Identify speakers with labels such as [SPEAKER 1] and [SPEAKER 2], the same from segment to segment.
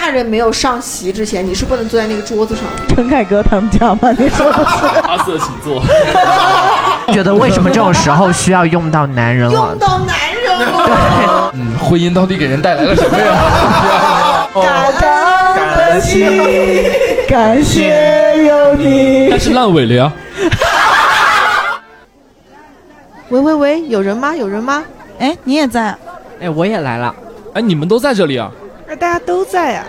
[SPEAKER 1] 大人没有上席之前，你是不能坐在那个桌子上的。
[SPEAKER 2] 陈凯歌他们家吗？你 说的是？
[SPEAKER 3] 阿瑟，请坐。
[SPEAKER 4] 觉得为什么这种时候需要用到男人 了
[SPEAKER 1] 用？到男人了，啊
[SPEAKER 3] 嗯，婚姻到底给人带来了什么呀？
[SPEAKER 2] 哦感恩的心，感谢有你。
[SPEAKER 3] 但是烂尾了呀。
[SPEAKER 1] 喂喂喂，有人吗？有人吗？
[SPEAKER 2] 哎，你也在？
[SPEAKER 4] 哎，我也来了。
[SPEAKER 3] 哎，你们都在这里啊？
[SPEAKER 1] 那大家都在啊，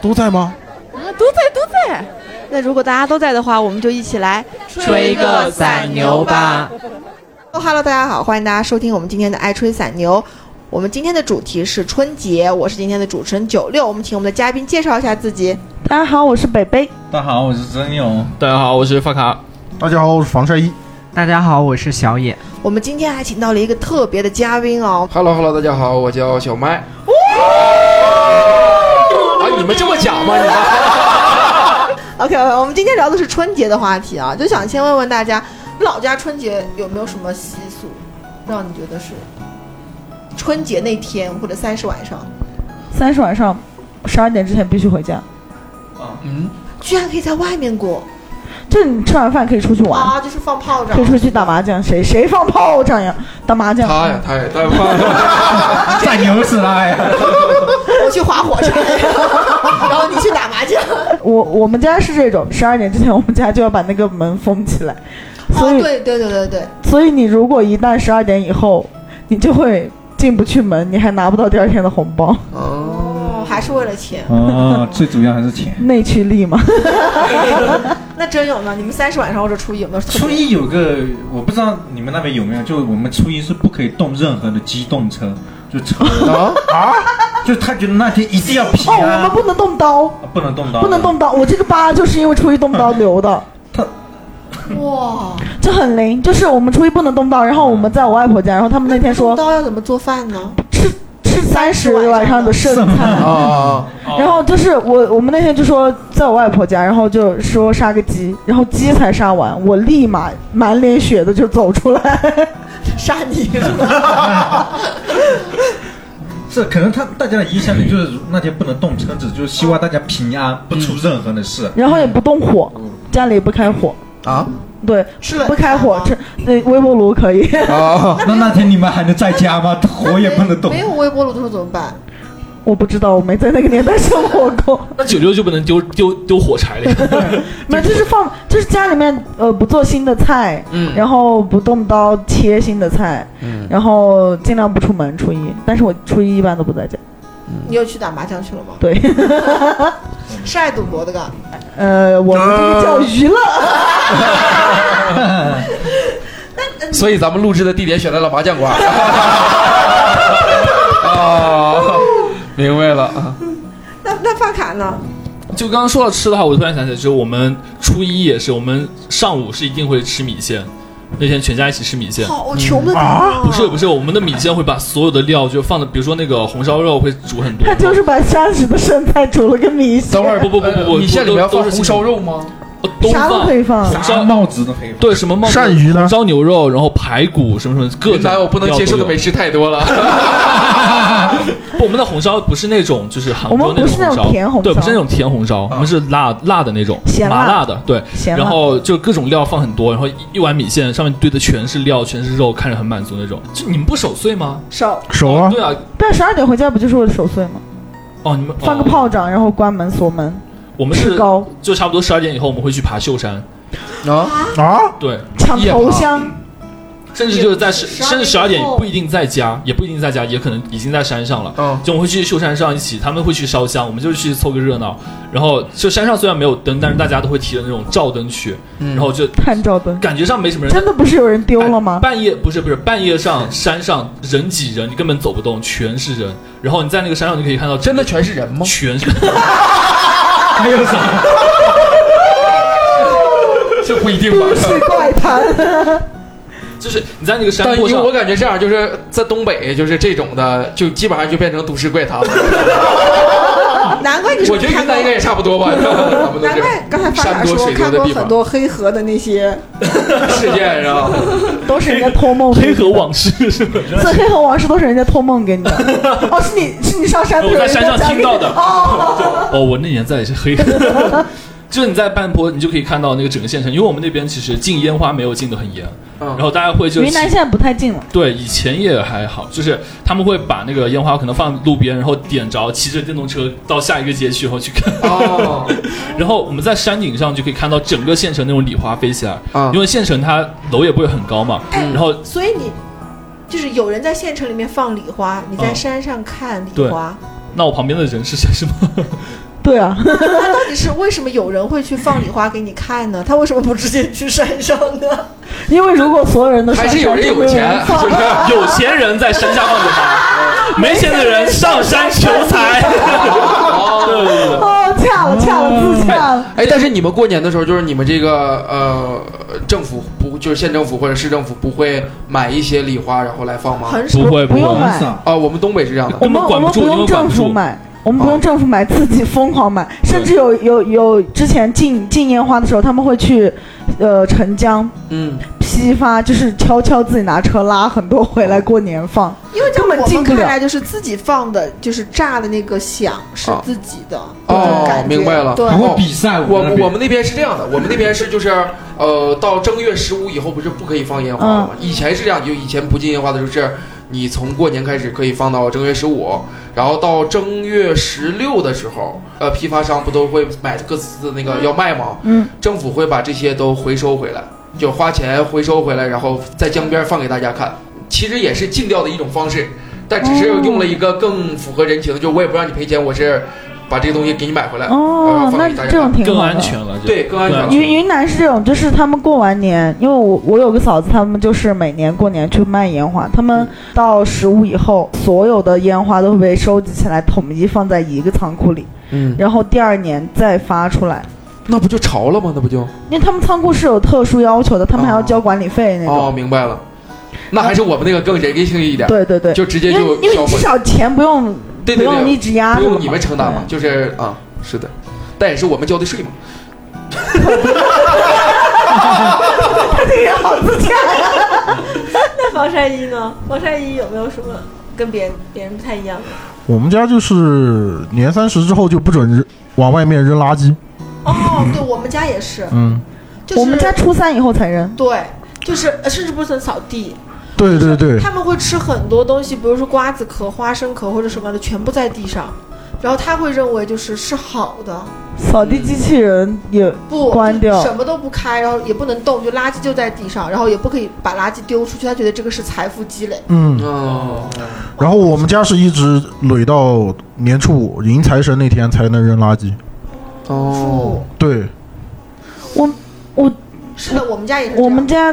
[SPEAKER 5] 都在吗？
[SPEAKER 1] 啊，都在都在。那如果大家都在的话，我们就一起来
[SPEAKER 4] 吹个散牛吧。
[SPEAKER 1] 哦，Hello，大家好，欢迎大家收听我们今天的《爱吹散牛》。我们今天的主题是春节，我是今天的主持人九六。我们请我们的嘉宾介绍一下自己。
[SPEAKER 2] 大家好，我是北北。
[SPEAKER 6] 大家好，我是曾勇。
[SPEAKER 3] 大家好，我是发卡。
[SPEAKER 5] 大家好，我是防晒衣。
[SPEAKER 4] 大家好，我是小野。
[SPEAKER 1] 我们今天还请到了一个特别的嘉宾哦，
[SPEAKER 7] Hello Hello，大家好，我叫小麦。 啊，
[SPEAKER 3] 哎
[SPEAKER 7] 你们这么讲吗？你们
[SPEAKER 1] OK，我们今天聊的是春节的话题啊，就想先问问大家，老家春节有没有什么习俗，让你觉得是春节那天或者三十晚上，
[SPEAKER 2] 三十晚上十二点之前必须回家，
[SPEAKER 3] 嗯，
[SPEAKER 1] 居然可以在外面过
[SPEAKER 2] 就是你吃完饭可以出去玩，
[SPEAKER 1] 啊？就是放炮仗
[SPEAKER 2] 可以，出去打麻将，谁谁放炮仗呀？打麻将。
[SPEAKER 7] 他呀，他呀，但放
[SPEAKER 5] 太牛死了呀！
[SPEAKER 1] 我去划 火柴，然后你去打麻将。
[SPEAKER 2] 我我们家是这种，十二点之前我们家就要把那个门封起来，所
[SPEAKER 1] 哦，
[SPEAKER 2] 以、
[SPEAKER 1] 对对对对对，
[SPEAKER 2] 所以你如果一旦十二点以后，你就会进不去门，你还拿不到第二天的红包，
[SPEAKER 1] 哦，还是为了钱。
[SPEAKER 2] 嗯
[SPEAKER 6] 哦，最主要还是钱。
[SPEAKER 2] 内驱力嘛。
[SPEAKER 1] 那真有呢？你们三十晚上或者初一有没有特别？
[SPEAKER 6] 初一有个我不知道你们那边有没有，就我们初一是不可以动任何的机动车，就车
[SPEAKER 5] 啊啊！
[SPEAKER 6] 就他觉得那天一定要平
[SPEAKER 2] 哦，我
[SPEAKER 6] 安，
[SPEAKER 2] 们不能动刀，
[SPEAKER 6] 啊不能动刀，
[SPEAKER 2] 不能。动刀。我这个疤就是因为初一动刀留的，
[SPEAKER 1] 哇，
[SPEAKER 2] 就很灵。就是我们初一不能动刀，然后我们在我外婆家，然后他们那天
[SPEAKER 1] 动
[SPEAKER 2] 说
[SPEAKER 1] 刀要怎么做饭呢？
[SPEAKER 2] 吃吃三十晚上的剩菜。
[SPEAKER 5] 啊
[SPEAKER 2] 然后就是我，我们那天就说在我外婆家，然后就说杀个鸡，然后鸡才杀完，我立马满脸血的就走出来。
[SPEAKER 1] 杀你！
[SPEAKER 6] 是可能他大家的影响力就是那天不能动车子，就是希望大家平安，不出任何的事。
[SPEAKER 2] 然后也不动火，家里也不开火，
[SPEAKER 5] 啊
[SPEAKER 2] 对，
[SPEAKER 1] 吃冷
[SPEAKER 2] 不开
[SPEAKER 1] 饭
[SPEAKER 2] 火
[SPEAKER 1] 吗，
[SPEAKER 2] 吃对微波炉可以。 哦
[SPEAKER 5] 啊！
[SPEAKER 6] 那那天你们还能在家吗？火也不能动
[SPEAKER 1] 没。 有微波炉的时候怎么办？
[SPEAKER 2] 我不知道，我没在那个年代生活过。
[SPEAKER 3] 那九六就不能丢丢丢火柴了。
[SPEAKER 2] 没有，就是放，就是家里面呃不做新的菜，
[SPEAKER 4] 嗯
[SPEAKER 2] 然后不动刀切新的菜，
[SPEAKER 3] 嗯
[SPEAKER 2] 然后尽量不出门初一，但是我初一一般都不在家。
[SPEAKER 1] 你又去打麻将去了吗？
[SPEAKER 2] 对，
[SPEAKER 1] 是爱赌博的噶。
[SPEAKER 2] 呃，我们这个叫娱乐，
[SPEAKER 3] 啊
[SPEAKER 7] 所以咱们录制的地点选在了麻将馆。啊，明白了啊。
[SPEAKER 1] 那那发卡呢？
[SPEAKER 3] 就刚刚说到吃的话，我突然想起来，就是我们初一也是，我们上午是一定会吃米线。那天全家一起吃米线，
[SPEAKER 1] 好穷的地
[SPEAKER 7] 啊
[SPEAKER 1] 方、
[SPEAKER 3] 不是不是，我们的米线会把所有的料就放的，比如说那个红烧肉会煮很多。
[SPEAKER 2] 他 就是把三十的剩菜煮了个米线
[SPEAKER 7] 等，会儿
[SPEAKER 3] 不不不不不，
[SPEAKER 7] 你线里面要放
[SPEAKER 3] 都是
[SPEAKER 7] 红烧，肉吗？
[SPEAKER 3] 呃都
[SPEAKER 2] 啥都可
[SPEAKER 3] 放。
[SPEAKER 2] 以放。
[SPEAKER 3] 啥
[SPEAKER 6] 啥帽子都可以。
[SPEAKER 3] 对，什么冒
[SPEAKER 5] 鳝鱼呢
[SPEAKER 3] 红烧牛肉，然后排骨什么什么各
[SPEAKER 7] 云
[SPEAKER 3] 种。
[SPEAKER 7] 南我不能接受的美食太多了。
[SPEAKER 3] 不，我们的红烧不是那种，就是韩
[SPEAKER 2] 我
[SPEAKER 3] 国
[SPEAKER 2] 们不是
[SPEAKER 3] 种
[SPEAKER 2] 那种甜红
[SPEAKER 3] 对，不
[SPEAKER 2] 烧
[SPEAKER 3] 是那种甜红
[SPEAKER 7] 啊
[SPEAKER 3] 烧，我们是辣辣的那种，
[SPEAKER 2] 咸辣
[SPEAKER 3] 麻
[SPEAKER 2] 嗯
[SPEAKER 3] 辣的，对。
[SPEAKER 2] 咸
[SPEAKER 3] 然
[SPEAKER 2] 辣
[SPEAKER 3] 后就各种料放很多，然后一一碗米线上面堆的全是料，全是肉，看着很满足那种。就你们不守岁吗？
[SPEAKER 1] 手
[SPEAKER 5] 手啊！
[SPEAKER 3] 对啊，
[SPEAKER 2] 但十二点回家不就是为了守岁吗？
[SPEAKER 3] 哦，你们
[SPEAKER 2] 放个
[SPEAKER 3] 哦
[SPEAKER 2] 炮仗，然后关门锁门，
[SPEAKER 3] 我哦们
[SPEAKER 2] 吃
[SPEAKER 3] 是
[SPEAKER 2] 糕，
[SPEAKER 3] 就差不多十二点以后我们会去爬秀山，
[SPEAKER 7] 啊，
[SPEAKER 5] 啊！
[SPEAKER 3] 对，
[SPEAKER 2] 抢
[SPEAKER 7] 夜
[SPEAKER 2] 头
[SPEAKER 7] 爬
[SPEAKER 2] 香。
[SPEAKER 3] 甚至就是在十，
[SPEAKER 1] 12
[SPEAKER 3] 甚至十二点
[SPEAKER 1] 以后
[SPEAKER 3] 不一定在家，也不一定在家，也可能已经在山上了。
[SPEAKER 7] 嗯
[SPEAKER 3] 就我们会去秀山上一起，他们会去烧香，我们就是去凑个热闹。然后就山上虽然没有灯，但是大家都会提着那种照灯去，
[SPEAKER 7] 嗯
[SPEAKER 3] 然后就
[SPEAKER 2] 探照灯，
[SPEAKER 3] 感觉上没什么人。哎
[SPEAKER 2] 真的不是有人丢了吗？
[SPEAKER 3] 半夜不是不是半夜上山上人挤人，你根本走不动，全是人。然后你在那个山上就可以看到
[SPEAKER 7] 真的全是人吗？
[SPEAKER 3] 全是，
[SPEAKER 6] 还有啥？
[SPEAKER 7] 这不一定 吧
[SPEAKER 2] 都？市怪谈，
[SPEAKER 3] 就是你在那个山
[SPEAKER 7] 但
[SPEAKER 3] 坡
[SPEAKER 7] 因为
[SPEAKER 3] 上
[SPEAKER 7] 我，感觉这样，就是在东北，就是这种的，就基本上就变成都市怪谈了。
[SPEAKER 1] 啊难怪你说
[SPEAKER 7] 我觉得
[SPEAKER 1] 看
[SPEAKER 7] 云南应该也差不多吧，咱们都
[SPEAKER 1] 难
[SPEAKER 7] 是
[SPEAKER 1] 怪刚才发卡
[SPEAKER 7] 山多
[SPEAKER 1] 说
[SPEAKER 7] 水多
[SPEAKER 1] 看
[SPEAKER 7] 的
[SPEAKER 1] 过
[SPEAKER 7] 地
[SPEAKER 1] 很
[SPEAKER 7] 方，
[SPEAKER 1] 多黑河的那些，
[SPEAKER 7] 事件是吧？
[SPEAKER 2] 都是人家托梦给
[SPEAKER 3] 黑
[SPEAKER 2] 你的
[SPEAKER 3] 河往事是吧？
[SPEAKER 2] 这黑河往事都是人家托梦给 你的。哦，是你是你上山的时
[SPEAKER 3] 我
[SPEAKER 2] 候
[SPEAKER 3] 在
[SPEAKER 2] 人家
[SPEAKER 3] 山上
[SPEAKER 2] 讲给
[SPEAKER 3] 听
[SPEAKER 2] 你
[SPEAKER 3] 到的。
[SPEAKER 2] 哦，
[SPEAKER 3] 哦，我那年在也是黑的， 就是你在半坡，你就可以看到那个整个县城，因为我们那边其实禁烟花没有禁得很严，
[SPEAKER 7] 嗯
[SPEAKER 3] 然后大家会 就
[SPEAKER 2] 云南现在不太近了，
[SPEAKER 3] 对以前也还好，就是他们会把那个烟花可能放路边，然后点着，骑着电动车到下一个街区，然后去 看。
[SPEAKER 7] 哦，
[SPEAKER 3] 然后我们在山顶上就可以看到整个县城那种礼花飞起来，
[SPEAKER 7] 啊
[SPEAKER 3] 因为县城它楼也不会很高嘛，然后
[SPEAKER 1] 所以你就是有人在县城里面放礼花，你在
[SPEAKER 3] 嗯
[SPEAKER 1] 山上看礼
[SPEAKER 3] 对
[SPEAKER 1] 花，
[SPEAKER 3] 那我旁边的人是谁是吗？
[SPEAKER 2] 对啊，
[SPEAKER 1] 那到底是为什么有人会去放礼花给你看呢？他为什么不直接去山上呢？
[SPEAKER 2] 因为如果所有人都上
[SPEAKER 7] 还是有
[SPEAKER 2] 山
[SPEAKER 7] 人
[SPEAKER 2] 就
[SPEAKER 7] 有
[SPEAKER 2] 没
[SPEAKER 7] 钱，
[SPEAKER 2] 放
[SPEAKER 7] 是不是？
[SPEAKER 3] 有钱人在山下放着花，没钱的人上山求财。 对对对。
[SPEAKER 2] 哦，掐了掐了自洽了，
[SPEAKER 7] 哎，但是你们过年的时候，就是你们这个呃，政府不就是县政府或者市政府不会买一些礼花然后来放吗？
[SPEAKER 1] 很少
[SPEAKER 3] 不会
[SPEAKER 2] 不用
[SPEAKER 3] 会，
[SPEAKER 2] 买，
[SPEAKER 7] 啊，我们东北是这样的。
[SPEAKER 2] 我
[SPEAKER 3] 根
[SPEAKER 2] 们
[SPEAKER 3] 本
[SPEAKER 2] 我
[SPEAKER 3] 管不
[SPEAKER 2] 们
[SPEAKER 3] 住，
[SPEAKER 2] 不
[SPEAKER 3] 根
[SPEAKER 2] 用
[SPEAKER 3] 本管
[SPEAKER 2] 政
[SPEAKER 3] 不
[SPEAKER 2] 府
[SPEAKER 3] 住。哦
[SPEAKER 2] 买，我们不用政府买，自己疯狂买，甚至有有有之前禁禁烟花的时候，他们会去呃澄江
[SPEAKER 7] 嗯，
[SPEAKER 2] 批发，就是悄悄自己拿车拉很多回来过年放。
[SPEAKER 1] 因为在我
[SPEAKER 2] 根本进
[SPEAKER 1] 们
[SPEAKER 2] 不
[SPEAKER 1] 看
[SPEAKER 2] 了
[SPEAKER 1] 来，就是自己放的，就是炸的那个响是
[SPEAKER 7] 啊
[SPEAKER 1] 自己的，
[SPEAKER 7] 哦
[SPEAKER 1] 感觉
[SPEAKER 7] 明白了
[SPEAKER 1] 对
[SPEAKER 7] 然
[SPEAKER 6] 还
[SPEAKER 7] 后
[SPEAKER 6] 会比赛，
[SPEAKER 7] 我
[SPEAKER 6] 们
[SPEAKER 7] 们我们那边是这样的，我们那边是就是呃，到正月十五以后不是不可以放烟花了吗？以前是这样，就以前不禁烟花的时候是，你从过年开始可以放到正月十五，然后到正月十六的时候，呃，批发商不都会买各自的那个要卖吗？
[SPEAKER 2] 嗯，
[SPEAKER 7] 政府会把这些都回收回来，就花钱回收回来，然后在江边放给大家看。其实也是禁掉的一种方式，但只是用了一个更符合人情的，就我也不让你赔钱，我是把这个东西给你买回来，然
[SPEAKER 3] 呃
[SPEAKER 2] 哦啊
[SPEAKER 7] 后，放
[SPEAKER 2] 那
[SPEAKER 7] 给大家
[SPEAKER 2] 这种
[SPEAKER 7] 看。
[SPEAKER 2] 挺好
[SPEAKER 3] 更
[SPEAKER 2] 的
[SPEAKER 3] 安全了，就
[SPEAKER 7] 对，更安全
[SPEAKER 3] 更安
[SPEAKER 7] 了。
[SPEAKER 3] 全
[SPEAKER 2] 云云南是这种，就是他们过完年，因为我我有个嫂子，他们就是每年过年去卖烟花，他们
[SPEAKER 7] 嗯
[SPEAKER 2] 到十五以后，所有的烟花都会被收集起来，统一放在一个仓库里，
[SPEAKER 7] 嗯，
[SPEAKER 2] 然后第二年再发出来。
[SPEAKER 7] 那不就潮了吗？那不就
[SPEAKER 2] 因为他们仓库是有特殊要求的，他们还要交管理费那种。
[SPEAKER 7] 哦，明白了。那还是我们那个更人性一点，
[SPEAKER 2] 对对对，
[SPEAKER 7] 就直接
[SPEAKER 2] 因为
[SPEAKER 7] 就
[SPEAKER 2] 因为
[SPEAKER 7] 销
[SPEAKER 2] 至
[SPEAKER 7] 毁，
[SPEAKER 2] 少钱不用
[SPEAKER 7] 对
[SPEAKER 2] 不
[SPEAKER 7] 对
[SPEAKER 2] 用
[SPEAKER 7] 对
[SPEAKER 2] 一，直压
[SPEAKER 7] 不
[SPEAKER 2] 着嘛，
[SPEAKER 7] 用你们承担嘛，就是啊，是的，但也是我们交的税嘛。
[SPEAKER 2] 对。这个好自洽。
[SPEAKER 8] 那防晒衣呢？防晒衣有没有什么跟别人别人不太一样的？
[SPEAKER 5] 我们家就是年三十之后就不准扔往外面扔垃圾。
[SPEAKER 1] 哦，对我们家也是，
[SPEAKER 5] 嗯，
[SPEAKER 1] 就是
[SPEAKER 2] 我们家初三以后才扔。
[SPEAKER 1] 对，就是呃甚至不准扫地，
[SPEAKER 5] 对对对，
[SPEAKER 1] 他们会吃很多东西，比如说瓜子壳、花生壳或者什么的，全部在地上。然后他会认为就是是好的，
[SPEAKER 2] 扫地机器人也
[SPEAKER 1] 不
[SPEAKER 2] 关掉
[SPEAKER 1] 什么都不开，然后也不能动，就垃圾就在地上，然后也不可以把垃圾丢出去。他觉得这个是财富积累。
[SPEAKER 5] 嗯。
[SPEAKER 7] 哦，
[SPEAKER 5] 然后我们家是一直垒到年初五迎财神那天才能扔垃圾。
[SPEAKER 7] 哦，
[SPEAKER 5] 对，
[SPEAKER 1] 是的，我们家也是这样。
[SPEAKER 2] 我们家，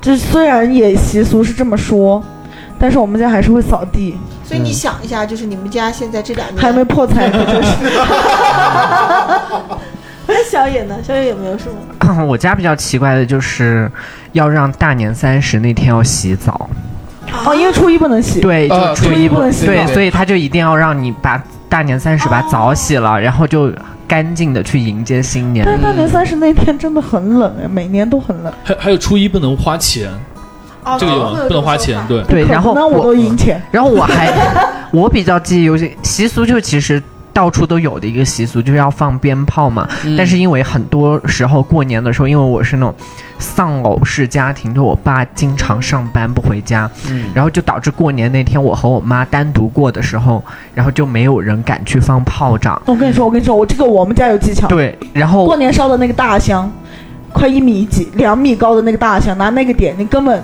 [SPEAKER 2] 这虽然也习俗是这么说，但是我们家还是会扫地，
[SPEAKER 1] 所以你想一下，就是你们家现在这两
[SPEAKER 8] 嗯
[SPEAKER 1] 年
[SPEAKER 2] 还没破财， 可真是。
[SPEAKER 8] 那小野呢？小野有没有什么？
[SPEAKER 4] 我家比较奇怪的就是要让大年三十那天要洗澡，
[SPEAKER 1] 啊
[SPEAKER 2] 哦，因为初一不能洗。
[SPEAKER 4] 对，
[SPEAKER 7] 呃
[SPEAKER 4] 就初一
[SPEAKER 2] 初一不能洗
[SPEAKER 4] 对，
[SPEAKER 7] 澡
[SPEAKER 4] 所以他就一定要让你把大年三十把澡洗了，然后就干净的去迎接新年
[SPEAKER 2] 但。是大年三十那天真的很冷哎，每年都很冷。
[SPEAKER 3] 还还有初一不能花钱，
[SPEAKER 1] 哦
[SPEAKER 3] 这个
[SPEAKER 1] 会有
[SPEAKER 3] 有不能花
[SPEAKER 1] 这种
[SPEAKER 3] 钱
[SPEAKER 1] 说，法
[SPEAKER 3] 对，
[SPEAKER 4] 对，然后
[SPEAKER 2] 那我
[SPEAKER 4] 我
[SPEAKER 2] 都赢钱。
[SPEAKER 4] 然后我还我比较记忆犹新，习俗就其实到处都有的一个习俗，就是要放鞭炮嘛。
[SPEAKER 7] 嗯
[SPEAKER 4] 但是因为很多时候过年的时候，因为我是那种丧偶式家庭，就我爸经常上班不回家，
[SPEAKER 7] 嗯
[SPEAKER 4] 然后就导致过年那天我和我妈单独过的时候，然后就没有人敢去放炮仗。
[SPEAKER 2] 我跟你说，我跟你说，我这个我们家有技巧。
[SPEAKER 4] 对，然
[SPEAKER 2] 过
[SPEAKER 4] 后
[SPEAKER 2] 年烧的那个大香，快一米几、两米高的那个大香，拿那个点，你根本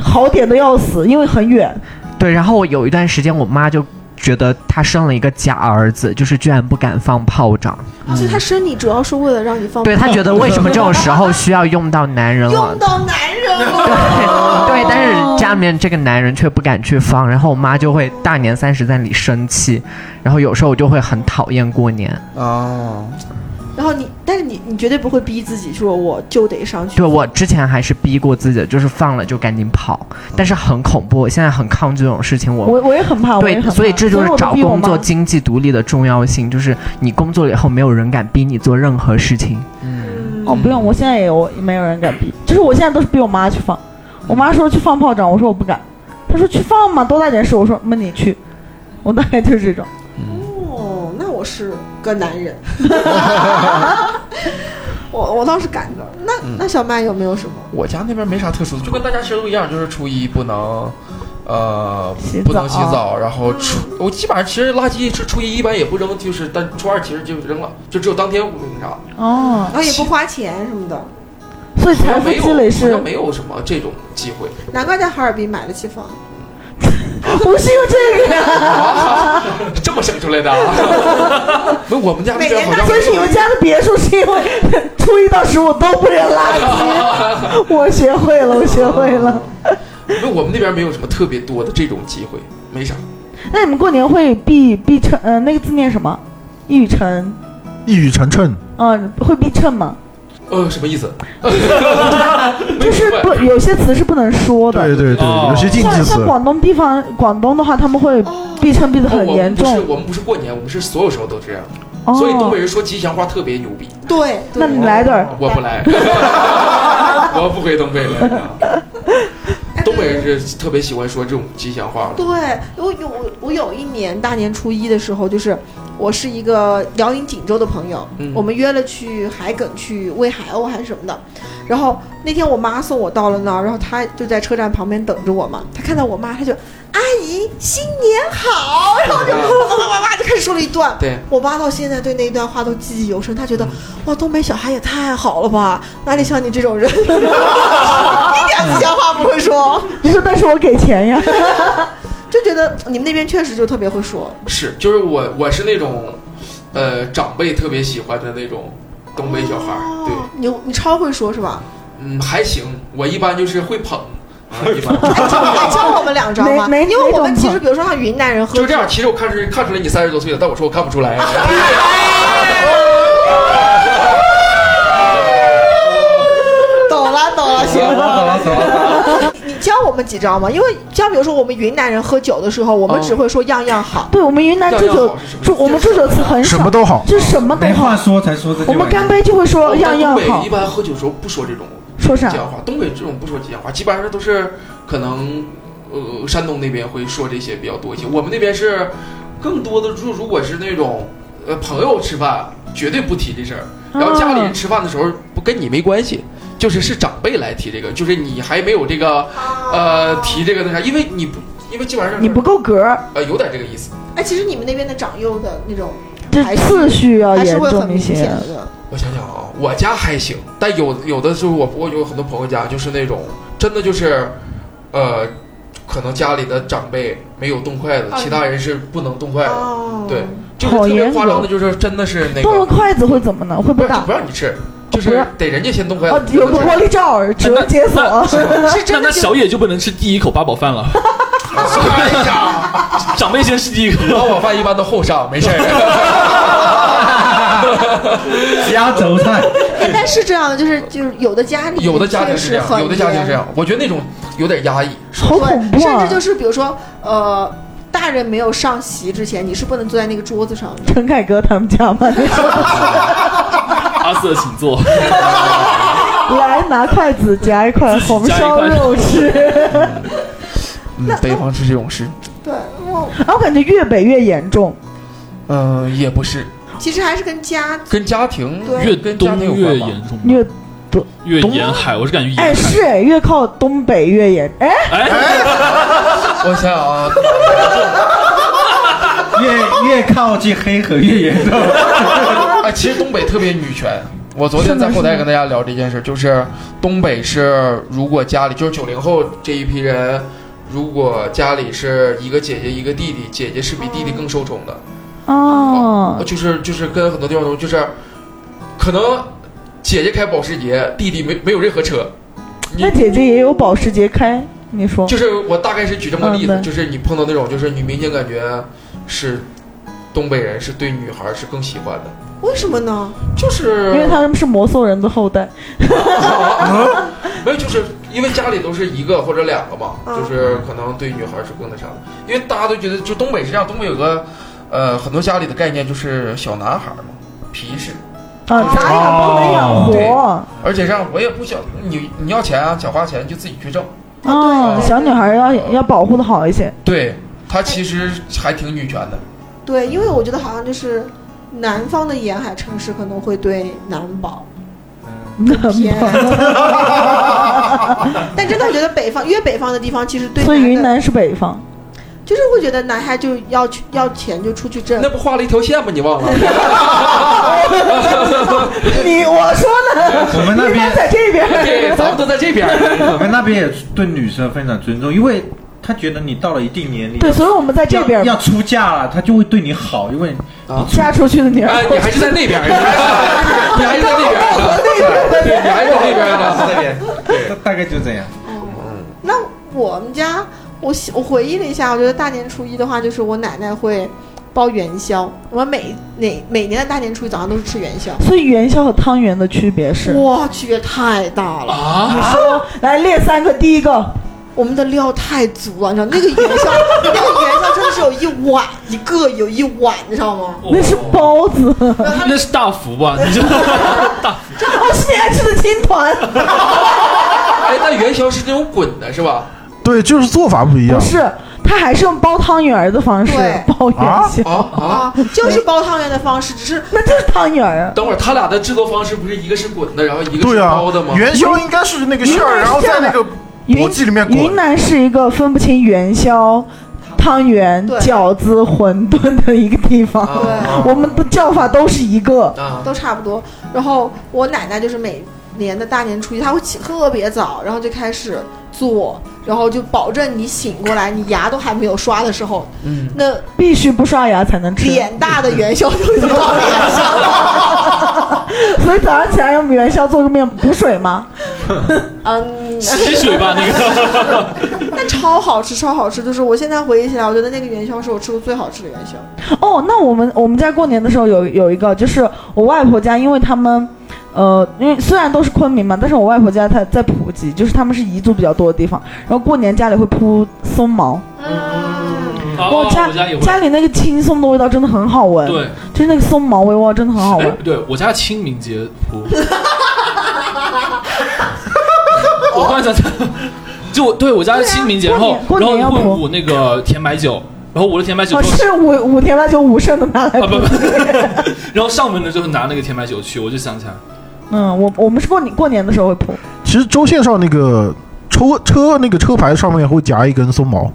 [SPEAKER 2] 好点的要死，因为很远。
[SPEAKER 4] 对，然后我有一段时间，我妈就觉得她生了一个假儿子，就是居然不敢放炮仗。
[SPEAKER 1] 啊所以他生你主要是为了让你放
[SPEAKER 4] 对她觉得为什么这种时候需要用到男人了
[SPEAKER 1] 用？到男人了。
[SPEAKER 4] 对，但是家里面这个男人却不敢去放，然后我妈就会大年三十在那里生气，然后有时候我就会很讨厌过年。
[SPEAKER 7] 哦，
[SPEAKER 1] 然后你，但是你你绝对不会逼自己说我就得上去。
[SPEAKER 4] 对我之前还是逼过自己的，就是放了就赶紧跑，但是很恐怖。我现在很抗拒这种事情，我
[SPEAKER 2] 我我也很怕，我也
[SPEAKER 4] 对
[SPEAKER 2] 很，怕
[SPEAKER 4] 所以这就是
[SPEAKER 2] 我都
[SPEAKER 4] 找
[SPEAKER 2] 逼我
[SPEAKER 4] 工作、
[SPEAKER 2] 妈
[SPEAKER 4] 经济独立的重要性，就是你工作了以后，没有人敢逼你做任何事情。
[SPEAKER 7] 嗯
[SPEAKER 1] 嗯
[SPEAKER 2] 哦，不用，我现在也有没有人敢逼，就是我现在都是逼我妈去放。我妈说去放炮仗，我说我不敢。她说去放嘛，多大点事？我说那你去。我大概就是这种。
[SPEAKER 7] 嗯
[SPEAKER 1] 哦，那我是个男人。我我倒是敢的。那
[SPEAKER 7] 嗯
[SPEAKER 1] 那小麦有没有什么？
[SPEAKER 7] 我家那边没啥特殊的，就跟大家其实都一样，就是初一不能，呃
[SPEAKER 2] 洗，
[SPEAKER 7] 不能洗
[SPEAKER 2] 澡
[SPEAKER 7] 澡，然后初我基本上其实垃圾是初一一般也不扔，就是但初二其实就扔了，就只有当天不扔啥。
[SPEAKER 2] 哦
[SPEAKER 1] 然，后也不花钱什么的，
[SPEAKER 2] 所以
[SPEAKER 7] 好
[SPEAKER 2] 财
[SPEAKER 7] 像
[SPEAKER 2] 富
[SPEAKER 7] 没有，
[SPEAKER 2] 积累
[SPEAKER 7] 好
[SPEAKER 2] 是
[SPEAKER 7] 像没有什么这种机会。
[SPEAKER 1] 难怪在哈尔滨买得起房。
[SPEAKER 2] 不是因为这个啊呀？
[SPEAKER 7] 这么省出来的、啊？ 不是我们家那边好像
[SPEAKER 2] 所以你们家的别墅是因为初一到十五都不扔垃 圾。我学会了，我学会了。
[SPEAKER 7] 不是我们那边没有什么特别多的这种机会，没啥。
[SPEAKER 2] 那你们过年会避避秤？呃，那个字念什么？一语成。
[SPEAKER 5] 一语成谶，
[SPEAKER 2] 嗯，会避秤吗？
[SPEAKER 7] 呃，什么 意思？
[SPEAKER 2] 就是不有些词是不能说的。
[SPEAKER 5] 对对对，
[SPEAKER 3] 哦
[SPEAKER 5] 有些禁忌
[SPEAKER 2] 像
[SPEAKER 5] 词
[SPEAKER 2] 像。广东地方，广东的话，他们会避秤避得很严
[SPEAKER 7] 哦、我们
[SPEAKER 2] 重
[SPEAKER 7] 不是，我们不是过年，我们是所有时候都这样。
[SPEAKER 2] 哦。
[SPEAKER 7] 所以东北人说吉祥话特别牛逼。
[SPEAKER 1] 对，
[SPEAKER 2] 那你来点
[SPEAKER 1] 哦
[SPEAKER 2] 儿，
[SPEAKER 7] 我不 来，我不回东北了。东北人是特别喜欢说这种吉祥话的。
[SPEAKER 1] 哎对我有我我有一年大年初一的时候，就是我是一个辽宁锦州的朋友，
[SPEAKER 7] 嗯
[SPEAKER 1] 我们约了去海埂去喂海鸥还是什么的。然后那天我妈送我到了那儿，然后她就在车站旁边等着我嘛。她看到我妈，她就阿姨新年好，然后就哇哇哇哇就开始说了一段。
[SPEAKER 7] 对，
[SPEAKER 1] 我爸到现在对那一段话都记忆犹深，他觉得哇，东北小孩也太好了吧，哪里像你这种人，一点吉祥话不会说，
[SPEAKER 2] 你说但是我给钱呀，
[SPEAKER 1] 就觉得你们那边确实就特别会说。
[SPEAKER 7] 是，就是我，我是那种，呃，长辈特别喜欢的那种东北小孩儿。对，
[SPEAKER 1] 哦，你你超会说是吧？
[SPEAKER 7] 嗯，还行。我一般就是会捧，啊、一般。
[SPEAKER 1] 哎，教哎教我们两招吗？
[SPEAKER 2] 哪哪
[SPEAKER 1] 因为我们
[SPEAKER 2] 哪种
[SPEAKER 1] 其实比如说像云南人喝
[SPEAKER 7] 就
[SPEAKER 1] 酒
[SPEAKER 7] 这样，其实我看出看出来你三十多岁了，但我说我看不出 来。
[SPEAKER 1] 懂了懂了，行了。
[SPEAKER 6] 走了走了，
[SPEAKER 1] 你教我们几招吗？因为像比如说我们云南人喝酒的时候，我们
[SPEAKER 7] 嗯
[SPEAKER 1] 只会说样样好。
[SPEAKER 2] 对我们云南祝
[SPEAKER 7] 样样
[SPEAKER 2] 酒
[SPEAKER 7] 好是什么意思
[SPEAKER 2] 祝我们祝酒词很
[SPEAKER 5] 什
[SPEAKER 2] 少
[SPEAKER 5] 么，都好，
[SPEAKER 2] 就什么都
[SPEAKER 6] 没话
[SPEAKER 2] 好。
[SPEAKER 6] 说才说这句
[SPEAKER 2] 我
[SPEAKER 6] 玩意儿。
[SPEAKER 2] 们干杯就会说
[SPEAKER 7] 但
[SPEAKER 2] 样样
[SPEAKER 7] 东
[SPEAKER 2] 好
[SPEAKER 7] 北一，般喝酒的时候不说这种
[SPEAKER 2] 说啥
[SPEAKER 7] 吉？祥话，东北这种不说吉祥话，基本上都是可能呃山东那边会说这些比较多一些。我们那边是更多的，如如果是那种呃朋友吃饭，绝对不提这事儿。然后家里人
[SPEAKER 2] 嗯
[SPEAKER 7] 吃饭的时候不跟你没关系，就是是长辈来提这个，就是你还没有这个呃提这个那啥，因为你不因为基本上
[SPEAKER 2] 你不够格儿，
[SPEAKER 7] 呃有点这个意思。
[SPEAKER 1] 哎，其实你们那边的长幼的那种
[SPEAKER 2] 这
[SPEAKER 1] 还是
[SPEAKER 2] 次序要
[SPEAKER 1] 还是
[SPEAKER 2] 严
[SPEAKER 1] 会很
[SPEAKER 2] 重一
[SPEAKER 1] 明显
[SPEAKER 2] 些。
[SPEAKER 1] 的。
[SPEAKER 7] 我想想啊，我家还行，但有有的就是我我有很多朋友家就是那种真的就是，呃，可能家里的长辈没有动筷子，
[SPEAKER 1] 啊
[SPEAKER 7] 其他人是不能动筷子，
[SPEAKER 1] 哦，
[SPEAKER 7] 对，就是
[SPEAKER 2] 好
[SPEAKER 7] 特别
[SPEAKER 2] 严
[SPEAKER 7] 夸张
[SPEAKER 2] 格
[SPEAKER 7] 的，就是真的是那
[SPEAKER 2] 动了
[SPEAKER 7] 个
[SPEAKER 2] 筷子会怎么呢？会
[SPEAKER 7] 不
[SPEAKER 2] 不
[SPEAKER 7] 让
[SPEAKER 2] 打
[SPEAKER 7] 不？让你吃，就
[SPEAKER 2] 不
[SPEAKER 7] 是
[SPEAKER 2] 让
[SPEAKER 7] 得人家先动筷
[SPEAKER 2] 哦
[SPEAKER 7] 子，，
[SPEAKER 2] 有个
[SPEAKER 7] 你才能吃
[SPEAKER 2] 玻璃罩儿，指纹解锁。
[SPEAKER 1] 是真的
[SPEAKER 3] 那那
[SPEAKER 1] 就
[SPEAKER 3] 小野就不能吃第一口八宝饭了，
[SPEAKER 7] 哎呀，
[SPEAKER 3] 长辈先吃第一口。
[SPEAKER 7] 把 我饭一般都后上，没事儿。
[SPEAKER 6] 压轴菜，
[SPEAKER 1] 哎但是这样的，就是就是有的家里
[SPEAKER 7] 有的家庭是
[SPEAKER 1] 是
[SPEAKER 7] 这样，有的家庭是这样，我觉得那种有点压抑。
[SPEAKER 2] 好恐
[SPEAKER 1] 对，
[SPEAKER 2] 怖
[SPEAKER 1] 甚
[SPEAKER 2] 啊
[SPEAKER 1] 至！就是比如说呃。大人没有上席之前，你是不能坐在那个桌子上的。
[SPEAKER 2] 陈凯歌他们家 嘛，你说
[SPEAKER 3] 阿瑟，请坐。
[SPEAKER 2] 来拿筷子夹一块红
[SPEAKER 3] 夹一
[SPEAKER 2] 烧
[SPEAKER 3] 块
[SPEAKER 2] 肉吃。
[SPEAKER 7] 嗯，北方是这种事，
[SPEAKER 1] 对，我
[SPEAKER 2] 啊，我感觉越北越严重。
[SPEAKER 7] 嗯、也不是
[SPEAKER 1] 其实还是跟家
[SPEAKER 7] 跟家庭
[SPEAKER 1] 对
[SPEAKER 3] 越
[SPEAKER 7] 跟家
[SPEAKER 3] 东
[SPEAKER 7] 庭有
[SPEAKER 3] 越
[SPEAKER 7] 关吧。
[SPEAKER 3] 严重，
[SPEAKER 2] 越
[SPEAKER 3] 越
[SPEAKER 7] 东
[SPEAKER 3] 沿海，我是感觉
[SPEAKER 2] 哎
[SPEAKER 3] 沿海。
[SPEAKER 2] 是哎，越靠东北越严。哎，
[SPEAKER 3] 哎，
[SPEAKER 7] 我想想啊，
[SPEAKER 6] 越越靠近黑河越严重。
[SPEAKER 7] 哎，其实东北特别女权。我昨天在后台跟大家聊这件事，就是东北是如果家里就是九零后这一批人，如果家里是一个姐姐一个弟弟，姐姐是比弟弟更受宠的，呃
[SPEAKER 2] 哦，
[SPEAKER 7] 就是就是跟很多地方都就是，可能姐姐开保时捷，弟弟没没有任何车。你
[SPEAKER 2] 那姐姐也有保时捷开，你说？
[SPEAKER 7] 就是我大概是举这么个例
[SPEAKER 2] 嗯
[SPEAKER 7] 子，
[SPEAKER 2] 对
[SPEAKER 7] 就是你碰到那种就是你明显感觉是东北人是对女孩是更喜欢的，
[SPEAKER 1] 为什么呢？
[SPEAKER 7] 就是
[SPEAKER 2] 因为他们是摩梭人的后代。
[SPEAKER 7] 啊没有，就是因为家里都是一个或者两个嘛，
[SPEAKER 1] 嗯
[SPEAKER 7] 就是可能对女孩是更那啥的，因为大家都觉得就东北是这样，东北有个呃很多家里的概念就是小男孩嘛，皮实，
[SPEAKER 2] 啊，咋养都能养啊活。
[SPEAKER 7] 而且这样我也不想你你要钱啊，想花钱就自己去挣，
[SPEAKER 2] 嗯，
[SPEAKER 1] 对
[SPEAKER 2] 小女孩要要保护的好一些。
[SPEAKER 7] 对他其实还挺女权的，
[SPEAKER 1] 对，因为我觉得好像就是南方的沿海城市可能会对男保偏爱， 但真的我觉得北方，因为北方的地方其实对
[SPEAKER 2] 所以云
[SPEAKER 1] 男的
[SPEAKER 2] 南是北方，
[SPEAKER 1] 就是会觉得男孩就要去要钱就出去挣
[SPEAKER 7] 那，不画了一条线吗？你忘了？
[SPEAKER 2] 你我说
[SPEAKER 6] 我们那
[SPEAKER 2] 云
[SPEAKER 6] 边
[SPEAKER 2] 南在这边。
[SPEAKER 7] 对，咱们都在这边。
[SPEAKER 6] 我们那边也对女生非常尊重，因为他觉得你到了一定年龄，
[SPEAKER 2] 对，所以我们在这边
[SPEAKER 6] 要要出嫁了，他就会对你好，因为
[SPEAKER 2] 嫁出去的女
[SPEAKER 7] 哎
[SPEAKER 2] 儿，，
[SPEAKER 7] 你 还是在那边，你还是在 那边呢，对，你还是在那边呢。
[SPEAKER 6] 这边大大概就这样。
[SPEAKER 1] 哦那我们家，我喜我回忆了一下，我觉得大年初一的话，就是我奶奶会包元宵。我们每每每年的大年初一早上都是吃元宵，
[SPEAKER 2] 所以元宵和汤圆的区别是，
[SPEAKER 1] 哇，区别太大了。
[SPEAKER 2] 你
[SPEAKER 3] 啊，
[SPEAKER 2] 说来列三个，第一个
[SPEAKER 1] 我们的料太足了，你知道那个元宵，那个元宵真的是有一碗一个，有一碗，你知道吗？
[SPEAKER 2] 那是包子，
[SPEAKER 3] 哦 那是大福吧？你知道 大福
[SPEAKER 2] 我哦是你爱吃的青团，
[SPEAKER 7] 哎，那元宵是那种滚的，是吧？
[SPEAKER 5] 对，就是做法不一样
[SPEAKER 2] 不。是，他还是用包汤圆儿的方式
[SPEAKER 1] 对
[SPEAKER 2] 包元宵，
[SPEAKER 7] 啊啊！
[SPEAKER 1] 啊，就是包汤圆的方式，只是
[SPEAKER 2] 那就是汤圆儿啊。
[SPEAKER 7] 等会儿他俩的制作方式不是一个是滚的，然后一个
[SPEAKER 5] 对
[SPEAKER 7] 是
[SPEAKER 5] 啊
[SPEAKER 7] 包的吗，？
[SPEAKER 5] 元宵应该是那个馅
[SPEAKER 2] 云
[SPEAKER 5] 儿，
[SPEAKER 2] 南
[SPEAKER 5] 然后
[SPEAKER 2] 是这
[SPEAKER 5] 在
[SPEAKER 2] 样
[SPEAKER 5] 那
[SPEAKER 2] 的
[SPEAKER 5] 个
[SPEAKER 2] 云
[SPEAKER 5] 簸箕里面
[SPEAKER 2] 云
[SPEAKER 5] 滚。
[SPEAKER 2] 南是一个分不清元宵、汤圆、
[SPEAKER 1] 对
[SPEAKER 2] 饺子、馄饨的一个地方，
[SPEAKER 7] 啊
[SPEAKER 2] 我们的叫法都是一个。
[SPEAKER 7] 啊
[SPEAKER 1] 都差不多。然后我奶奶就是每年的大年初一，她会起特别早，然后就开始做，然后就保证你醒过来，你牙都还没有刷的时候，
[SPEAKER 7] 嗯，
[SPEAKER 1] 那
[SPEAKER 2] 必须不刷牙才能吃，
[SPEAKER 1] 脸大的元宵就已经到脸上 了。
[SPEAKER 2] 所以早上起来用元宵做个面补水吗？
[SPEAKER 1] 嗯，
[SPEAKER 3] 吸水吧那个。
[SPEAKER 1] 但超好吃，超好吃！就是我现在回忆起来，我觉得那个元宵是我吃过最好吃的元宵。
[SPEAKER 2] 哦，那我们我们家过年的时候有有一个，就是我外婆家，因为他们。呃，因为虽然都是昆明嘛，但是我外婆家她在普吉，就是他们是彝族比较多的地方。然后过年家里会铺松毛，
[SPEAKER 1] 嗯，
[SPEAKER 3] 啊
[SPEAKER 2] 哇
[SPEAKER 3] 我家也会。
[SPEAKER 2] 家里那个青松的味道真的很好闻。
[SPEAKER 3] 对，
[SPEAKER 2] 就是那个松毛味哇，真的很好
[SPEAKER 3] 哎
[SPEAKER 2] 闻。，
[SPEAKER 3] 对我家清明节 铺。我突然想起来，就我对我家清明节，
[SPEAKER 2] 对啊
[SPEAKER 3] 然后
[SPEAKER 2] 过
[SPEAKER 3] 然
[SPEAKER 2] 年
[SPEAKER 3] 后
[SPEAKER 2] 过年要
[SPEAKER 3] 会
[SPEAKER 2] 铺
[SPEAKER 3] 捂那个甜白酒，然后捂了甜白酒
[SPEAKER 2] 哦，
[SPEAKER 3] 之后。
[SPEAKER 2] 是五五甜白酒五升的拿来
[SPEAKER 3] 啊不
[SPEAKER 2] 喝。
[SPEAKER 3] 不，然后上门的时候拿那个甜白酒去，我就想起来，
[SPEAKER 2] 嗯，我我们是过年过年的时候会铺，
[SPEAKER 5] 其实州县上那个车车那个车牌上面会夹一根松毛，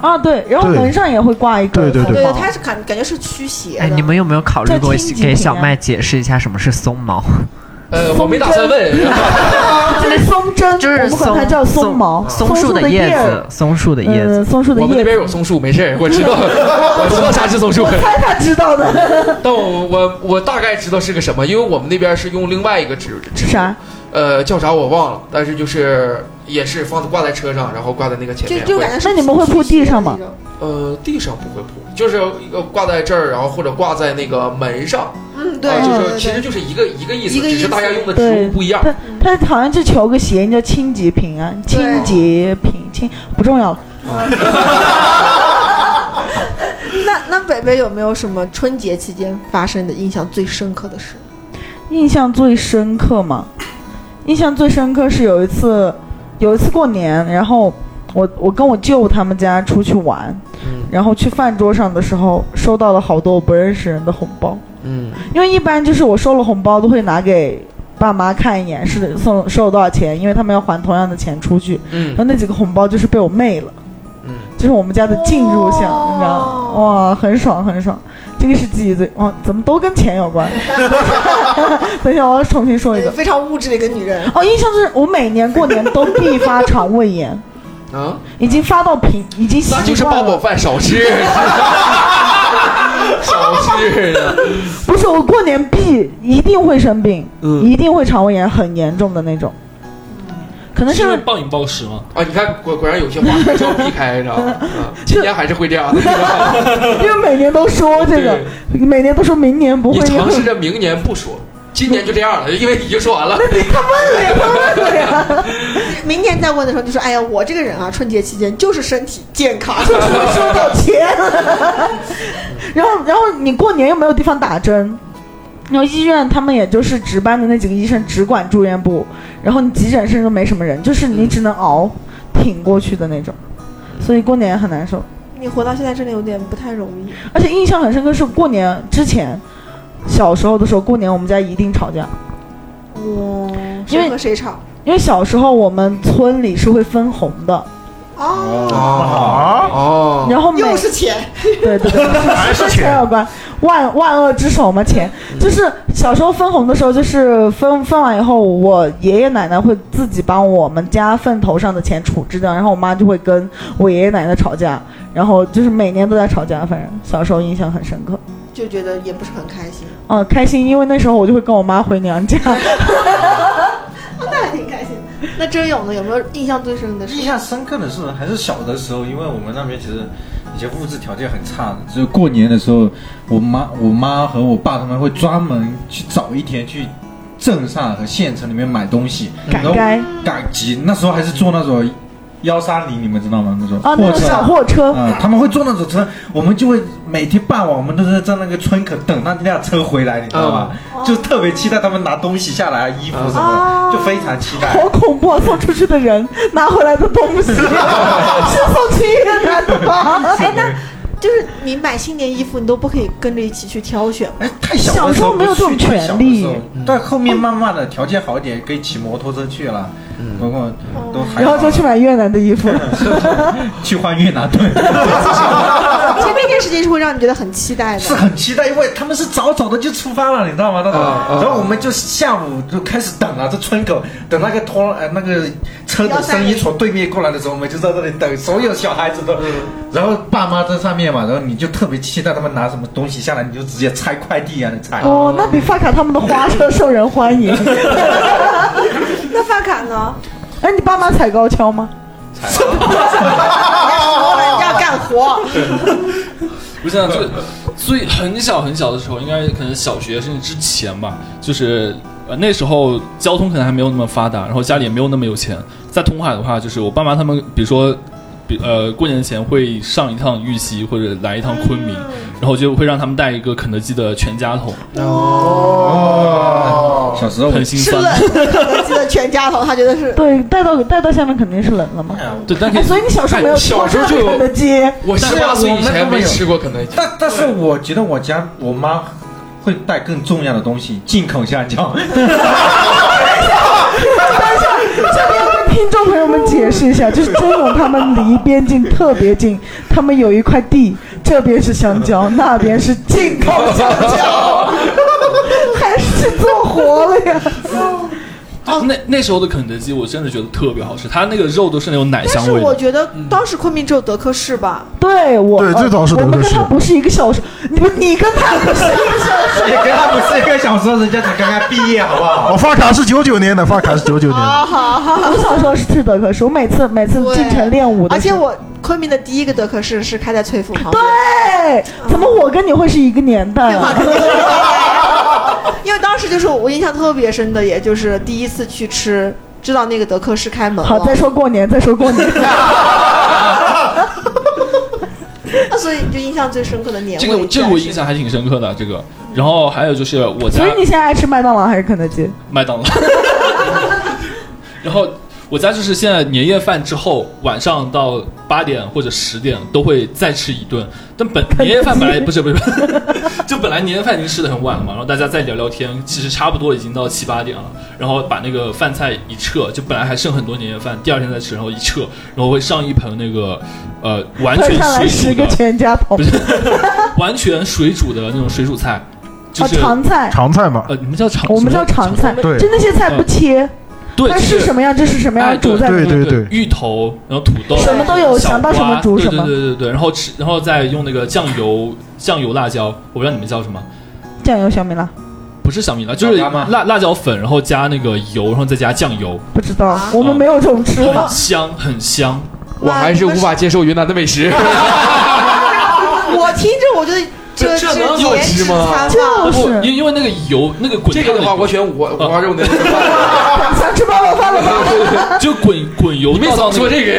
[SPEAKER 2] 啊，对，然后
[SPEAKER 5] 对
[SPEAKER 2] 门上也会挂一个
[SPEAKER 5] 对对
[SPEAKER 2] 红
[SPEAKER 1] 对
[SPEAKER 2] 包
[SPEAKER 1] 它是感感觉是驱邪
[SPEAKER 4] 哎，
[SPEAKER 1] 的。
[SPEAKER 4] 你们有没有考虑过
[SPEAKER 2] 这听几
[SPEAKER 4] 给
[SPEAKER 2] 瓶
[SPEAKER 4] 小
[SPEAKER 2] 啊
[SPEAKER 4] 麦解释一下什么是松毛？
[SPEAKER 7] 呃，我没打算问，
[SPEAKER 2] 就是松针，
[SPEAKER 4] 就是
[SPEAKER 2] 我们管它
[SPEAKER 4] 松
[SPEAKER 2] 叫松毛，
[SPEAKER 4] 松
[SPEAKER 2] 树
[SPEAKER 4] 树的
[SPEAKER 2] 叶
[SPEAKER 4] 叶子，，松树的叶子。
[SPEAKER 2] 嗯，松树的
[SPEAKER 7] 我们那
[SPEAKER 2] 叶
[SPEAKER 7] 边
[SPEAKER 2] 子。
[SPEAKER 7] 有松树，没事儿，我知道，我知道啥是松树
[SPEAKER 2] 我，猜他知道 的，
[SPEAKER 7] 但我我我大概知道是个什么，因为我们那边是用另外一个植植
[SPEAKER 2] 是啥？
[SPEAKER 7] 呃，叫啥我忘了，但是就是也是放挂在车上，然后挂在那个前
[SPEAKER 1] 就
[SPEAKER 7] 面，
[SPEAKER 1] 就
[SPEAKER 7] 会
[SPEAKER 1] 感觉是
[SPEAKER 2] 那你们会铺地上吗
[SPEAKER 1] 驱邪的那种？
[SPEAKER 7] 呃地上不会铺，就是呃挂在这儿，然后或者挂在那个门上，
[SPEAKER 1] 嗯，
[SPEAKER 7] 啊
[SPEAKER 1] 对，
[SPEAKER 7] 就
[SPEAKER 1] 对
[SPEAKER 7] 是
[SPEAKER 1] 对
[SPEAKER 7] 其实
[SPEAKER 1] 对
[SPEAKER 7] 就是一个一个意思，
[SPEAKER 1] 一个意
[SPEAKER 7] 只
[SPEAKER 1] 思
[SPEAKER 7] 是大家用的植物不一样。
[SPEAKER 2] 他他好像就求个谐音叫清洁平安，清洁平清不重要了。
[SPEAKER 1] 那那北北有没有什么春节期间发生的印象最深刻的事？
[SPEAKER 2] 印象最深刻嘛？印象最深刻是有一次，有一次过年，然后我我跟我舅他们家出去玩，
[SPEAKER 7] 嗯
[SPEAKER 2] 然后去饭桌上的时候，收到了好多我不认识人的红包，
[SPEAKER 7] 嗯
[SPEAKER 2] 因为一般就是我收了红包都会拿给爸妈看一眼，是送收了多少钱，因为他们要还同样的钱出去。然
[SPEAKER 7] 嗯
[SPEAKER 2] 后那几个红包就是被我妹了，
[SPEAKER 7] 嗯，
[SPEAKER 2] 就是我们家的进入项，
[SPEAKER 1] 哦
[SPEAKER 2] 你知道吗？哇，很爽很爽，这个是记忆最哇，怎么都跟钱有关？ 等一下，我要重新说一个
[SPEAKER 1] 对，。非常物质的一个女人。
[SPEAKER 2] 哦，印象就是我每年过年都必发肠胃炎，
[SPEAKER 7] 啊，
[SPEAKER 2] 已经发到平，已经习
[SPEAKER 7] 那就是
[SPEAKER 2] 惯
[SPEAKER 7] 八宝
[SPEAKER 2] 了。
[SPEAKER 7] 饭少吃，少吃呢。
[SPEAKER 2] 不是我过年必一定会生病，
[SPEAKER 7] 嗯
[SPEAKER 2] 一定会肠胃炎很严重的那种。可能
[SPEAKER 3] 是
[SPEAKER 2] 是
[SPEAKER 3] 因为暴饮暴食嘛。
[SPEAKER 7] 啊，你看果果然有些话还是要避开，知道吗？啊，今年还是会这样的，你知道吗？
[SPEAKER 2] 因为每年都说这 个，每年都说明年不会
[SPEAKER 7] 你
[SPEAKER 2] 有。
[SPEAKER 7] 尝试着明年不说，今年就这样了，因为已经说完了。
[SPEAKER 2] 啊
[SPEAKER 1] 明年再问的时候，就说：“哎呀，我这个人啊，春节期间就是身体健 康，就是会收到钱。
[SPEAKER 2] 然后，然后你过年又没有地方打针，然后医院他们也就是值班的那几个医生只管住院部，然后你急诊室都没什么人，就是你只能熬挺过去的那种，所以过年很难受。”
[SPEAKER 1] 你活到现在真的有点不太容易。
[SPEAKER 2] 而且印象很深刻是过年之前，小时候的时候，过年我们家一定吵架，
[SPEAKER 1] 我
[SPEAKER 2] 因为
[SPEAKER 1] 谁和谁吵？
[SPEAKER 2] 因为小时候我们村里是会分红的，
[SPEAKER 1] 哦，
[SPEAKER 5] 啊，
[SPEAKER 7] 哦，
[SPEAKER 2] 然后每
[SPEAKER 1] 又是钱，
[SPEAKER 2] 对对对，
[SPEAKER 5] 还是
[SPEAKER 2] 钱
[SPEAKER 5] 钱
[SPEAKER 2] 有关，万万恶之首嘛，钱就是小时候分红的时候，就是分分完以后，我爷爷奶奶会自己帮我们家份头上的钱处置掉，然后我妈就会跟我爷爷奶奶吵架，然后就是每年都在吵架，反正小时候印象很深刻。
[SPEAKER 1] 就觉得也不是很开心。
[SPEAKER 2] 嗯，开心，因为那时候我就会跟我妈回娘家。
[SPEAKER 1] 哦，那还挺开心的。那真有呢？有没有印象最深的事
[SPEAKER 6] 印？象深刻的是还是小的时候，因为我们那边其实以前物质条件很差的，只有过年的时候，我妈、我妈和我爸他们会专门去找一天去镇上和县城里面买东西，
[SPEAKER 2] 赶
[SPEAKER 6] 然后
[SPEAKER 2] 街
[SPEAKER 6] 赶集。那时候还是坐那种幺三零，你们知道吗？那种
[SPEAKER 2] 啊，那
[SPEAKER 6] 货
[SPEAKER 2] 个
[SPEAKER 6] 车。
[SPEAKER 2] 小货车，
[SPEAKER 6] 啊、他们会坐那种车，我们就会每天傍晚，我们都是在那个村口等那辆车回来，你知道吗？
[SPEAKER 2] 哦
[SPEAKER 6] 就特别期待他们拿东西下来，衣服什么的，就非常期待。
[SPEAKER 2] 好恐怖啊！送出去的人拿回来的东西，是送去医院来的吧？
[SPEAKER 1] 哎，那就是你买新年衣服，你都不可以跟着一起去挑选吗。
[SPEAKER 6] 哎，太小的时候
[SPEAKER 2] 小时候没有这种权利
[SPEAKER 6] 但后面慢慢的条件好一点，可以骑摩托车去了，包括都还
[SPEAKER 2] 嗯然
[SPEAKER 6] 好
[SPEAKER 2] 后就去买越南的衣服。
[SPEAKER 6] 去换越 南盾，
[SPEAKER 1] 前面一件事情是会让你觉得很期待
[SPEAKER 6] 是
[SPEAKER 1] 的。
[SPEAKER 6] 很期待，因为他们是早早的就出发了，你知道吗？那种，
[SPEAKER 7] 啊啊
[SPEAKER 6] 然后我们就下午就开始等了，在村口等那个拖呃那个车的声音
[SPEAKER 1] 130
[SPEAKER 6] 从对面过来的时候，我们就在那里等，所有小孩子都，
[SPEAKER 7] 嗯
[SPEAKER 6] 然后爸妈在上面嘛，然后你就特别期待他们拿什么东西下来，你就直接拆快递啊，你拆。
[SPEAKER 2] 哦，那比发卡他们的 花车受人欢 迎。
[SPEAKER 8] 那发卡呢？
[SPEAKER 2] 哎，你爸妈踩高跷吗？
[SPEAKER 1] 要干活，
[SPEAKER 3] 我想想，最最很小很小的时候，应该可能小学甚至之前吧，就是呃那时候交通可能还没有那么发达，然后家里也没有那么有钱。在通海的话，就是我爸妈他们，比如说，比呃过年前会上一趟玉溪或者来一趟昆明，
[SPEAKER 2] 嗯
[SPEAKER 3] 然后就会让他们带一个肯德基的全家桶，
[SPEAKER 5] 哦，
[SPEAKER 6] 小时候我
[SPEAKER 3] 很心
[SPEAKER 1] 吃
[SPEAKER 3] 酸
[SPEAKER 1] 了。肯德基的全家桶，他觉得是
[SPEAKER 2] 对，带到带到下面肯定是冷了嘛。
[SPEAKER 3] 对，但可
[SPEAKER 2] 哎，
[SPEAKER 3] 以
[SPEAKER 1] 哦
[SPEAKER 2] 所以你小时候没有
[SPEAKER 7] 哎小时候就有
[SPEAKER 2] 肯德基，
[SPEAKER 7] 我十八岁以前没吃过肯德基，
[SPEAKER 6] 但但是我觉得我家我妈会带更重要的东西，进口香蕉。
[SPEAKER 2] 这边要跟听众朋友们解释一下，就是周勇他们离边境特别近，他们有一块地，这边是香蕉，那边是进口香 蕉，还是去做活了呀？
[SPEAKER 1] 哦
[SPEAKER 3] 对那那时候的肯德基，我真的觉得特别好吃，它那个肉都是那种奶
[SPEAKER 1] 但
[SPEAKER 3] 香
[SPEAKER 1] 是
[SPEAKER 3] 味
[SPEAKER 1] 我
[SPEAKER 3] 的。
[SPEAKER 1] 觉得当时昆明只有德克士吧，
[SPEAKER 2] 对我，
[SPEAKER 5] 对最早是
[SPEAKER 2] 我们
[SPEAKER 5] 德克
[SPEAKER 2] 跟
[SPEAKER 5] 士
[SPEAKER 2] 他不是一个小时，你们你跟他不是一个小时，
[SPEAKER 6] 你跟他不是一个小时候，人家才刚刚毕业，好不好？
[SPEAKER 5] 我发卡是九九年的，发卡是九九年的，
[SPEAKER 1] 啊好好，
[SPEAKER 2] 我小时候是吃德克士，我每次每次
[SPEAKER 1] 对
[SPEAKER 2] 进城练武的
[SPEAKER 1] 而且
[SPEAKER 2] 时候
[SPEAKER 1] 我昆明的第一个德克士是开在翠府旁边，
[SPEAKER 2] 对，怎么我跟你会是一个年代
[SPEAKER 1] 对
[SPEAKER 2] 啊
[SPEAKER 1] 吧？？啊因为当时就是 我印象特别深的，也就是第一次去吃，知道那个德克士开门
[SPEAKER 2] 好，再
[SPEAKER 1] 了，
[SPEAKER 2] 说过年，再说过年。
[SPEAKER 1] 那所以你就印象最深刻的年
[SPEAKER 3] 这个
[SPEAKER 1] 味
[SPEAKER 3] 这个我印
[SPEAKER 1] 是
[SPEAKER 3] 象还挺深刻的，这个。然后还有就是我家
[SPEAKER 2] 所以你现在爱吃麦当劳还是肯德基？
[SPEAKER 3] 麦当劳。然后我家就是现在年夜饭之后，晚上到八点或者十点都会再吃一顿。但本年夜饭本来不是不是， 不是就本来年夜饭已经吃的很晚了嘛，然后大家再聊聊天，其实差不多已经到七八点了。然后把那个饭菜一撤，就本来还剩很多年夜饭，第二天再吃，然后一撤，然后会上一盆那个呃完
[SPEAKER 2] 快
[SPEAKER 3] 全
[SPEAKER 2] 上来
[SPEAKER 3] 水
[SPEAKER 2] 十
[SPEAKER 3] 煮
[SPEAKER 2] 个
[SPEAKER 3] 的，
[SPEAKER 2] 全家桶
[SPEAKER 3] 不是完全水煮的那种水煮菜，就
[SPEAKER 2] 啊，
[SPEAKER 3] 是、
[SPEAKER 2] 长菜，
[SPEAKER 5] 常菜嘛，
[SPEAKER 3] 呃你们叫长，
[SPEAKER 2] 我们叫
[SPEAKER 3] 什么
[SPEAKER 2] 长菜，
[SPEAKER 5] 对
[SPEAKER 2] 就那些菜不切，
[SPEAKER 3] 对，
[SPEAKER 2] 它
[SPEAKER 3] 就是
[SPEAKER 2] 什么样就是什么
[SPEAKER 3] 哎
[SPEAKER 2] 样，
[SPEAKER 3] 对
[SPEAKER 2] 煮在
[SPEAKER 5] 对
[SPEAKER 2] 里面。
[SPEAKER 5] 对
[SPEAKER 3] 芋头，然后土豆，
[SPEAKER 2] 什么都有
[SPEAKER 3] 小
[SPEAKER 2] 想到什么
[SPEAKER 3] 瓜
[SPEAKER 2] 煮
[SPEAKER 3] 对
[SPEAKER 2] 什么
[SPEAKER 3] 对对对对，然后吃，然后再用那个酱油酱油辣椒，我不知道你们叫什么，
[SPEAKER 2] 酱油小米辣，
[SPEAKER 3] 不是小米辣，就是
[SPEAKER 6] 老干妈
[SPEAKER 3] 辣辣椒粉，然后加那个油，然后再加酱油，
[SPEAKER 2] 不知道
[SPEAKER 1] 啊，
[SPEAKER 2] 我们没有这种吃
[SPEAKER 3] 很
[SPEAKER 2] 法。
[SPEAKER 3] 香 很香。
[SPEAKER 7] 我还是无法接受云南的美食。
[SPEAKER 1] 我听着我觉得
[SPEAKER 7] 这
[SPEAKER 1] 这
[SPEAKER 7] 这能好
[SPEAKER 1] 颜
[SPEAKER 7] 吃
[SPEAKER 1] 值
[SPEAKER 7] 吗
[SPEAKER 1] 餐
[SPEAKER 2] 就
[SPEAKER 3] 不
[SPEAKER 2] 是，
[SPEAKER 3] 因因为那个油，那个滚
[SPEAKER 7] 这
[SPEAKER 3] 烫
[SPEAKER 7] 个的话，我
[SPEAKER 3] 油
[SPEAKER 7] 选五花五花肉那个。
[SPEAKER 2] 想吃八宝饭了吧？
[SPEAKER 3] 就滚滚油
[SPEAKER 7] 你没
[SPEAKER 3] 倒
[SPEAKER 7] 少
[SPEAKER 3] 到那
[SPEAKER 7] 说
[SPEAKER 3] 个
[SPEAKER 7] 这个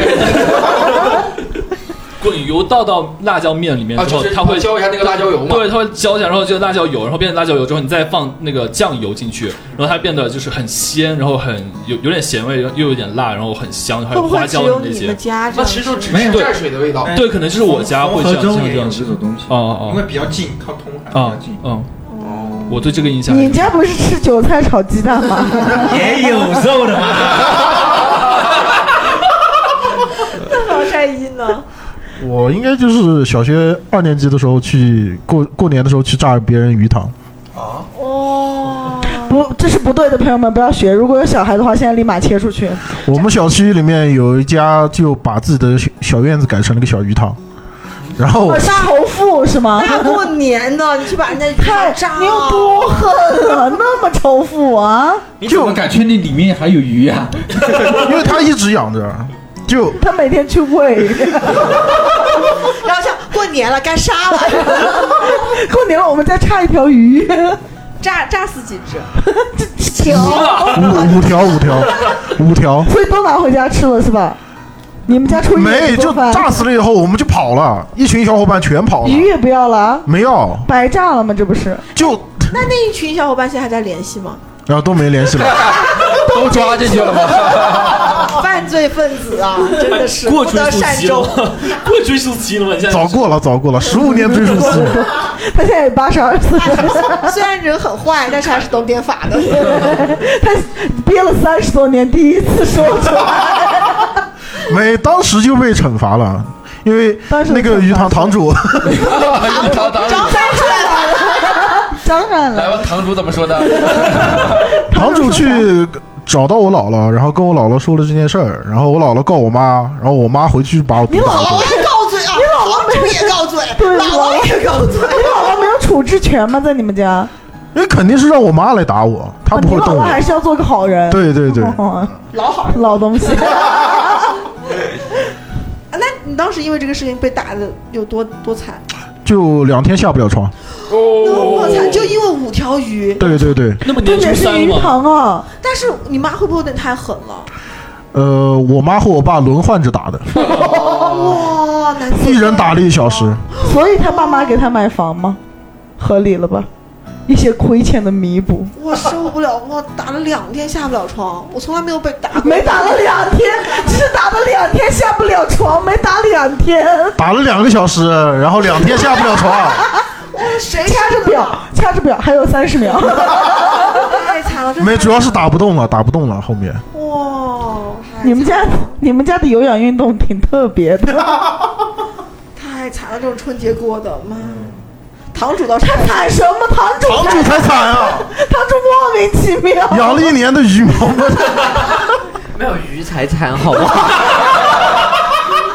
[SPEAKER 3] 滚油倒到辣椒面里面
[SPEAKER 7] 啊，
[SPEAKER 3] 之
[SPEAKER 7] 就
[SPEAKER 3] 后，
[SPEAKER 7] 是
[SPEAKER 3] 它会
[SPEAKER 7] 浇一下那个辣椒油嘛。
[SPEAKER 3] 对，它会浇一下，然后就辣椒油，然后变成辣椒油之后，你再放那个酱油进去，然后它变得就是很鲜，然后很有有点咸味，又有点辣，然后很香，还
[SPEAKER 1] 会
[SPEAKER 3] 有
[SPEAKER 1] 不会
[SPEAKER 3] 花
[SPEAKER 1] 只
[SPEAKER 3] 椒
[SPEAKER 1] 有
[SPEAKER 3] 那
[SPEAKER 1] 你
[SPEAKER 3] 些
[SPEAKER 1] 们。家这
[SPEAKER 7] 那
[SPEAKER 1] 样
[SPEAKER 7] 其实就
[SPEAKER 1] 吃
[SPEAKER 7] 只
[SPEAKER 6] 没
[SPEAKER 7] 是
[SPEAKER 6] 有
[SPEAKER 7] 蘸水的味道。
[SPEAKER 3] 对，可能就是我家会这
[SPEAKER 6] 黄河
[SPEAKER 3] 样
[SPEAKER 6] 中
[SPEAKER 3] 像
[SPEAKER 6] 也
[SPEAKER 3] 这
[SPEAKER 6] 有
[SPEAKER 3] 样
[SPEAKER 6] 这
[SPEAKER 3] 子。
[SPEAKER 6] 种东西
[SPEAKER 3] 哦，哦
[SPEAKER 6] 哦因为
[SPEAKER 3] 哦
[SPEAKER 6] 比较近，靠通海比较
[SPEAKER 3] 啊
[SPEAKER 6] 近。
[SPEAKER 3] 嗯，
[SPEAKER 7] 哦，
[SPEAKER 3] 我对这个印象还
[SPEAKER 2] 你
[SPEAKER 3] 是。
[SPEAKER 2] 家不是吃韭菜炒鸡蛋吗？
[SPEAKER 6] 也有肉的嘛。
[SPEAKER 8] 那防晒衣呢？
[SPEAKER 5] 我应该就是小学二年级的时候去过过年的时候去炸别人鱼塘，
[SPEAKER 6] 啊，
[SPEAKER 1] 哦，
[SPEAKER 2] 不，这是不对的，朋友们不要学。如果有小孩的话，现在立马切出去。
[SPEAKER 5] 我们小区里面有一家就把自己的小小院子改成了个小鱼塘，然 后
[SPEAKER 2] 哦，杀猴妇是吗？
[SPEAKER 1] 大过年的你去把人家
[SPEAKER 2] 太
[SPEAKER 1] 鱼炸，
[SPEAKER 2] 你有多狠啊！那么仇富啊！
[SPEAKER 6] 你怎么敢确定里面还有鱼啊？
[SPEAKER 5] 因为他一直养着，就
[SPEAKER 2] 他每天去喂，
[SPEAKER 1] 然后像过年了该杀了，
[SPEAKER 2] 过年了我们再差一条鱼，
[SPEAKER 1] 炸炸死几只。
[SPEAKER 2] 行，
[SPEAKER 5] 五五条五条五条，
[SPEAKER 2] 所以都拿回家吃了是吧？你们家出鱼也
[SPEAKER 5] 没
[SPEAKER 2] 不
[SPEAKER 5] 就
[SPEAKER 2] 做饭
[SPEAKER 5] 炸死了以后我们就跑了，一群小伙伴全跑了，
[SPEAKER 2] 鱼也不要了啊，
[SPEAKER 5] 没要
[SPEAKER 2] 白炸了吗？这不是
[SPEAKER 5] 就
[SPEAKER 1] 那那一群小伙伴现在还在联系 吗？
[SPEAKER 5] 然后都没联系了。
[SPEAKER 7] 都抓进去了吗？
[SPEAKER 1] 犯罪分子啊，真的是
[SPEAKER 3] 过
[SPEAKER 1] 不
[SPEAKER 3] 追
[SPEAKER 1] 得
[SPEAKER 3] 溯
[SPEAKER 1] 善
[SPEAKER 3] 期了
[SPEAKER 1] 终。
[SPEAKER 3] 吗，过追溯期了吗？你现在
[SPEAKER 5] 早过了，早过了，十五年追溯期。
[SPEAKER 2] 他现在也八十二岁，
[SPEAKER 1] 虽然人很坏，但是还是懂点法的。
[SPEAKER 2] 他憋了三十多年，第一次说出来。
[SPEAKER 5] 没，当时就被惩罚了，因为
[SPEAKER 2] 当时
[SPEAKER 5] 那个鱼塘堂主，
[SPEAKER 7] 堂堂堂
[SPEAKER 1] 张三出来了，
[SPEAKER 2] 当然
[SPEAKER 7] 来
[SPEAKER 2] 了，
[SPEAKER 7] 吧，堂主怎么说呢？
[SPEAKER 5] 堂主去找到我姥姥，然后跟我姥姥说了这件事儿，然后我姥姥告我妈，然后我妈回去把我毒
[SPEAKER 2] 你
[SPEAKER 5] 打
[SPEAKER 2] 姥
[SPEAKER 5] 了
[SPEAKER 2] 姥。
[SPEAKER 1] 也告罪啊，你老王也告罪，
[SPEAKER 2] 对
[SPEAKER 1] 老王也告罪。
[SPEAKER 2] 你姥哎姥没有处置权吗？在你们家，
[SPEAKER 5] 因为肯定是让我妈来打我，她
[SPEAKER 2] 哦
[SPEAKER 5] 不
[SPEAKER 2] 你
[SPEAKER 5] 会
[SPEAKER 2] 姥
[SPEAKER 5] 动
[SPEAKER 2] 姥
[SPEAKER 5] 我。
[SPEAKER 2] 还是要做个好人。
[SPEAKER 5] 对对对，
[SPEAKER 2] 哦，
[SPEAKER 1] 老好，
[SPEAKER 2] 老东西，
[SPEAKER 1] 啊那你当时因为这个事情被打的有多多惨？
[SPEAKER 5] 就两天下不了床。
[SPEAKER 1] 多惨！
[SPEAKER 7] 哦，
[SPEAKER 1] 就因为五条鱼。
[SPEAKER 5] 对对对，
[SPEAKER 3] 那不
[SPEAKER 2] 重
[SPEAKER 3] 年
[SPEAKER 2] 点
[SPEAKER 3] 初
[SPEAKER 2] 是
[SPEAKER 3] 三
[SPEAKER 2] 鱼
[SPEAKER 3] 吗？
[SPEAKER 2] 塘啊，
[SPEAKER 1] 但是你妈会不会有点太狠了？
[SPEAKER 5] 呃，我妈和我爸轮换着打的，
[SPEAKER 1] 哇，难
[SPEAKER 5] 一人打了一小时。
[SPEAKER 2] 所以他爸妈给他买房吗？合理了吧？一些亏欠的弥补，
[SPEAKER 1] 我受不了，我打了两天下不了床，我从来没有被打过。
[SPEAKER 2] 啊没打了两天，只是打了两天下不了床，没打两天，
[SPEAKER 5] 打了两个小时，然后两天下不了床。
[SPEAKER 1] 我谁
[SPEAKER 2] 掐着表，掐着表，还有三十 秒。
[SPEAKER 1] 太哎惨了，真
[SPEAKER 5] 没，
[SPEAKER 1] 的
[SPEAKER 5] 主要是打不动了，打不动了。后面
[SPEAKER 1] 哇！太
[SPEAKER 2] 你们
[SPEAKER 1] 惨
[SPEAKER 2] 家
[SPEAKER 1] 了
[SPEAKER 2] 你们家的有氧运动挺特别的，
[SPEAKER 1] 太惨了，这种春节过的，妈！堂主倒是
[SPEAKER 2] 他喊什么堂主？
[SPEAKER 5] 堂主才惨啊，
[SPEAKER 2] 堂主莫名其妙。
[SPEAKER 5] 养了一年的鱼 苗。
[SPEAKER 4] 没有鱼才惨，好不好？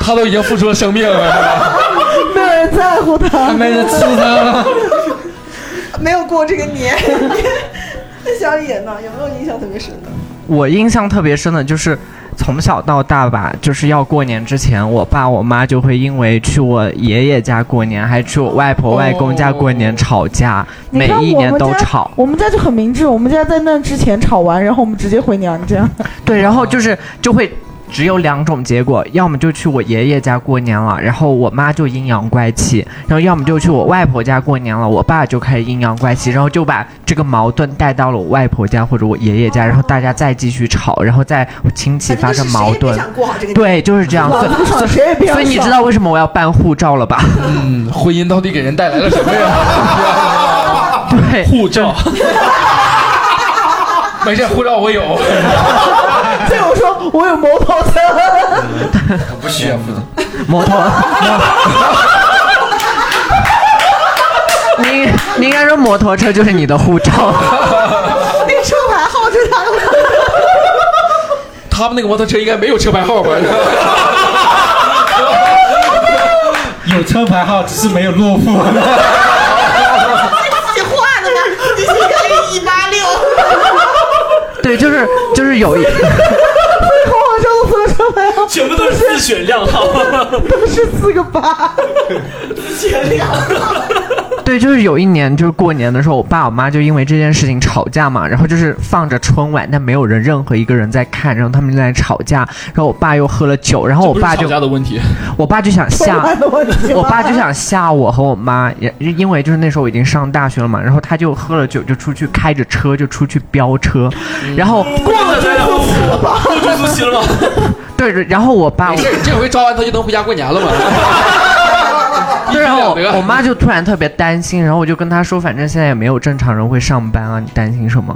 [SPEAKER 7] 他都已经付出了生命了，
[SPEAKER 2] 没有人在乎他。
[SPEAKER 6] 没人吃它。
[SPEAKER 1] 没有过这个年。 那小野呢？有没有印象特别深的？
[SPEAKER 4] 我印象特别深的就是从小到大吧，就是要过年之前，我爸我妈就会因为去我爷爷家过年，还去我外婆外公家过年吵架，
[SPEAKER 2] 你
[SPEAKER 4] 每
[SPEAKER 2] 看
[SPEAKER 4] 一
[SPEAKER 2] 我
[SPEAKER 4] 年
[SPEAKER 2] 们
[SPEAKER 4] 都
[SPEAKER 2] 家
[SPEAKER 4] 吵。
[SPEAKER 2] 我们家就很明智，我们家在那之前吵完，然后我们直接回娘家。
[SPEAKER 4] 对，然后就是就会只有两种结果，要么就去我爷爷家过年了，然后我妈就阴阳怪气；然后要么就去我外婆家过年了，我爸就开始阴阳怪气，然后就把这个矛盾带到了我外婆家或者我爷爷家，然后大家再继续吵，然后再亲戚发
[SPEAKER 1] 反
[SPEAKER 4] 生
[SPEAKER 1] 正就是谁
[SPEAKER 4] 矛
[SPEAKER 1] 也别
[SPEAKER 4] 盾。
[SPEAKER 1] 想过好这个年。
[SPEAKER 4] 对，就是这样。
[SPEAKER 2] 老
[SPEAKER 4] 所
[SPEAKER 2] 子不
[SPEAKER 4] 以
[SPEAKER 2] 爽，谁也别要
[SPEAKER 4] 所以你知道为什么我要办护照了吧？
[SPEAKER 7] 嗯，婚姻到底给人带来了什么呀？
[SPEAKER 4] 对，
[SPEAKER 3] 护照，
[SPEAKER 7] 没事，护照我有，
[SPEAKER 2] 爽。所以我说我有摩托车，
[SPEAKER 6] 不需要负责。
[SPEAKER 4] 摩托。 你你应该说摩托车就是你的护照。
[SPEAKER 1] 那车牌号就他
[SPEAKER 7] 他们那个摩托车应该没有车牌号吧？
[SPEAKER 6] 有车牌 号，只是没有落户。
[SPEAKER 1] 你画的呀，你是可以一般
[SPEAKER 4] 对，就是就是有一，
[SPEAKER 2] 红黄烧的四个车牌号
[SPEAKER 3] 全部都是自选靓号，
[SPEAKER 2] 都是四个八，
[SPEAKER 4] 对，就是有一年就是过年的时候，我爸我妈就因为这件事情吵架嘛，然后就是放着春晚，但没有人任何一个人在看，然后他们就在吵架，然后我爸又喝了酒，然后我
[SPEAKER 3] 这不是
[SPEAKER 4] 爸就
[SPEAKER 3] 吵架的问 题，
[SPEAKER 4] 我爸就想吓
[SPEAKER 2] 万的问题。
[SPEAKER 4] 我爸就想吓我和我妈，也因为就是那时候我已经上大学了嘛，然后他就喝了酒就出去开着车就出去飙车，
[SPEAKER 3] 嗯
[SPEAKER 4] 然后
[SPEAKER 3] 过追溯期了吧？ 过追溯期了吗？
[SPEAKER 4] 对，然后啊我爸
[SPEAKER 7] 没事，这回招完他就能回家过年了嘛。
[SPEAKER 4] 对，然后
[SPEAKER 7] 没关系
[SPEAKER 4] 我妈就突然特别担心，然后我就跟她说，反正现在也没有正常人会上班啊，你担心什么？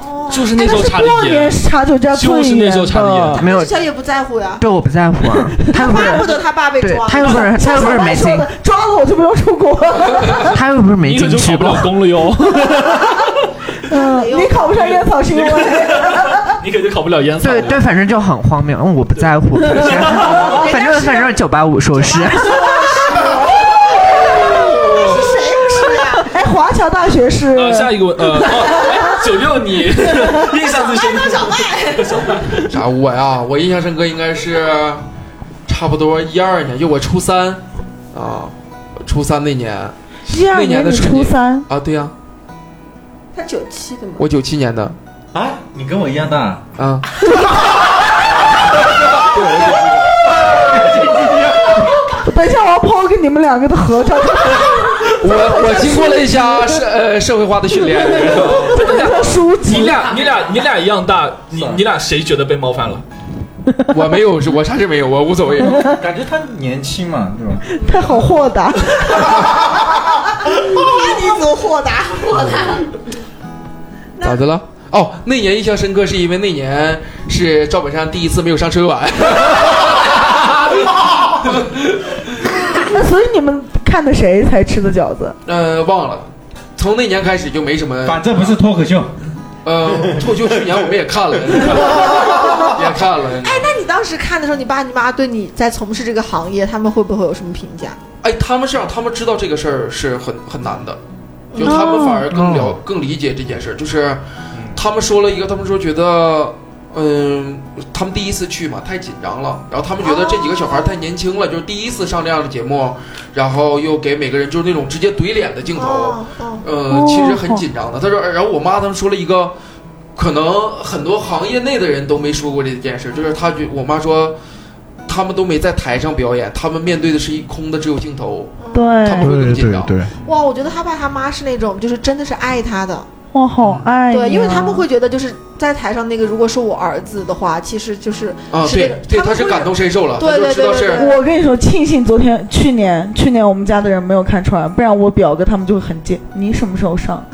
[SPEAKER 1] 哦
[SPEAKER 3] 就是那
[SPEAKER 2] 但
[SPEAKER 3] 时候
[SPEAKER 2] 是
[SPEAKER 3] 查理
[SPEAKER 2] 过年
[SPEAKER 1] 哎
[SPEAKER 3] 眼，
[SPEAKER 2] 是查酒驾
[SPEAKER 3] 就
[SPEAKER 2] 最
[SPEAKER 3] 是那
[SPEAKER 2] 严
[SPEAKER 3] 时候查的严
[SPEAKER 2] 的，
[SPEAKER 4] 没有，
[SPEAKER 1] 小也不在乎呀，
[SPEAKER 4] 对我不在 乎啊，她又不
[SPEAKER 1] 巴不
[SPEAKER 4] 是，
[SPEAKER 1] 得他爸被
[SPEAKER 4] 对
[SPEAKER 1] 抓，
[SPEAKER 4] 她又不是，她又不是没
[SPEAKER 2] 说
[SPEAKER 4] 进，
[SPEAKER 2] 的抓了我就不用出国了，
[SPEAKER 4] 她又不是没
[SPEAKER 3] 你可
[SPEAKER 4] 进
[SPEAKER 3] 就
[SPEAKER 4] 去
[SPEAKER 3] 考不
[SPEAKER 4] 过
[SPEAKER 3] 了，公了哟，
[SPEAKER 2] 嗯， 你考不上烟草是因为
[SPEAKER 3] 你可就考不了烟草了
[SPEAKER 4] 对
[SPEAKER 3] 哟。
[SPEAKER 4] 对，反正就很荒谬，嗯，我不在乎， 反正反正九八五硕 士，
[SPEAKER 1] 是谁吃呀？
[SPEAKER 2] 哎，华侨大学是
[SPEAKER 3] 呃，下一个问，呃，哦，哎九六你印象最深的，
[SPEAKER 7] 啥我呀？我印象深刻应该是差不多一二年，就我初三啊，初三那年
[SPEAKER 2] 一二
[SPEAKER 7] 那年的
[SPEAKER 2] 你
[SPEAKER 7] 春
[SPEAKER 2] 初
[SPEAKER 7] 节
[SPEAKER 2] 三，
[SPEAKER 7] 啊，对呀、
[SPEAKER 1] 他九七的嘛，
[SPEAKER 7] 我九七年的
[SPEAKER 6] 啊，你跟我一样 大，
[SPEAKER 7] 啊，
[SPEAKER 2] 等一下我要抛给你们两个的合 照，
[SPEAKER 7] 我我经过了一下社呃社会化的训练，
[SPEAKER 2] 这个叫书
[SPEAKER 3] 你
[SPEAKER 2] 籍。
[SPEAKER 3] 俩你俩你俩一样大，你你俩谁觉得被冒犯了？
[SPEAKER 7] 我没有，我啥事没有，我无所谓。
[SPEAKER 6] 感觉他年轻嘛，对吧？
[SPEAKER 2] 他好豁达，
[SPEAKER 1] 看你多豁达，豁达。
[SPEAKER 7] 咋的了？哦，那年印象深刻是因为那年是赵本山第一次没有上春晚，
[SPEAKER 2] 那所以你们看的谁才吃的饺子？
[SPEAKER 7] 呃，忘了。从那年开始就没什么，
[SPEAKER 6] 反正不是脱口秀，
[SPEAKER 7] 呃，脱口秀去年我们也看了，也看了。
[SPEAKER 1] 哎， 那你当时看的时候，你爸你妈对你在从事这个行业，他们会不会有什么评价？
[SPEAKER 7] 哎，他们是让他们知道这个事儿是很很难的，就他们反而更了、更理解这件事儿。就是他们说了一个，他们说觉得，嗯，他们第一次去嘛，太紧张了，然后他们觉得这几个小孩太年轻了，就是第一次上这样的节目，然后又给每个人就是那种直接怼脸的镜头，
[SPEAKER 1] 哦哦，
[SPEAKER 7] 呃，其实很紧张的。他说，呃然后我妈他们说了一个，可能很多行业内的人都没说过这件事，就是他觉我妈说，他们都没在台上表演，他们面对的是一空的只有镜头，
[SPEAKER 2] 对，
[SPEAKER 7] 他们会
[SPEAKER 5] 对
[SPEAKER 7] 更紧
[SPEAKER 5] 对
[SPEAKER 7] 张。
[SPEAKER 5] 对，
[SPEAKER 1] 哦哇，我觉得他爸他妈是那种，就是真的是爱他的，
[SPEAKER 2] 我好爱你啊
[SPEAKER 1] 对，因为他们会觉得就是在台上那个，如果是我儿子的话，其实就是
[SPEAKER 7] 啊，
[SPEAKER 1] 是
[SPEAKER 7] 对
[SPEAKER 1] 这
[SPEAKER 7] 对，
[SPEAKER 1] 个
[SPEAKER 7] 他是感同身受了，
[SPEAKER 1] 对
[SPEAKER 7] 他就
[SPEAKER 1] 对
[SPEAKER 7] 知道
[SPEAKER 1] 对对
[SPEAKER 7] 是
[SPEAKER 1] 对
[SPEAKER 2] 我跟你说，庆幸昨天、去年、去年我们家的人没有看春晚，不然我表哥他们就会很贱。你什么时候上？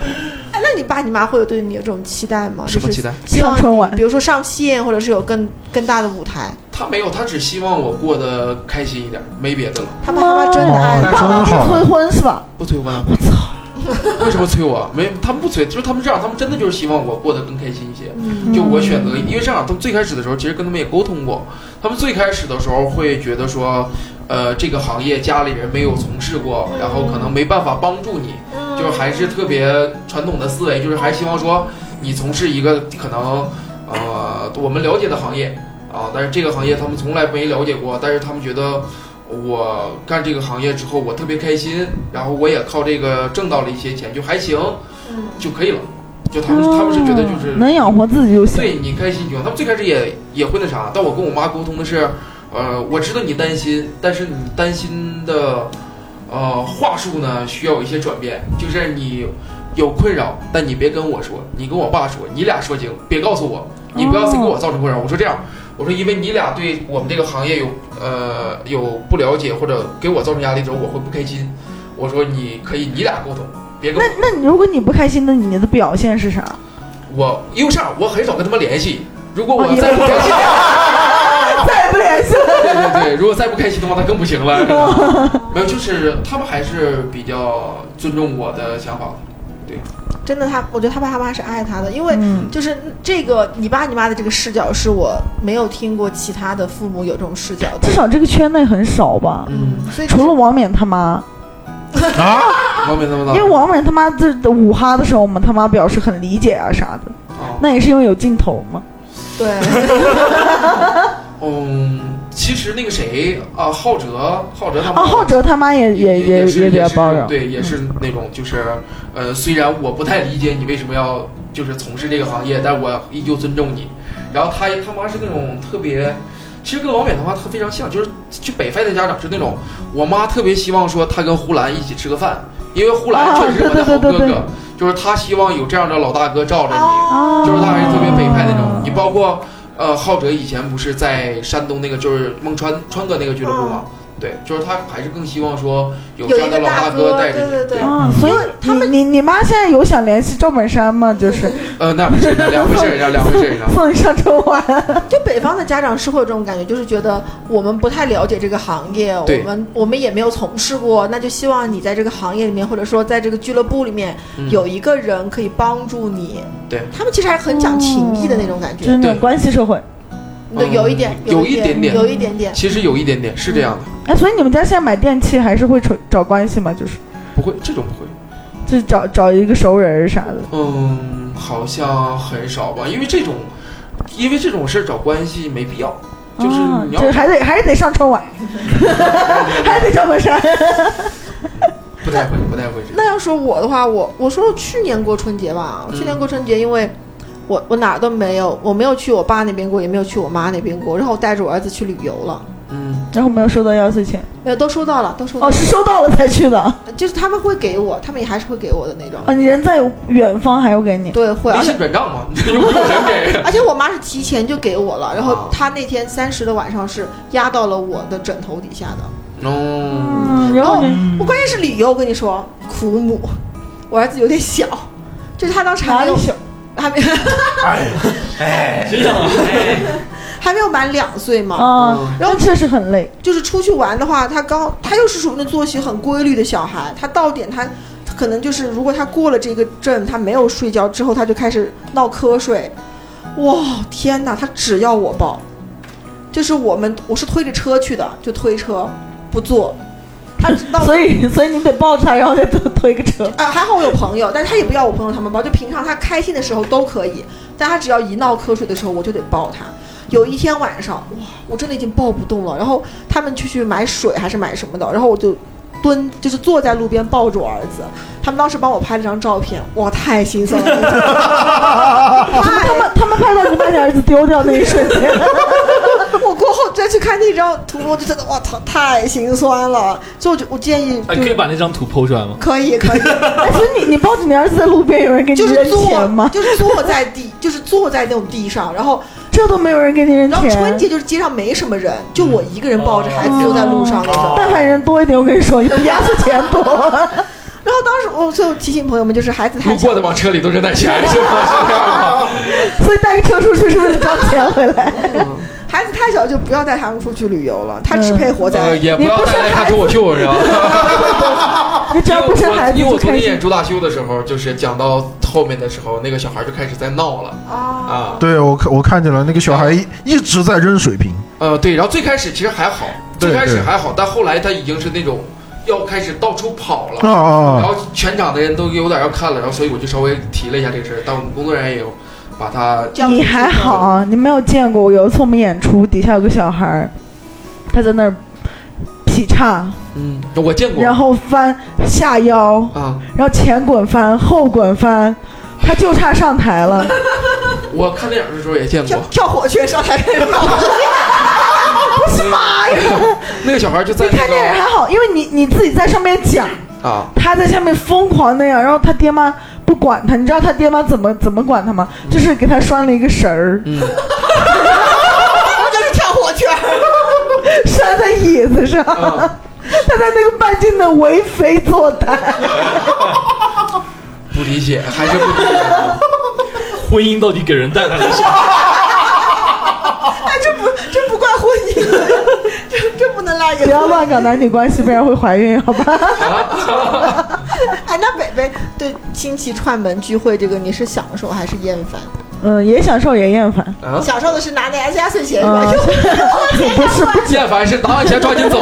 [SPEAKER 1] 哎， 那你爸你妈会有对你有这种期待吗？
[SPEAKER 7] 什么期
[SPEAKER 1] 待？
[SPEAKER 7] 待？
[SPEAKER 1] 希望
[SPEAKER 2] 上春晚
[SPEAKER 1] 你比如说上戏，或者是有更更大的舞台。
[SPEAKER 7] 他没有，他只希望我过得开心一点，没别的了。
[SPEAKER 1] 他爸他妈真的爱
[SPEAKER 5] 哦，
[SPEAKER 1] 你。
[SPEAKER 5] 那说的
[SPEAKER 2] 不
[SPEAKER 5] 好
[SPEAKER 2] 催，婚是吧？
[SPEAKER 7] 不催婚，
[SPEAKER 1] 啊
[SPEAKER 7] 我操！ 为什么催我？没，他们不催，就是他们这样，他们真的就是希望我过得更开心一些。
[SPEAKER 1] 嗯
[SPEAKER 7] 就我选择，因为这样，他们最开始的时候其实跟他们也沟通过，他们最开始的时候会觉得说，呃，这个行业家里人没有从事过，然后可能没办法帮助你，就是还
[SPEAKER 1] 嗯
[SPEAKER 7] 是特别传统的思维，就是还希望说你从事一个可能呃我们了解的行业啊，但是这个行业他们从来没了解过，但是他们觉得。我干这个行业之后，我特别开心，然后我也靠这个挣到了一些钱，就还行，就可以了。就
[SPEAKER 2] 嗯
[SPEAKER 7] 他们，他们是觉得就是
[SPEAKER 2] 能养活自己就行。
[SPEAKER 7] 对你开心就好。他们最开始也也会那啥，但我跟我妈沟通的是，呃，我知道你担心，但是你担心的，呃，话术呢需要有一些转变，就是你有困扰，但你别跟我说，你跟我爸说，你俩说清，别告诉我，你不要再给
[SPEAKER 2] 哦
[SPEAKER 7] 我造成困扰。我说这样。我说，因为你俩对我们这个行业有呃有不了解，或者给我造成压力之后，我会不开心。我说你可以，你俩沟通，别跟
[SPEAKER 2] 那
[SPEAKER 7] 我。
[SPEAKER 2] 那你如果你不开心，那你的表现是啥？
[SPEAKER 7] 我因为啥？我很少跟他们联系。如果我
[SPEAKER 2] 哦你
[SPEAKER 7] 再不联系，
[SPEAKER 2] 再也不联系了。
[SPEAKER 7] 对对 对，如果再不开心的话，那更不行了。没有，就是他们还是比较尊重我的想法的。
[SPEAKER 1] 真的他，我觉得他爸他妈是爱他的，因为
[SPEAKER 2] 嗯
[SPEAKER 1] 就是这个你爸你妈的这个视角是我没有听过其他的父母有这种视角的
[SPEAKER 2] 至，少这个圈内很少吧，
[SPEAKER 1] 嗯，所以
[SPEAKER 2] 除了王冕他妈，
[SPEAKER 5] 啊，
[SPEAKER 7] 王冕他们
[SPEAKER 2] 因为
[SPEAKER 7] 的，
[SPEAKER 2] 王冕他妈这五哈的时候，我们他妈表示很理解啊啥的，
[SPEAKER 7] 哦
[SPEAKER 2] 那也是因为有镜头嘛。
[SPEAKER 1] 对，
[SPEAKER 7] 嗯，其实那个谁啊，浩哲，浩哲他们
[SPEAKER 2] 啊，浩哲他妈也也也
[SPEAKER 7] 是
[SPEAKER 2] 比较
[SPEAKER 7] 是
[SPEAKER 2] 包容，
[SPEAKER 7] 对，也是那种就是，呃，虽然我不太理解你为什么要就是从事这个行业，但我依旧尊重你。然后他他妈是那种特别，其实跟王冕的话他非常像，就是就北方的家长是那种，我妈特别希望说她跟呼兰一起吃个饭，因为呼兰
[SPEAKER 2] 啊
[SPEAKER 7] 确实是我的好
[SPEAKER 2] 对对对
[SPEAKER 7] 哥
[SPEAKER 2] 对
[SPEAKER 7] 哥，就是她希望有这样的老大哥罩着
[SPEAKER 1] 哦
[SPEAKER 2] 啊
[SPEAKER 7] 你。就是他还是特别北派那种。你包括呃，浩哲以前不是在山东那个就是孟川川哥那个俱乐部吗？对，就是他还是更希望说嗯有这样的老大哥带着你。
[SPEAKER 1] 有一个大哥对对对
[SPEAKER 2] 啊，所以他们你你妈现在有想联系赵本山吗？就是
[SPEAKER 7] 呃，那不是那两回事儿，那两回事儿， 你知道吗？
[SPEAKER 2] 奉上周晚，
[SPEAKER 1] 就北方的家长是会有这种感觉，就是觉得我们不太了解这个行业，我
[SPEAKER 7] 对
[SPEAKER 1] 们我们也没有从事过，那就希望你在这个行业里面，或者说在这个俱乐部里面，
[SPEAKER 7] 嗯
[SPEAKER 1] 有一个人可以帮助你。
[SPEAKER 7] 对，
[SPEAKER 1] 他们其实还是很讲情义的那种感
[SPEAKER 2] 就是
[SPEAKER 1] 觉，
[SPEAKER 2] 那种关系社会。
[SPEAKER 1] 对，
[SPEAKER 7] 嗯
[SPEAKER 1] 有一点，
[SPEAKER 7] 有
[SPEAKER 1] 一
[SPEAKER 7] 一点点
[SPEAKER 1] 有一点点。
[SPEAKER 7] 其实有一点点是这样的，
[SPEAKER 2] 哎，所以你们家现在买电器还是会找找关系吗？就是
[SPEAKER 7] 不会这种不会。
[SPEAKER 2] 就是找找一个熟人儿啥的。
[SPEAKER 7] 嗯，好像很少吧，因为这种，因为这种事儿找关系没必要，哦就是
[SPEAKER 2] 啊
[SPEAKER 7] 你要
[SPEAKER 2] 这还得还是得上 春晚， 还得赵本山。
[SPEAKER 7] 不太会，不太会这样。
[SPEAKER 1] 那要说我的话，我我说去年过春节吧，
[SPEAKER 7] 嗯
[SPEAKER 1] 我去年过春节，因为我我哪儿都没有，我没有去我爸那边过，也没有去我妈那边过，然后我带着我儿子去旅游了，
[SPEAKER 7] 嗯，
[SPEAKER 2] 然后没有收到压岁钱，
[SPEAKER 1] 没有都收到了，都收到
[SPEAKER 2] 哦，
[SPEAKER 1] 了，
[SPEAKER 2] 是收到了才去的。
[SPEAKER 1] 就是他们会给我，他们也还是会给我的那种，
[SPEAKER 2] 啊，你人在远方还要给你。
[SPEAKER 1] 对，会，
[SPEAKER 7] 微
[SPEAKER 1] 而且
[SPEAKER 7] 信转账嘛， 又不用人 给。
[SPEAKER 1] 而且我妈是提前就给我了，然
[SPEAKER 7] 啊
[SPEAKER 2] 哦
[SPEAKER 1] 后她那天三十的晚上是压到了我的枕头底下的。哦
[SPEAKER 7] 嗯，
[SPEAKER 2] 嗯，然后你
[SPEAKER 1] 我关键是旅游，我跟你说，苦母，我儿子有点小，就是他当时还
[SPEAKER 2] 查
[SPEAKER 1] 没
[SPEAKER 2] 一
[SPEAKER 1] 有
[SPEAKER 2] 宿，
[SPEAKER 1] 还没
[SPEAKER 6] 哎，
[SPEAKER 3] 谁想啊？
[SPEAKER 1] 还没有满两岁嘛。
[SPEAKER 2] 啊，
[SPEAKER 1] 嗯然
[SPEAKER 2] 然
[SPEAKER 1] 后
[SPEAKER 2] 后确实很累。
[SPEAKER 1] 就是出去玩的话，他刚他又是属于那作息很规律的小孩，他到点他他可能就是如果他过了这个阵，他没有睡觉之后，他就开始闹瞌睡。哇，天哪，他只要我抱，就是我们我是推着车去的，就推车不坐，他 闹。
[SPEAKER 2] 所以，所以你得抱着他，然后再推推个车。
[SPEAKER 1] 啊，还好我有朋友，但是他也不要我朋友他们包，就平常他开心的时候都可以，但他只要一闹瞌睡的时候，我就得抱他。有一天晚上，哇，我真的已经抱不动了。然后他们去去买水还是买什么的，然后我就蹲，就是坐在路边抱着我儿子。他们当时帮我拍了张照片，哇，太心酸了。 哦
[SPEAKER 2] 他们他们拍到你把你儿子丢掉那一瞬间，
[SPEAKER 1] 我过后再去看那张图，我就觉得哇，太太心酸了。所以我就我建议
[SPEAKER 3] 哎，
[SPEAKER 1] 就
[SPEAKER 3] 可以把那张图剖出来吗？
[SPEAKER 1] 可以可以。
[SPEAKER 2] 哎，所以你你抱着你儿子在路边，有人给 你
[SPEAKER 1] 就是
[SPEAKER 2] 扔钱
[SPEAKER 1] 坐，
[SPEAKER 2] 吗？
[SPEAKER 1] 就是坐在地，就是坐在那种地上，然后
[SPEAKER 2] 这都没有人给你扔
[SPEAKER 1] 然后春
[SPEAKER 2] 钱。
[SPEAKER 1] 节就是街上没什么人，就我一个人抱着
[SPEAKER 7] 嗯
[SPEAKER 1] 孩子丢在路上那
[SPEAKER 7] 哦
[SPEAKER 1] 种。
[SPEAKER 2] 哦但凡人多一点，我跟你说，比压岁钱多。
[SPEAKER 1] 然后当时我所以我提醒朋友们，就是孩子
[SPEAKER 7] 路
[SPEAKER 1] 太小
[SPEAKER 7] 过，的往车里都扔点钱，是吗？是这样吗？
[SPEAKER 2] 所以带个车出去，是不是得装钱回来？
[SPEAKER 1] 孩子太小就不要带他们出去旅游了，他只
[SPEAKER 2] 嗯
[SPEAKER 1] 配活
[SPEAKER 7] 呃，
[SPEAKER 1] 在。
[SPEAKER 7] 也不要带他脱口秀是吧？
[SPEAKER 2] 你只要不生孩子
[SPEAKER 7] 因为
[SPEAKER 2] 就
[SPEAKER 7] 我昨
[SPEAKER 2] 开
[SPEAKER 7] 天
[SPEAKER 2] 心
[SPEAKER 7] 演。朱大秀的时候，就是讲到后面的时候，那个小孩就开始在闹了
[SPEAKER 1] 啊，
[SPEAKER 7] 啊，
[SPEAKER 5] 对我看我看见了，那个小孩一一直在扔水瓶，
[SPEAKER 7] 呃，对，然后最开始其实还好，
[SPEAKER 5] 对
[SPEAKER 7] 最开始
[SPEAKER 5] 对
[SPEAKER 7] 还好，但后来他已经是那种要开始到处跑
[SPEAKER 5] 啊
[SPEAKER 7] 了。然
[SPEAKER 5] 啊，
[SPEAKER 7] 后全场的人都有点要看了，然后所以我就稍微提了一下这个事儿，但我们工作人员也有把他
[SPEAKER 1] 这样
[SPEAKER 2] 你还好，你没有见过。有一次我们演出，底下有个小孩儿，他在那儿劈叉，
[SPEAKER 7] 嗯，我见过
[SPEAKER 2] 然后翻下腰，
[SPEAKER 7] 啊，
[SPEAKER 2] 然后前滚翻，后滚翻，他就差上台了。
[SPEAKER 7] 我看电影的时候也见
[SPEAKER 1] 跳
[SPEAKER 7] 过，
[SPEAKER 1] 跳火圈上台开始闹，
[SPEAKER 2] 不是妈呀！
[SPEAKER 7] 那个小孩就在
[SPEAKER 2] 你看电影
[SPEAKER 7] 那
[SPEAKER 2] 还好，因为你你自己在上面讲，
[SPEAKER 7] 个啊，
[SPEAKER 2] 他在下面疯狂那样，然后他爹妈不管他，你知道他爹妈怎么怎么管他吗？就是给他拴了一个绳儿，
[SPEAKER 7] 嗯，
[SPEAKER 1] 就是跳火圈。
[SPEAKER 2] 拴在椅子上，
[SPEAKER 7] 啊
[SPEAKER 2] 他在那个半径的为非作歹。
[SPEAKER 7] 不理解，还是不理解。
[SPEAKER 3] 婚姻到底给人带来了什么？
[SPEAKER 1] 哎，这不这不怪婚姻，这这不能赖人
[SPEAKER 2] 不。要乱搞男女关系，不然会怀孕，好吧？
[SPEAKER 1] 哎，那北北对亲戚串门聚会这个，你是享受还是厌烦？
[SPEAKER 2] 嗯，也享受也厌烦。
[SPEAKER 7] 啊，
[SPEAKER 1] 享受的是拿那 S 压岁钱是吧？
[SPEAKER 2] 嗯， 不是不
[SPEAKER 7] 厌烦是拿完钱抓紧走。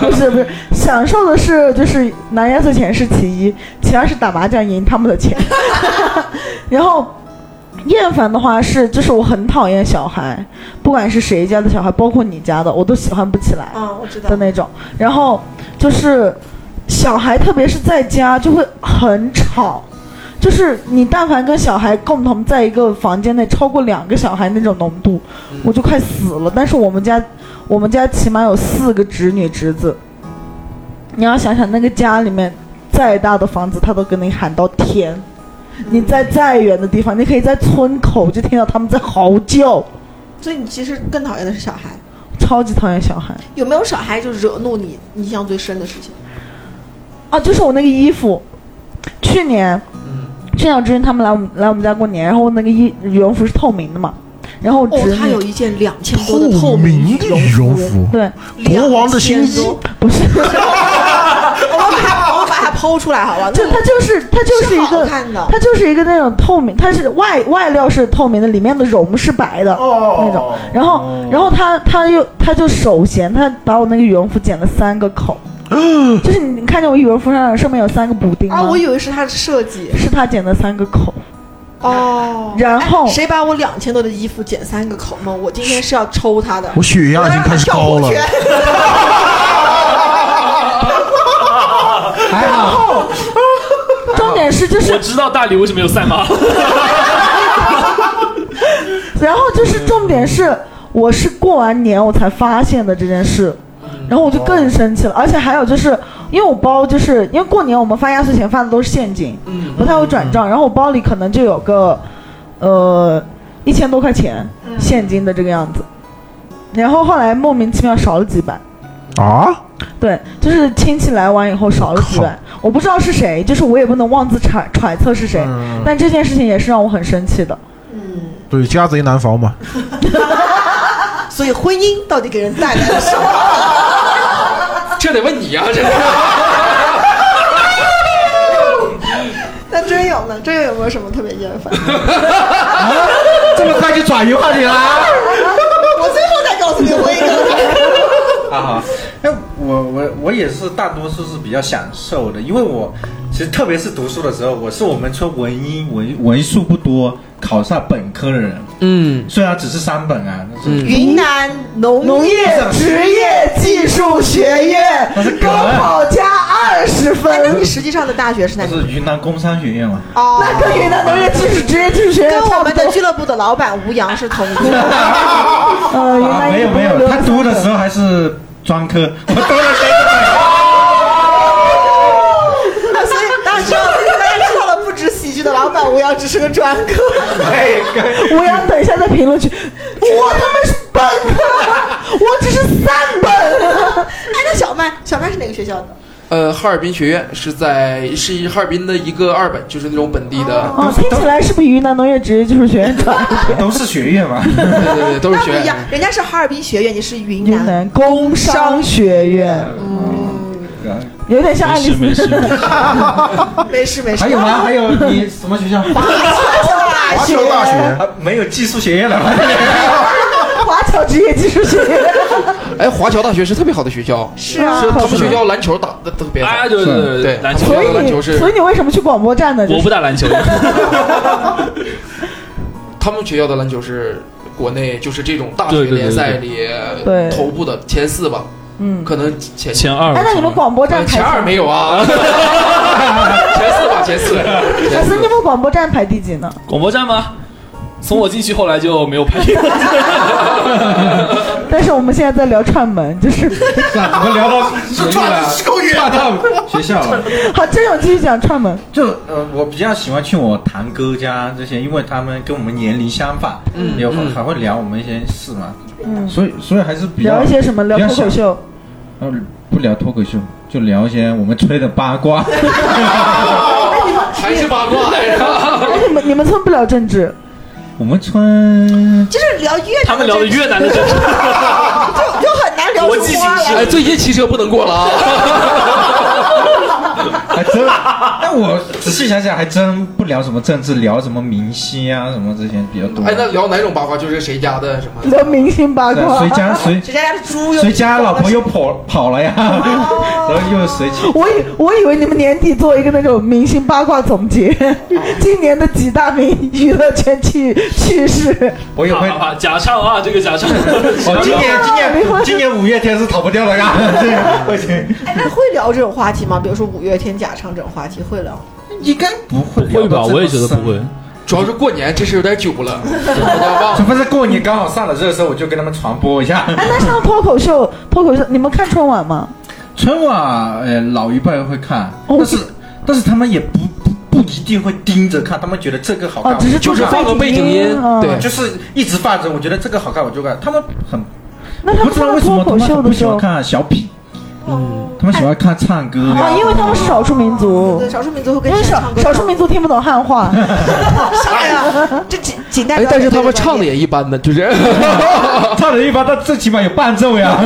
[SPEAKER 2] 不是不是，享受的是就是拿压岁钱是其一，其二是打麻将赢他们的 钱。然后厌烦的话是，就是我很讨厌小孩，不管是谁家的小孩，包括你家的，我都喜欢不起来
[SPEAKER 1] 嗯，我知道
[SPEAKER 2] 的。那种。然后就是小孩，特别是在家就会很吵。就是你但凡跟小孩共同在一个房间内超过两个小孩那种浓度，我就快死了。但是我们家我们家起码有四个侄女侄子，你要想想那个家里面再大的房子，他都跟你喊到天。你在再远的地方，你可以在村口就听到他们在嚎叫，
[SPEAKER 1] 所以你其实更讨厌的是小孩。
[SPEAKER 2] 超级讨厌小孩
[SPEAKER 1] 有没有小孩就惹怒你印象最深的事情？
[SPEAKER 2] 啊！就是我那个衣服，去年
[SPEAKER 5] 嗯
[SPEAKER 2] 去年我侄女他们来我们来我们家过年，然后那个衣羽绒服是透明的嘛，然后我侄
[SPEAKER 1] 哦，他
[SPEAKER 2] 女、
[SPEAKER 1] 有一件两千多的
[SPEAKER 5] 透明的羽绒服，
[SPEAKER 2] 对
[SPEAKER 5] 国王的
[SPEAKER 1] 两
[SPEAKER 5] 新
[SPEAKER 1] 千
[SPEAKER 5] 衣，
[SPEAKER 1] 多
[SPEAKER 2] 不是，
[SPEAKER 1] 我们把它我们把它剖出来好 吧？
[SPEAKER 2] 就它就是它就是一
[SPEAKER 1] 是好
[SPEAKER 2] 个
[SPEAKER 1] 看的
[SPEAKER 2] 它就是一个那种透明，它是外外料是透明的，里面的绒是白的
[SPEAKER 6] 哦
[SPEAKER 2] 那种。然后然后他他又他就手闲，他把我那个羽绒服剪了三个 口，就是你看见我羽绒服上上面有三个补丁吗？
[SPEAKER 1] 啊，我以为是他的设计
[SPEAKER 2] 是他剪的三个口，
[SPEAKER 1] 哦。
[SPEAKER 2] 然后
[SPEAKER 1] 谁把我两千多的衣服剪三个口吗？我今天是要抽他的。
[SPEAKER 5] 我血
[SPEAKER 1] 要
[SPEAKER 5] 压已经
[SPEAKER 1] 让他
[SPEAKER 5] 开始
[SPEAKER 1] 跳
[SPEAKER 5] 高
[SPEAKER 1] 火
[SPEAKER 5] 了。
[SPEAKER 1] 圈
[SPEAKER 6] 还好，
[SPEAKER 2] 重点是就是
[SPEAKER 3] 我知道大理为什么有赛马，
[SPEAKER 2] 然后就是重点是，
[SPEAKER 7] 嗯
[SPEAKER 2] 我是过完年我才发现的这件事，
[SPEAKER 7] 嗯
[SPEAKER 2] 然后我就更生气了。而且还有就是，因为我包就是因为过年我们发压岁钱发的都是现金，
[SPEAKER 7] 嗯
[SPEAKER 2] 不太会转账，然后我包里可能就有个呃一千多块钱
[SPEAKER 7] 嗯
[SPEAKER 2] 现金的这个样子，然后后来莫名其妙少了几百。
[SPEAKER 5] 啊，
[SPEAKER 2] 对，就是亲戚来完以后少了几百，我不知道是谁，就是我也不能妄自揣揣测是谁，
[SPEAKER 5] 嗯
[SPEAKER 2] 但这件事情也是让我很生气的。
[SPEAKER 5] 对，家贼难防嘛。
[SPEAKER 1] 所以婚姻到底给人带来了什么？
[SPEAKER 7] 这得问你呀、这个
[SPEAKER 1] 那真有呢？真有有没有什么特别厌烦？
[SPEAKER 6] 这么快就转移话题啦？
[SPEAKER 1] 我最后再告诉你婚姻梗。
[SPEAKER 6] 啊哈，那我我我也是大多数是比较享受的，因为我其实特别是读书的时候，我是我们村文一文文数不多，考上本科的人，
[SPEAKER 7] 嗯
[SPEAKER 6] 虽然只是三本啊，但是、
[SPEAKER 7] 嗯，
[SPEAKER 1] 云南农
[SPEAKER 2] 农业职业技术学院
[SPEAKER 6] 那是梗
[SPEAKER 2] 高考加二十
[SPEAKER 1] 哎，那
[SPEAKER 2] 分
[SPEAKER 1] 你，实际上的大学是哪
[SPEAKER 6] 但
[SPEAKER 1] 里？
[SPEAKER 6] 是云南工商学 院嘛，
[SPEAKER 1] 哦，
[SPEAKER 2] 哎那跟云南农业技术职业技术学院
[SPEAKER 1] 跟
[SPEAKER 2] 差
[SPEAKER 1] 我
[SPEAKER 2] 不
[SPEAKER 1] 们
[SPEAKER 2] 多
[SPEAKER 1] 的。俱乐部的老板吴阳是同工。
[SPEAKER 2] 呃，云
[SPEAKER 6] 啊
[SPEAKER 2] 南
[SPEAKER 6] 没有没有，他读的时
[SPEAKER 2] 候，
[SPEAKER 6] 候还是专科，我读了三个本科。
[SPEAKER 1] 啊所以大家知道，大家知道了，不止喜剧的老板吴阳只是个专科。
[SPEAKER 2] 吴阳等一下在评论区，我他妈是本科，我只是三本。
[SPEAKER 1] 哎，那小麦，小麦是哪个学校的？
[SPEAKER 7] 呃，哈尔滨学院是在是一哈尔滨的一个二本，就是那种本地的，
[SPEAKER 2] 哦，听起来是比云南农业职业技术学院转
[SPEAKER 6] 都是学院 嘛，
[SPEAKER 7] 对对对，都是
[SPEAKER 1] 那
[SPEAKER 7] 学
[SPEAKER 1] 不一样
[SPEAKER 7] 院。，
[SPEAKER 1] 人家是哈尔滨学院，你是云
[SPEAKER 2] 云
[SPEAKER 1] 南。
[SPEAKER 2] 南工商学院，有点像爱
[SPEAKER 3] 没事
[SPEAKER 2] 丽
[SPEAKER 3] 没
[SPEAKER 2] 丝
[SPEAKER 3] 事。没事
[SPEAKER 1] 没事没事。
[SPEAKER 6] 还有吗？还有你什么学校？
[SPEAKER 5] 华侨大学，
[SPEAKER 6] 啊，没有技术学院了吗？
[SPEAKER 2] 华侨职业技术学院。
[SPEAKER 7] 哎，华侨大学是特别好的学校，
[SPEAKER 1] 是啊
[SPEAKER 7] 是他们学校篮球打的特别好。
[SPEAKER 3] 啊，对对对
[SPEAKER 7] 对
[SPEAKER 3] 篮球，
[SPEAKER 2] 所
[SPEAKER 7] 篮球
[SPEAKER 2] 以，
[SPEAKER 7] 是
[SPEAKER 2] 所以你为什么去广播站呢？就
[SPEAKER 3] 我
[SPEAKER 2] 是
[SPEAKER 3] 不打篮球，
[SPEAKER 7] 他们学校的篮球是国内就是这种大学
[SPEAKER 3] 对对对
[SPEAKER 7] 联赛里
[SPEAKER 2] 对
[SPEAKER 7] 头部的前四吧，
[SPEAKER 2] 嗯，
[SPEAKER 7] 可能前呃
[SPEAKER 3] 前二。
[SPEAKER 2] 哎，那你们广播站排
[SPEAKER 7] 前二没有啊，
[SPEAKER 3] 啊
[SPEAKER 7] 前四吧，前四。
[SPEAKER 2] 老师，你们广播站排第几呢？
[SPEAKER 3] 广播站吗？从我进去后来就没有 排。
[SPEAKER 2] 但是我们现在在聊串门，就是
[SPEAKER 6] 咋怎么聊到是啊串了？串到学校了。
[SPEAKER 2] 好，真有继续讲串门。
[SPEAKER 6] 就呃，我比较喜欢去我堂哥家这些，因为他们跟我们年龄相仿，
[SPEAKER 7] 嗯
[SPEAKER 6] 有
[SPEAKER 7] 嗯
[SPEAKER 6] 还会聊我们一些事嘛，
[SPEAKER 2] 嗯，
[SPEAKER 6] 所以所以还是比较
[SPEAKER 2] 聊一些什么？聊
[SPEAKER 6] 比较
[SPEAKER 2] 脱口
[SPEAKER 6] 想，
[SPEAKER 2] 秀。
[SPEAKER 6] 呃，不聊脱口秀，就聊一些我们吹的八卦。
[SPEAKER 7] 还是八卦 呀！
[SPEAKER 2] 哎，你们你们村不聊政治？
[SPEAKER 6] 我们村
[SPEAKER 1] 就是聊越南，
[SPEAKER 3] 他们聊的越南 的政治，
[SPEAKER 1] 就就很难聊
[SPEAKER 3] 国
[SPEAKER 1] 出
[SPEAKER 2] 哎
[SPEAKER 3] 啊
[SPEAKER 7] 哎
[SPEAKER 3] 际
[SPEAKER 1] 花
[SPEAKER 3] 形
[SPEAKER 1] 来。
[SPEAKER 7] 哎，最近骑车不能过了啊！
[SPEAKER 6] 还真，但我仔细想想，还真不聊什么政治，聊什么明星啊，什么这些比较多。
[SPEAKER 7] 哎，那聊哪种八卦？就是谁家的什么？
[SPEAKER 2] 聊明星八
[SPEAKER 6] 对啊
[SPEAKER 2] 卦，
[SPEAKER 6] 谁家谁
[SPEAKER 1] 谁家的猪又
[SPEAKER 6] 谁家老婆又跑跑了呀？然后又谁去？
[SPEAKER 2] 我以我以为你们年底做一个那种明星八卦总结，今年的几大名娱乐圈趣趣事，
[SPEAKER 6] 我也会。
[SPEAKER 3] 啊啊假唱啊，这个假唱，
[SPEAKER 6] 哦，今年今年今年五月天是逃不掉了呀！ 对，我去
[SPEAKER 1] 哎，那会聊这种话题吗？比如说五月天假唱这种话题会聊吗？
[SPEAKER 6] 应该不会
[SPEAKER 3] 会吧？我也觉得不会。
[SPEAKER 7] 主要是过年，这事有点久 了，大家忘
[SPEAKER 6] 除
[SPEAKER 7] 了。
[SPEAKER 6] 非是过年刚好上了热搜，我就跟他们传播一下。
[SPEAKER 2] 哎，那像脱口秀，脱口秀你们看春晚吗？
[SPEAKER 6] 春晚，呃，老一辈会看，
[SPEAKER 2] 哦
[SPEAKER 6] 但是但是他们也不不不一定会盯着看，他们觉得这个好看，
[SPEAKER 2] 哦，只是
[SPEAKER 7] 就是
[SPEAKER 2] 做
[SPEAKER 7] 放个背景音
[SPEAKER 2] 嗯
[SPEAKER 7] 对
[SPEAKER 6] 就是一直放着，我觉得这个好看我就看。他们很
[SPEAKER 2] 那他
[SPEAKER 6] 不
[SPEAKER 2] 们
[SPEAKER 6] 知道
[SPEAKER 2] 看
[SPEAKER 6] 为什么
[SPEAKER 2] 脱口
[SPEAKER 6] 他们
[SPEAKER 2] 秀
[SPEAKER 6] 很不
[SPEAKER 2] 的
[SPEAKER 6] 喜
[SPEAKER 2] 时
[SPEAKER 6] 欢
[SPEAKER 2] 候，
[SPEAKER 6] 看小品，
[SPEAKER 8] 嗯，
[SPEAKER 6] 他们喜欢看唱歌呀、
[SPEAKER 2] 哦，因为他 们是少数民族
[SPEAKER 1] 对，，少数民族会
[SPEAKER 2] 因
[SPEAKER 1] 跟
[SPEAKER 2] 为
[SPEAKER 1] 谁
[SPEAKER 2] 少
[SPEAKER 1] 唱歌
[SPEAKER 2] 哦少数民族听不懂汉话，
[SPEAKER 1] 啥呀？这仅仅代
[SPEAKER 7] 哎
[SPEAKER 1] 表，
[SPEAKER 7] 但是他们唱的也一般的，就是
[SPEAKER 6] 唱的一般，但最起码有伴奏呀。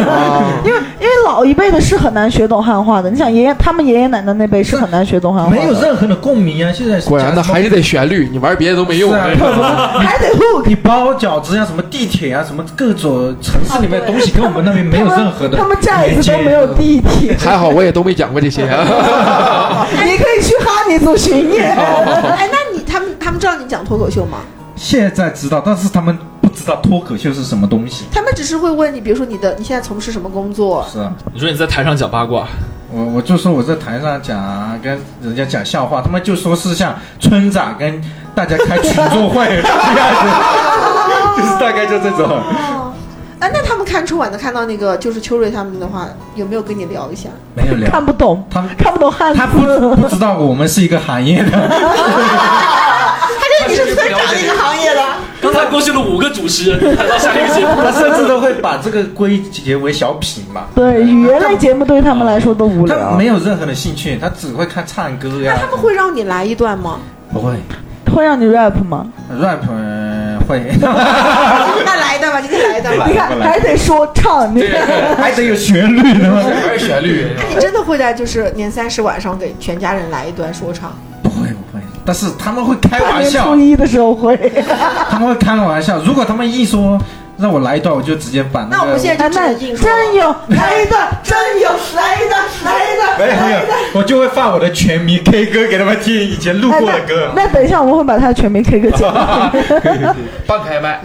[SPEAKER 2] 因为因为老一辈的是很难学懂汉话的。你想爷爷他们爷爷奶奶那辈是很难学懂汉话
[SPEAKER 6] 没有
[SPEAKER 2] 的，
[SPEAKER 6] 任何的共鸣啊！现在
[SPEAKER 7] 果然呢，还是得旋律，你玩别的都没用。
[SPEAKER 6] 是啊
[SPEAKER 7] 哎
[SPEAKER 2] 还得 hook。
[SPEAKER 6] 你 包饺子呀，什么地铁呀，什么各种城市里面的东西，跟我们那边没有任何的
[SPEAKER 2] 他们架子都没有地 铁，
[SPEAKER 7] 还好我也都没讲过这些。
[SPEAKER 2] 你可以去哈尼族巡演。
[SPEAKER 1] 哎，那你他们他们知道你讲脱口秀吗？
[SPEAKER 6] 现在知道，但是他们不知道脱口秀是什么东西。
[SPEAKER 1] 他们只是会问你，比如说你的你现在从事什么工作？
[SPEAKER 6] 是啊，
[SPEAKER 3] 你说你在台上讲八卦，
[SPEAKER 6] 我我就说我在台上讲跟人家讲笑话，他们就说是像村长跟大家开群众会这样子， 就是大概就这种。
[SPEAKER 1] 哎，那他们看春晚的看到那个就是秋瑞他们的话，有没有跟你聊一下？
[SPEAKER 6] 没有聊，
[SPEAKER 2] 看不懂，
[SPEAKER 6] 他们
[SPEAKER 2] 看不懂汉字。
[SPEAKER 6] 他不不知道我们是一个行业的，
[SPEAKER 1] 他认你是村长那个行业的，
[SPEAKER 3] 刚才过去了五个主持人，谈到下一个节目，
[SPEAKER 6] 他甚至都会把这个归结为小品嘛。
[SPEAKER 2] 对语言类节目对他们来说都无
[SPEAKER 6] 他
[SPEAKER 2] 聊
[SPEAKER 6] 没，有任何的兴趣，他只会看唱歌呀
[SPEAKER 1] 那。他们会让你来一段吗？
[SPEAKER 6] 不会
[SPEAKER 2] 会让你 rap 吗？
[SPEAKER 6] rap 呃会，
[SPEAKER 1] 那来一段吧，今天来一段吧
[SPEAKER 6] 来。
[SPEAKER 2] 你看
[SPEAKER 6] 不来
[SPEAKER 2] 还得说唱，你看
[SPEAKER 6] 还得有旋律的嘛。
[SPEAKER 7] 还是旋律。
[SPEAKER 1] 那你真的会在就是年三十晚上给全家人来一段说唱？
[SPEAKER 6] 不会不会，但是他们会开
[SPEAKER 2] 大
[SPEAKER 6] 玩
[SPEAKER 2] 年
[SPEAKER 6] 笑
[SPEAKER 2] 初，一的时候会。
[SPEAKER 6] 他们会开玩笑。如果他们一说让我来一段，我就直接把
[SPEAKER 1] 那
[SPEAKER 6] 那
[SPEAKER 1] 我们
[SPEAKER 6] 个。
[SPEAKER 1] 现在
[SPEAKER 2] 哎，
[SPEAKER 1] 就
[SPEAKER 2] 那
[SPEAKER 1] 真硬说。
[SPEAKER 2] 真有来一段，真有来一段，来一段，
[SPEAKER 6] 没有没有
[SPEAKER 2] 来一段。，
[SPEAKER 6] 我就会放我的全民 K 歌给他们听，以前录
[SPEAKER 2] 哎
[SPEAKER 6] 过的
[SPEAKER 7] 啊
[SPEAKER 6] 歌。
[SPEAKER 2] 那那等一下，我们会把他的全民 K 歌剪 掉。
[SPEAKER 7] 半开麦，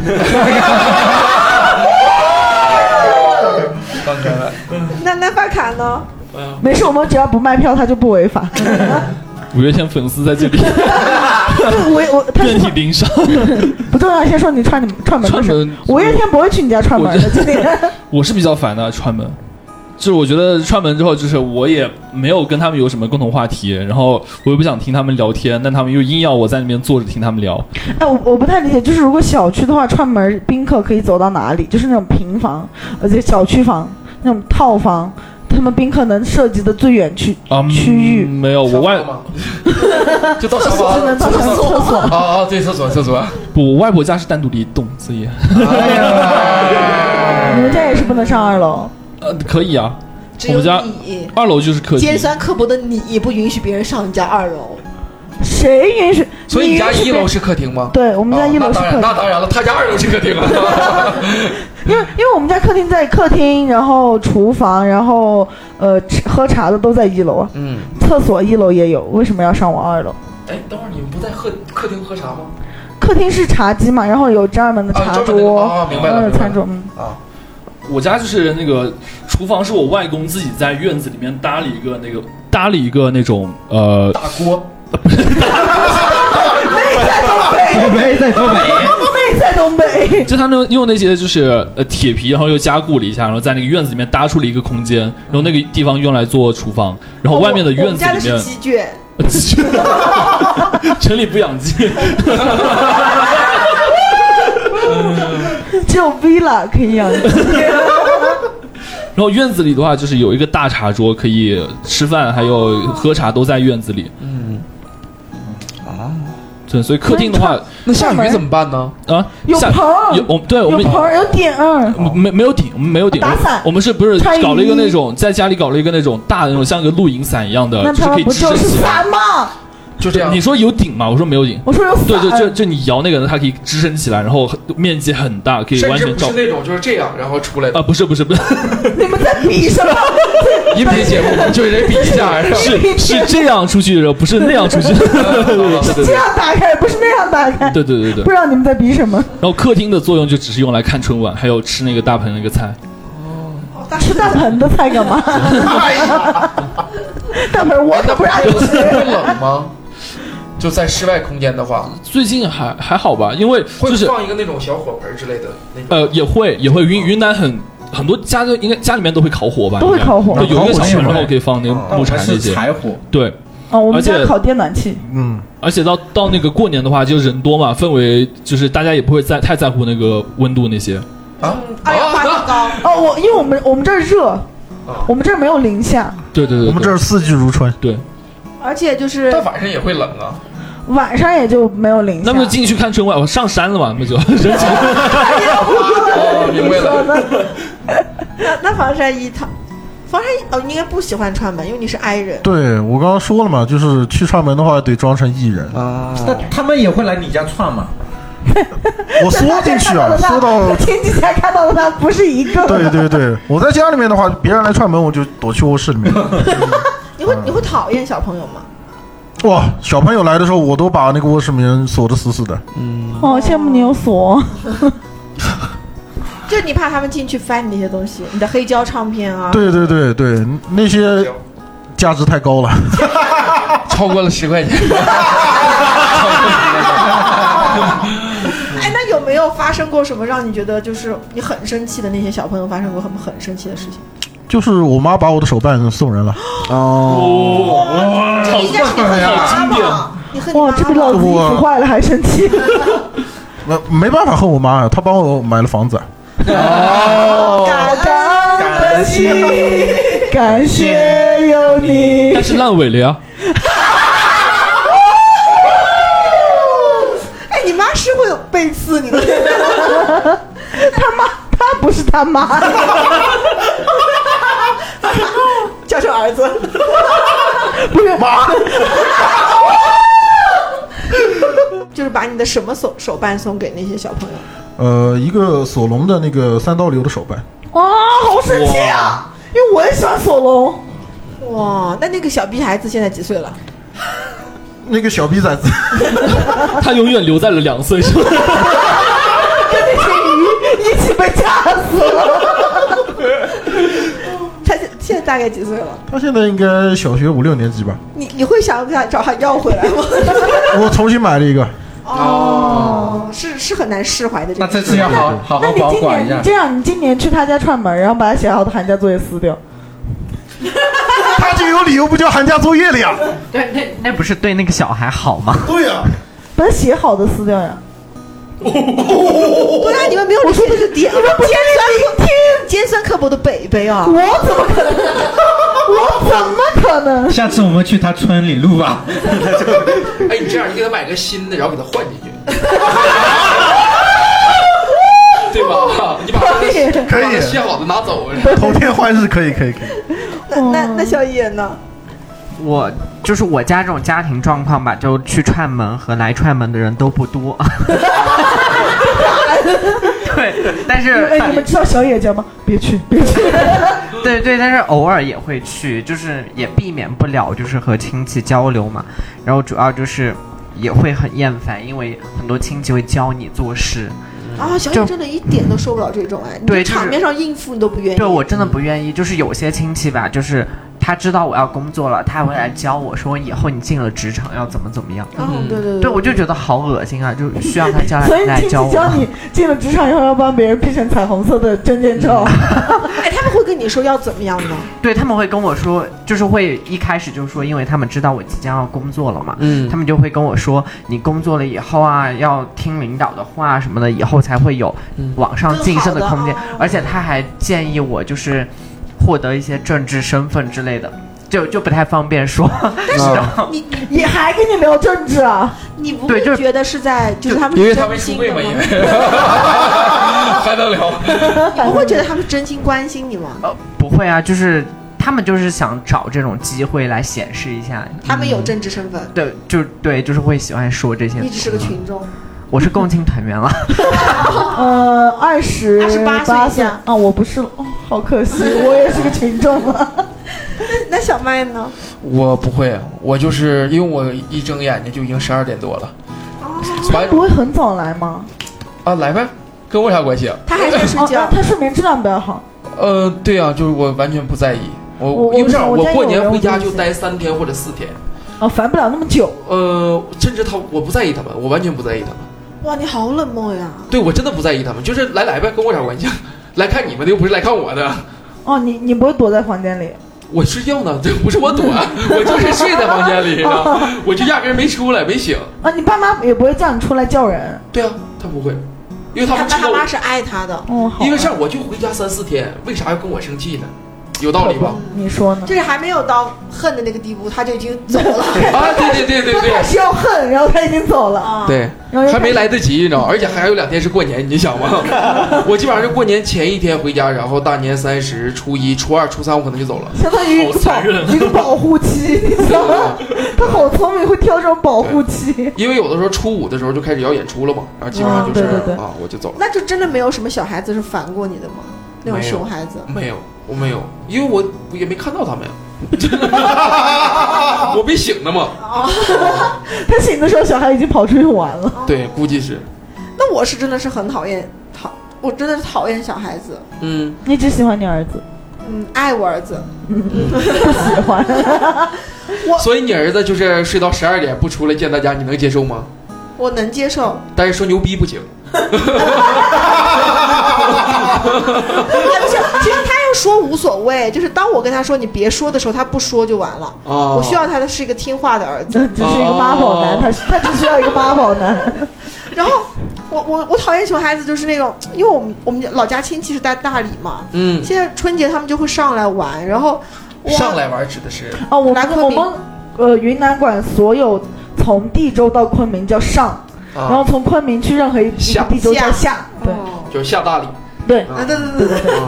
[SPEAKER 6] 放开了
[SPEAKER 1] 那那发卡呢？
[SPEAKER 2] 没事，我们只要不卖票，他就不违法。
[SPEAKER 3] 五月天粉丝在这里
[SPEAKER 2] 对，我我他
[SPEAKER 3] 遍
[SPEAKER 2] 是
[SPEAKER 3] 体鳞伤。
[SPEAKER 2] 不重要，先说你串你串门的
[SPEAKER 3] 串
[SPEAKER 2] 事。
[SPEAKER 3] 门，
[SPEAKER 2] 五月天不会去你家串门的，
[SPEAKER 3] 我
[SPEAKER 2] 今天。
[SPEAKER 3] 我是比较烦的串门，就是我觉得串门之后，就是我也没有跟他们有什么共同话题，然后我又不想听他们聊天，但他们又硬要我在那边坐着听他们聊。
[SPEAKER 2] 哎，我我不太理解，就是如果小区的话，串门宾客可以走到哪里？就是那种平房，而且小区房那种套房，他们宾客能涉及的最远去
[SPEAKER 3] 啊、
[SPEAKER 2] 区域
[SPEAKER 3] 没有，我 外
[SPEAKER 7] 吗？就到 沙
[SPEAKER 2] 只能
[SPEAKER 7] 发。
[SPEAKER 2] 到厕所。
[SPEAKER 7] 啊啊，对，厕所厕所。
[SPEAKER 3] 不，我外婆家是单独的一栋，所以
[SPEAKER 7] 哎
[SPEAKER 2] 你们家也是不能上二楼，
[SPEAKER 3] 呃可以啊，
[SPEAKER 1] 只
[SPEAKER 3] 我
[SPEAKER 1] 有
[SPEAKER 3] 们家
[SPEAKER 1] 你
[SPEAKER 3] 二楼就是客厅
[SPEAKER 1] 尖。酸刻薄的你不允许别人上你家二楼。
[SPEAKER 2] 谁允许？
[SPEAKER 7] 所以你家
[SPEAKER 2] 允许
[SPEAKER 7] 一
[SPEAKER 2] 别
[SPEAKER 7] 楼？是客厅吗？
[SPEAKER 2] 对，我们家一楼
[SPEAKER 7] 哦
[SPEAKER 2] 是
[SPEAKER 7] 那当
[SPEAKER 2] 客
[SPEAKER 7] 然，那
[SPEAKER 2] 厅，
[SPEAKER 7] 当然了，他家二楼是客厅 啊。
[SPEAKER 2] 因为因为我们家客厅在客厅，然后厨房，然后呃吃喝茶的都在一楼啊，
[SPEAKER 7] 嗯，
[SPEAKER 2] 厕所一楼也有，为什么要上我二楼？
[SPEAKER 7] 哎，等会儿你们不在客客厅喝茶吗？
[SPEAKER 2] 客厅是茶几嘛，然后有专门的
[SPEAKER 7] 啊，
[SPEAKER 2] 茶
[SPEAKER 7] 专门那个
[SPEAKER 2] 桌，
[SPEAKER 7] 哦，明白了，
[SPEAKER 2] 呃，
[SPEAKER 7] 明白
[SPEAKER 2] 餐
[SPEAKER 7] 了。
[SPEAKER 2] 桌，嗯，
[SPEAKER 7] 啊，
[SPEAKER 3] 我家就是那个厨房是我外公自己在院子里面搭了一个那个搭了一个那种呃
[SPEAKER 7] 大锅。
[SPEAKER 6] 东北在东北，
[SPEAKER 2] 妹在东北。
[SPEAKER 3] 就他们用那些就是呃铁皮，然后又加固了一下，然后在那个院子里面搭出了一个空间，然后那个地方用来做厨房，然后外面的
[SPEAKER 1] 我我
[SPEAKER 3] 院
[SPEAKER 1] 们
[SPEAKER 3] 子
[SPEAKER 1] 家的
[SPEAKER 3] 里
[SPEAKER 1] 是
[SPEAKER 3] 面，
[SPEAKER 1] 鸡圈，
[SPEAKER 3] 城里不养鸡，
[SPEAKER 2] 只有 villa 可以 养鸡，
[SPEAKER 3] 然后院子里的话就是有一个大茶桌，可以吃饭还有喝茶都在院子里。嗯，对，所以客厅的话
[SPEAKER 7] 那下雨怎么办呢？
[SPEAKER 3] 啊，
[SPEAKER 2] 有
[SPEAKER 3] 下
[SPEAKER 2] 盆儿
[SPEAKER 3] 有我们对我
[SPEAKER 2] 有
[SPEAKER 3] 们
[SPEAKER 2] 盆儿有点儿，
[SPEAKER 3] 没没有顶，我们没有顶。
[SPEAKER 2] 哦打伞
[SPEAKER 3] 我们是不是
[SPEAKER 2] 穿雨衣
[SPEAKER 3] 搞了一个那种在家里搞了一个那种大的那种像个露营伞一样的，
[SPEAKER 2] 那
[SPEAKER 3] 呃就是
[SPEAKER 2] 他
[SPEAKER 3] 可
[SPEAKER 2] 们
[SPEAKER 3] 以
[SPEAKER 2] 不
[SPEAKER 3] 支
[SPEAKER 2] 就
[SPEAKER 3] 撑
[SPEAKER 2] 是
[SPEAKER 3] 起来。
[SPEAKER 2] 伞吗？
[SPEAKER 7] 就这样
[SPEAKER 3] 你。说有顶吗？我说没有顶。
[SPEAKER 2] 我说有伞，
[SPEAKER 3] 对，就 就就你摇那个呢，它可以支撑起来，然后很面积很大，可以
[SPEAKER 7] 甚
[SPEAKER 3] 完
[SPEAKER 7] 至
[SPEAKER 3] 全
[SPEAKER 7] 不
[SPEAKER 3] 照
[SPEAKER 7] 是。那种就是这样，然后出来的
[SPEAKER 3] 啊，不是不 是不是，
[SPEAKER 2] 你们在比什么？
[SPEAKER 7] 音频节目，就人比一下，然后
[SPEAKER 3] 是是这样出去的，不是那样 出去的。对对
[SPEAKER 2] 这样打开不是那样打开，
[SPEAKER 3] 对对对对对
[SPEAKER 2] 不。知道你们在比什么？
[SPEAKER 3] 然后客厅的作用就只是用来看春晚，还有吃那个大盆那个菜。
[SPEAKER 2] 吃大盆的菜干嘛？
[SPEAKER 5] 哎
[SPEAKER 2] 大盆我可不让你吃。
[SPEAKER 7] 会冷吗？就在室外空间的话，
[SPEAKER 3] 最近还还好吧，因为
[SPEAKER 7] 会
[SPEAKER 3] 就是
[SPEAKER 7] 放一个那种小火盆之类的那种。
[SPEAKER 3] 呃也会也会云云南很很多家都应该家里面都会烤火吧，
[SPEAKER 2] 都会
[SPEAKER 3] 应该
[SPEAKER 2] 烤火
[SPEAKER 3] 对有一个
[SPEAKER 6] 烤火
[SPEAKER 3] 小
[SPEAKER 6] 是
[SPEAKER 3] 盆，
[SPEAKER 6] 吧
[SPEAKER 3] 然后可以放那个
[SPEAKER 6] 但
[SPEAKER 3] 木
[SPEAKER 6] 我
[SPEAKER 3] 柴
[SPEAKER 6] 们
[SPEAKER 3] 那
[SPEAKER 6] 是
[SPEAKER 3] 些。
[SPEAKER 6] 柴火，
[SPEAKER 3] 对，
[SPEAKER 2] 哦，我们
[SPEAKER 3] 而
[SPEAKER 2] 家
[SPEAKER 3] 且
[SPEAKER 2] 烤电暖气，
[SPEAKER 5] 嗯，
[SPEAKER 3] 而且到到那个过年的话，就人多嘛，氛围就是大家也不会在太在乎那个温度那些。
[SPEAKER 1] 二
[SPEAKER 7] 啊
[SPEAKER 1] 氧化碳高，
[SPEAKER 2] 哦，我因为我们我们这儿
[SPEAKER 5] 啊
[SPEAKER 2] 热，我们这儿没有零下，
[SPEAKER 3] 对对对对，
[SPEAKER 5] 我们这儿四季如春，
[SPEAKER 3] 对，
[SPEAKER 1] 而且就是
[SPEAKER 7] 但晚上也会冷啊。
[SPEAKER 2] 晚上也就没有零下。
[SPEAKER 3] 那不就进去看春晚，我上山了嘛，那就人潮
[SPEAKER 7] 哦，明白了。
[SPEAKER 1] 那那防晒衣它，防晒衣哦，你应该不喜欢穿吧，因为你是 I 人。
[SPEAKER 5] 对我刚刚说了嘛，就是去串门的话得装成艺人，
[SPEAKER 6] 啊，那他们也会来你家串嘛？
[SPEAKER 5] 我缩进去 啊，缩到
[SPEAKER 2] 和亲戚家看到的他不是一个。
[SPEAKER 5] 对对对，我在家里面的话，别人来串门，我就躲去卧室里面。
[SPEAKER 1] 你会你会讨厌小朋友吗？
[SPEAKER 5] 哇，小朋友来的时候，我都把那个卧室门锁得死死的。
[SPEAKER 2] 哦，羡慕你有锁。
[SPEAKER 1] 就是你怕他们进去翻你那些东西，你的黑胶唱片啊，
[SPEAKER 5] 对对对对，那些价值太高了。
[SPEAKER 7] 超过了十块钱，
[SPEAKER 1] 哎，那有没有发生过什么让你觉得就是你很生气的那些小朋友发生过很很生气的事情？
[SPEAKER 5] 就是我妈把我的手办送人了，
[SPEAKER 3] 哦，
[SPEAKER 1] 应该是你和你妈妈，你和你
[SPEAKER 2] 哇，这比老
[SPEAKER 1] 妈
[SPEAKER 2] 子
[SPEAKER 1] 妈。
[SPEAKER 2] 衣服
[SPEAKER 5] 我
[SPEAKER 2] 坏了还生气。
[SPEAKER 5] 没没办法恨我妈，她帮我买了房子。
[SPEAKER 2] 感恩的心，感谢有你。
[SPEAKER 3] 但是烂尾了呀。
[SPEAKER 1] 哎，你妈是会有背刺你的，
[SPEAKER 2] 他妈，他不是他妈。
[SPEAKER 1] 叫声 儿子。
[SPEAKER 2] 不是
[SPEAKER 1] 就是把你的什么手手办送给那些小朋友？
[SPEAKER 5] 呃，一个索隆的那个三刀流的手办，
[SPEAKER 2] 哇，好生气啊！因为我很喜欢索隆，
[SPEAKER 1] 哇，那那个小逼孩子现在几岁了？
[SPEAKER 5] 那个小逼崽子，
[SPEAKER 3] 他永远留在了两岁，是 吧？
[SPEAKER 2] 跟 那些鱼一起被炸死了。
[SPEAKER 1] 他现现在大概几岁了？
[SPEAKER 5] 她现在应该小学五六年级吧。
[SPEAKER 1] 你你会想不想找他要回来 吗？
[SPEAKER 5] 我重新买了一个，
[SPEAKER 1] 哦，是是很难释怀的这
[SPEAKER 6] 那
[SPEAKER 1] 个。
[SPEAKER 6] 这次要好好
[SPEAKER 2] 那
[SPEAKER 6] 好
[SPEAKER 2] 你
[SPEAKER 6] 保
[SPEAKER 2] 今
[SPEAKER 6] 管
[SPEAKER 2] 年
[SPEAKER 6] 一
[SPEAKER 2] 你
[SPEAKER 6] 下。
[SPEAKER 2] 这样，你今年去他家串门，然后把他写好的寒假作业撕掉。
[SPEAKER 5] 她就有理由不交寒假作业了呀。
[SPEAKER 4] 对，那那不是对那个小孩好吗？
[SPEAKER 5] 对呀、
[SPEAKER 2] 把他写好的撕掉呀！
[SPEAKER 1] 对啊，你们没有理解这个点啊，尖酸刻尖酸刻薄的北北啊
[SPEAKER 2] 我！怎么可能？我怎么可能？
[SPEAKER 6] 下次我们去他村里录吧。
[SPEAKER 7] 哎，你这样，你给他买个新的，然后给他换进去， 对吧？你把他
[SPEAKER 2] 可以
[SPEAKER 7] 的
[SPEAKER 5] 可以
[SPEAKER 7] 把他写好的拿走，
[SPEAKER 5] 头天换日可以可以可以。
[SPEAKER 1] 那那那小野呢？
[SPEAKER 4] 我就是我家这种家庭状况吧，就去串门和来串门的人都不多。 对，但是
[SPEAKER 2] 哎，你们知道小野家吗？别去，别去。
[SPEAKER 4] 对对，但是偶尔也会去，就是也避免不了，就是和亲戚交流嘛。然后主要就是也会很厌烦，因为很多亲戚会教你做事。
[SPEAKER 1] 啊，小野
[SPEAKER 4] 就
[SPEAKER 1] 真的一点都受不了这种哎，你
[SPEAKER 4] 对
[SPEAKER 1] 就场
[SPEAKER 4] 就是
[SPEAKER 1] 面上应付你都不愿意。
[SPEAKER 4] 对我真的不愿意，就是有些亲戚吧，就是他知道我要工作了，他会来教我说以后你进了职场要怎么怎么样。
[SPEAKER 1] 啊，对对
[SPEAKER 4] 嗯对，我就觉得好恶心啊！就需要他教
[SPEAKER 2] 所以
[SPEAKER 4] 来
[SPEAKER 2] 亲
[SPEAKER 4] 教
[SPEAKER 2] 戚
[SPEAKER 4] 我
[SPEAKER 2] 教
[SPEAKER 4] 吗。
[SPEAKER 2] 你进了职场以后要帮别人 P 成彩虹色的证件照，
[SPEAKER 1] 哎，他们会跟你说要怎么样呢？
[SPEAKER 4] 对他们会跟我说，就是会一开始就说，因为他们知道我即将要工作了嘛，
[SPEAKER 7] 嗯
[SPEAKER 4] 他们就会跟我说，你工作了以后啊，要听领导的话什么的，以后才会有
[SPEAKER 7] 嗯
[SPEAKER 4] 往上晋升的空间
[SPEAKER 1] 更好的哦。
[SPEAKER 4] 而且他还建议我就是获得一些政治身份 之类的，就就不太方便说。
[SPEAKER 5] 啊，
[SPEAKER 1] 你
[SPEAKER 2] 也还跟你聊政治啊？
[SPEAKER 1] 你不
[SPEAKER 4] 对
[SPEAKER 1] 会
[SPEAKER 4] 就是
[SPEAKER 1] 觉得是在就是他们
[SPEAKER 7] 因
[SPEAKER 1] 是
[SPEAKER 7] 为他没
[SPEAKER 1] 真
[SPEAKER 7] 出
[SPEAKER 1] 心
[SPEAKER 7] 柜
[SPEAKER 1] 的
[SPEAKER 7] 嘛，
[SPEAKER 1] 吗？
[SPEAKER 7] 因为 还能聊。
[SPEAKER 1] 你不会觉得他们真心关心你吗？
[SPEAKER 4] 呃，不会啊，就是他们就是想找这种机会来显示一下，
[SPEAKER 1] 他们有政治身份，
[SPEAKER 4] 对，就对，就是会喜欢说这
[SPEAKER 7] 嗯
[SPEAKER 4] 些。
[SPEAKER 1] 你只是个群众。
[SPEAKER 4] 我是共青团员啊 了，
[SPEAKER 2] 呃，二十
[SPEAKER 1] 28岁以
[SPEAKER 2] 岁
[SPEAKER 1] 下
[SPEAKER 2] 啊，我不是了，哦，好可惜，我也是个群众啊了。
[SPEAKER 1] 那小麦呢？
[SPEAKER 7] 我不会，我就是因为我一睁眼睛就已经十二点多了，
[SPEAKER 1] 哎
[SPEAKER 7] 完
[SPEAKER 2] 不会很早来吗？
[SPEAKER 7] 啊来呗，跟我有啥关系啊？
[SPEAKER 1] 他还在睡
[SPEAKER 2] 哦，那
[SPEAKER 1] 觉。
[SPEAKER 2] 他睡眠质量比较好。
[SPEAKER 7] 呃，对啊，就是我完全不在意。我
[SPEAKER 2] 我
[SPEAKER 7] 因为这样，
[SPEAKER 2] 我
[SPEAKER 7] 我
[SPEAKER 2] 家
[SPEAKER 7] 过
[SPEAKER 2] 有
[SPEAKER 7] 年
[SPEAKER 2] 人
[SPEAKER 7] 回家
[SPEAKER 2] 我就
[SPEAKER 7] 就是待三天或者四天，
[SPEAKER 2] 哦，烦不了那么久。
[SPEAKER 7] 呃，甚至他我不在意他们，我完全不在意他们。
[SPEAKER 1] 哇，你好冷漠呀！
[SPEAKER 7] 对我真的不在意他们，就是来来呗，跟我有啥关系？啊 来看你们的又不是来看我的，
[SPEAKER 2] 哦，你你不会躲在房间里？
[SPEAKER 7] 我睡觉呢， 这不是我躲，我就是睡在房间里呢，我就压根儿没出来，没醒。
[SPEAKER 2] 啊，你爸妈也不会叫你出来叫人？
[SPEAKER 7] 对啊，他不会，因为他
[SPEAKER 1] 他爸
[SPEAKER 7] 们知道
[SPEAKER 1] 他
[SPEAKER 7] 我
[SPEAKER 1] 妈是爱他的，
[SPEAKER 2] 哦，好吧。
[SPEAKER 7] 因为像我就回家三四天，为啥要跟我生气呢？有道理 吧？
[SPEAKER 2] 你说
[SPEAKER 7] 嗯
[SPEAKER 2] 呢？
[SPEAKER 1] 就是还没有到恨的那个地步，他就已经走 了。
[SPEAKER 7] 啊，对对对对
[SPEAKER 2] 开
[SPEAKER 7] 对
[SPEAKER 2] 始要恨，然后他已经走了。
[SPEAKER 1] 啊，
[SPEAKER 2] 然后
[SPEAKER 7] 对，
[SPEAKER 2] 又
[SPEAKER 7] 还没
[SPEAKER 2] 开始
[SPEAKER 7] 来得及，你知道吗，而且还有两天是过年，你想吗？ 我基本上是过年前一天回家，然后大年三十、初一、初二、初三，我可能就 走了。
[SPEAKER 2] 相当于一个
[SPEAKER 3] 好残
[SPEAKER 7] 啊
[SPEAKER 2] 保
[SPEAKER 3] 忍
[SPEAKER 2] 一个保护期，你知道吗？他好聪明，会挑这种保护期。
[SPEAKER 7] 因为有的时候初五的时候就开始要演出了嘛，然后基本上就是、
[SPEAKER 2] 嗯对对对
[SPEAKER 7] 啊，我就走了。
[SPEAKER 1] 那就真的没有什么小孩子是烦过你的吗？那种
[SPEAKER 7] 没有
[SPEAKER 1] 熊孩子，
[SPEAKER 7] 没有，我没有，因为我我也没看到他们呀， 我没醒呢嘛。
[SPEAKER 2] 他醒的时候，小孩已经跑出去玩了。
[SPEAKER 1] 哦
[SPEAKER 7] 对，估计是，
[SPEAKER 1] 那我是真的是很讨厌讨，我真的是讨厌小孩子。
[SPEAKER 7] 嗯，
[SPEAKER 2] 你只喜欢你儿子，
[SPEAKER 1] 嗯，爱我儿子，
[SPEAKER 2] 不喜 欢。
[SPEAKER 7] 所以你儿子就是睡到十二点不出来见大家，你能接受吗？
[SPEAKER 1] 我能接受。
[SPEAKER 7] 但是说牛逼不行，
[SPEAKER 1] 哎，不是，其实他要说无所谓，就是当我跟他说你别说的时候，他不说就完了。
[SPEAKER 7] 哦
[SPEAKER 1] 我需要他的是一个听话的儿子。
[SPEAKER 2] 只是一个妈宝男，他他只需要一个妈宝男。
[SPEAKER 1] 然后我我我讨厌熊孩子就是那种，因为我们我们老家亲戚是在大理嘛，
[SPEAKER 7] 嗯，
[SPEAKER 1] 现在春节他们就会上来玩，然后哇
[SPEAKER 7] 上来玩指的是
[SPEAKER 2] 哦，我
[SPEAKER 1] 来
[SPEAKER 2] 们
[SPEAKER 1] 昆
[SPEAKER 2] 我
[SPEAKER 1] 明
[SPEAKER 2] 们呃云南管所有从地州到昆明叫上，然
[SPEAKER 7] 啊
[SPEAKER 2] 后，从昆明去任何一一个
[SPEAKER 7] 下
[SPEAKER 2] 地州叫下。对
[SPEAKER 1] 哦
[SPEAKER 7] 就是下大理。
[SPEAKER 2] 对，
[SPEAKER 1] 啊，对对对对对，
[SPEAKER 7] 嗯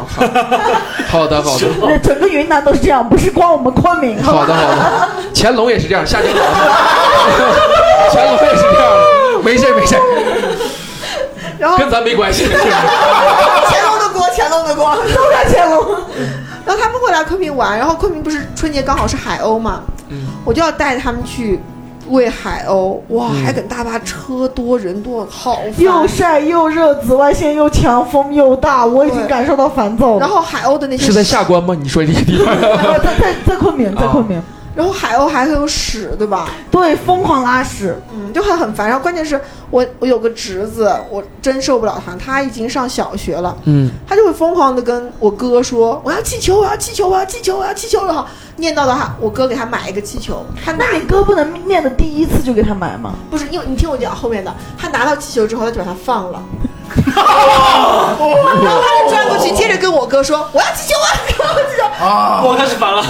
[SPEAKER 7] 好 好的，好的，
[SPEAKER 2] 那整个云南都是这样，不是光我们昆明。
[SPEAKER 7] 好的，好的。乾隆也是这样，夏金龙， 乾隆也是这样的，没事儿没事儿，
[SPEAKER 1] 然后
[SPEAKER 7] 跟咱没关系。
[SPEAKER 1] 乾隆的锅，乾隆的锅，
[SPEAKER 2] 都在乾隆。
[SPEAKER 1] 然后他们会来昆明玩，然后昆明不是春节刚好是海鸥嘛，
[SPEAKER 7] 嗯
[SPEAKER 1] 我就要带他们去喂海鸥，哇，
[SPEAKER 7] 嗯
[SPEAKER 1] 还跟大巴车多人多，好
[SPEAKER 2] 又
[SPEAKER 1] 烦。
[SPEAKER 2] 晒又热，紫外线又强，风又大，我已经
[SPEAKER 1] 对
[SPEAKER 2] 感受到烦躁了。
[SPEAKER 1] 然后海鸥的那些
[SPEAKER 7] 是在下关吗？你说这个地方？
[SPEAKER 2] 呃在在在昆明，在昆明，
[SPEAKER 1] 然后海鸥还会有屎，对吧？
[SPEAKER 2] 对，疯狂拉屎，
[SPEAKER 1] 嗯，就很很烦。然后关键是我我有个侄子，我真受不了他，他已经上小学了，
[SPEAKER 7] 嗯，
[SPEAKER 1] 他就会疯狂的跟我哥说我要气球，我要气球，我要气球，我要气球，然后念叨到他，我哥给他买一个气球，他拿
[SPEAKER 2] 那你哥不能念的第一次就给他买吗？
[SPEAKER 1] 不是，因为你听我讲后面的，他拿到气球之后，他就把它放了。 然后他就转过去，接着跟我哥说：“我要气球，我要气球。
[SPEAKER 5] 啊，
[SPEAKER 3] 我开始 烦了。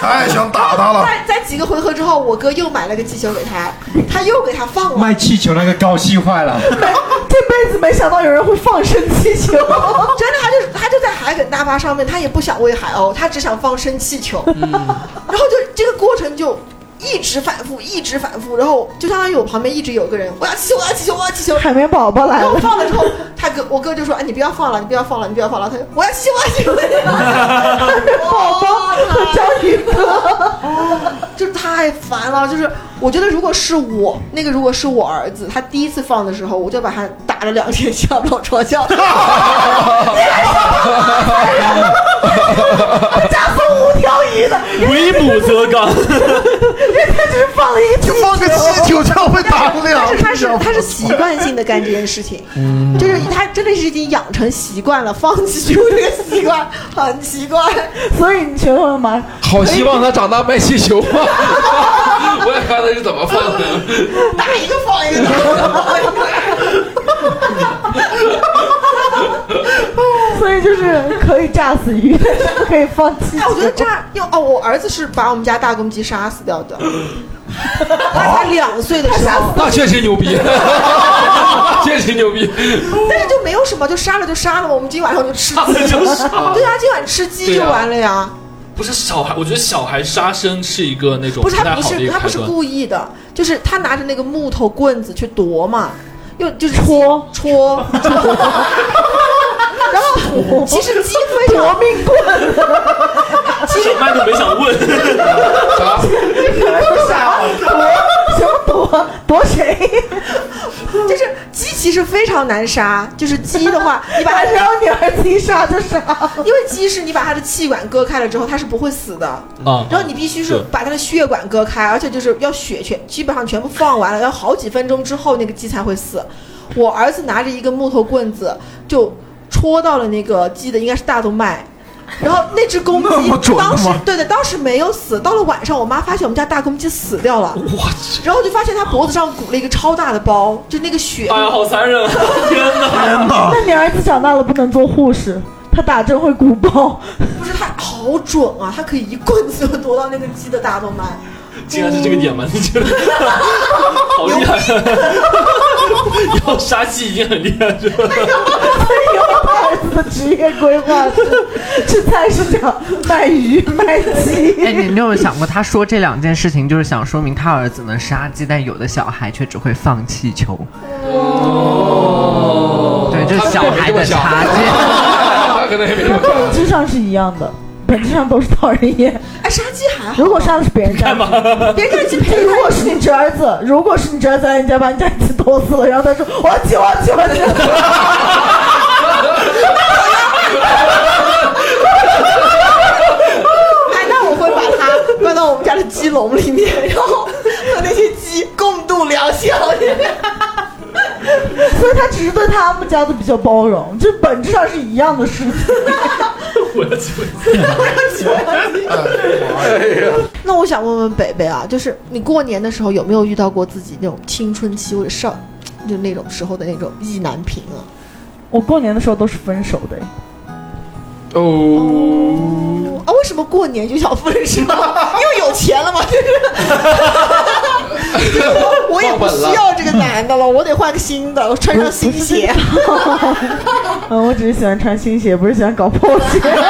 [SPEAKER 5] 太想打他”了。
[SPEAKER 1] 在在几个回合之后，我哥又买了个气球给他，他又给他放了。
[SPEAKER 6] 卖气球那个高兴坏了，
[SPEAKER 2] 这辈子没想到有人会放生气球，
[SPEAKER 1] 真的，他就他就在海埂大巴上面，他也不想喂海鸥，他只想放生气球。然后就这个过程就一直反复，一直反复，然后就相当于我旁边一直有个人：“我要气球，我要气球，我要气球。”
[SPEAKER 2] 海绵宝宝来
[SPEAKER 1] 然后
[SPEAKER 2] 了，
[SPEAKER 1] 放了之后，他哥我哥就说：“哎，你不要放了，你不要放了，你不要放了。”他就我要气，我要 气，
[SPEAKER 2] 宝宝，我找你哦哥，
[SPEAKER 1] 就是太烦了。就是我觉得如果是我那个，如果是我儿子，他第一次放的时候，我就把他打了两天，下不了床 下。
[SPEAKER 2] 家送五条鱼的，
[SPEAKER 3] 为母则刚，
[SPEAKER 2] 他只是放了一个
[SPEAKER 5] 就放个气球这样会打不了。
[SPEAKER 1] 但是他是他是习惯性的干这件事 情，
[SPEAKER 3] 嗯
[SPEAKER 1] 就是他真的是已经养成习惯了，放弃出这个习惯很奇怪。
[SPEAKER 2] 所以你学会了吗？
[SPEAKER 7] 好希望他长大卖气球啊！ 我也看他是怎么放的。
[SPEAKER 1] 打一个放一个，打一个放一个。
[SPEAKER 2] 所以就是可以炸死鱼，但是不可以放气
[SPEAKER 1] 哎，我觉得
[SPEAKER 2] 球。
[SPEAKER 1] 这 样，因为哦，我儿子是把我们家大公鸡杀死掉的。他才两岁的时候，
[SPEAKER 3] 那确实牛 逼，确实牛逼。
[SPEAKER 1] 但是就没有什么，就杀了就杀了嘛。我们今晚上就吃
[SPEAKER 3] 杀了
[SPEAKER 1] 鸡，
[SPEAKER 3] 就杀了
[SPEAKER 1] 对啊，今晚吃鸡就完了呀。
[SPEAKER 3] 不是小孩，我觉得小孩杀生是一个那种
[SPEAKER 1] 不是
[SPEAKER 3] 太
[SPEAKER 1] 他不
[SPEAKER 3] 好的一
[SPEAKER 1] 是
[SPEAKER 3] 个
[SPEAKER 1] 他
[SPEAKER 3] 开
[SPEAKER 1] 不是
[SPEAKER 3] 端。
[SPEAKER 1] 故意的，就是他拿着那个木头棍子去夺嘛，又就是戳戳，然后其实鸡非常命棍，其实
[SPEAKER 3] 小麦都没想问，
[SPEAKER 7] 啥？
[SPEAKER 2] 什么躲躲谁？
[SPEAKER 1] 就是鸡其实非常难杀，就是鸡的话，你把它
[SPEAKER 2] 然后你儿子一杀就杀了。
[SPEAKER 1] 因为鸡是你把它的气管割开了之后，它是不会死的。
[SPEAKER 3] 啊
[SPEAKER 1] 然后你必须是
[SPEAKER 3] 是
[SPEAKER 1] 把它的血管割开，而且就是要血全基本上全部放完了，要好几分钟之后那个鸡才会死。我儿子拿着一个木头棍子就戳到了那个鸡的应该是大动脉，然后那只公
[SPEAKER 5] 那么
[SPEAKER 1] 鸡
[SPEAKER 5] 准
[SPEAKER 1] 当时
[SPEAKER 5] 吗
[SPEAKER 1] 对的，当时没有死。到了晚上，我妈发现我们家大公鸡死掉了，
[SPEAKER 3] 我去，
[SPEAKER 1] 然后就发现它脖子上鼓了一个超大的包，就那个血
[SPEAKER 3] 哎呀，好残忍！天哪，
[SPEAKER 2] 那你儿子长大了不能做护士，他打针会鼓包。
[SPEAKER 1] 不是它好准啊，它可以一棍子就夺到那个鸡的大动脉。
[SPEAKER 3] 竟然是这个点吗？你觉得 好厉害？要杀鸡已经很厉害了，是吧？
[SPEAKER 2] 以后他儿子的职业规划是去菜市场卖鱼卖
[SPEAKER 4] 哎，
[SPEAKER 2] 鸡。
[SPEAKER 4] 你你有没有想过，他说这两件事情，就是想说明他儿子能杀鸡，但有的小孩却只会放气球。哦，对，这是小孩的 差距。
[SPEAKER 7] 他可能也没这么
[SPEAKER 2] 本
[SPEAKER 7] 想。
[SPEAKER 2] 质上是一样的，本质上都是讨人厌。
[SPEAKER 1] 哎，杀鸡还好，
[SPEAKER 2] 如果杀的是别人家，
[SPEAKER 1] 别看鸡
[SPEAKER 2] 如果是你侄儿子，如果是你侄儿子来你家把你家鸡剁死了，然后他说我要去我要去我要去，
[SPEAKER 1] 哎，那我会把它关到我们家的鸡笼里面， 然后和那些鸡共度良宵。
[SPEAKER 2] 所以他只是对他们家的比较包容，这本质上是一样的事情。
[SPEAKER 3] 我要去。
[SPEAKER 1] 那我想问问北北啊，就是你过年的时候有没有遇到过自己那种青春期或者少，就那种时候的那种意难平啊？
[SPEAKER 2] 我过年的时候都是分手的，
[SPEAKER 7] 哦，
[SPEAKER 2] 嗯
[SPEAKER 1] 啊，为什么过年就想分手？因 为有钱了嘛，就是，就是我我也不需要这个男的了，我得换个新的，我穿上新鞋。
[SPEAKER 2] 嗯，我只是喜欢穿新鞋，不是喜欢搞破鞋。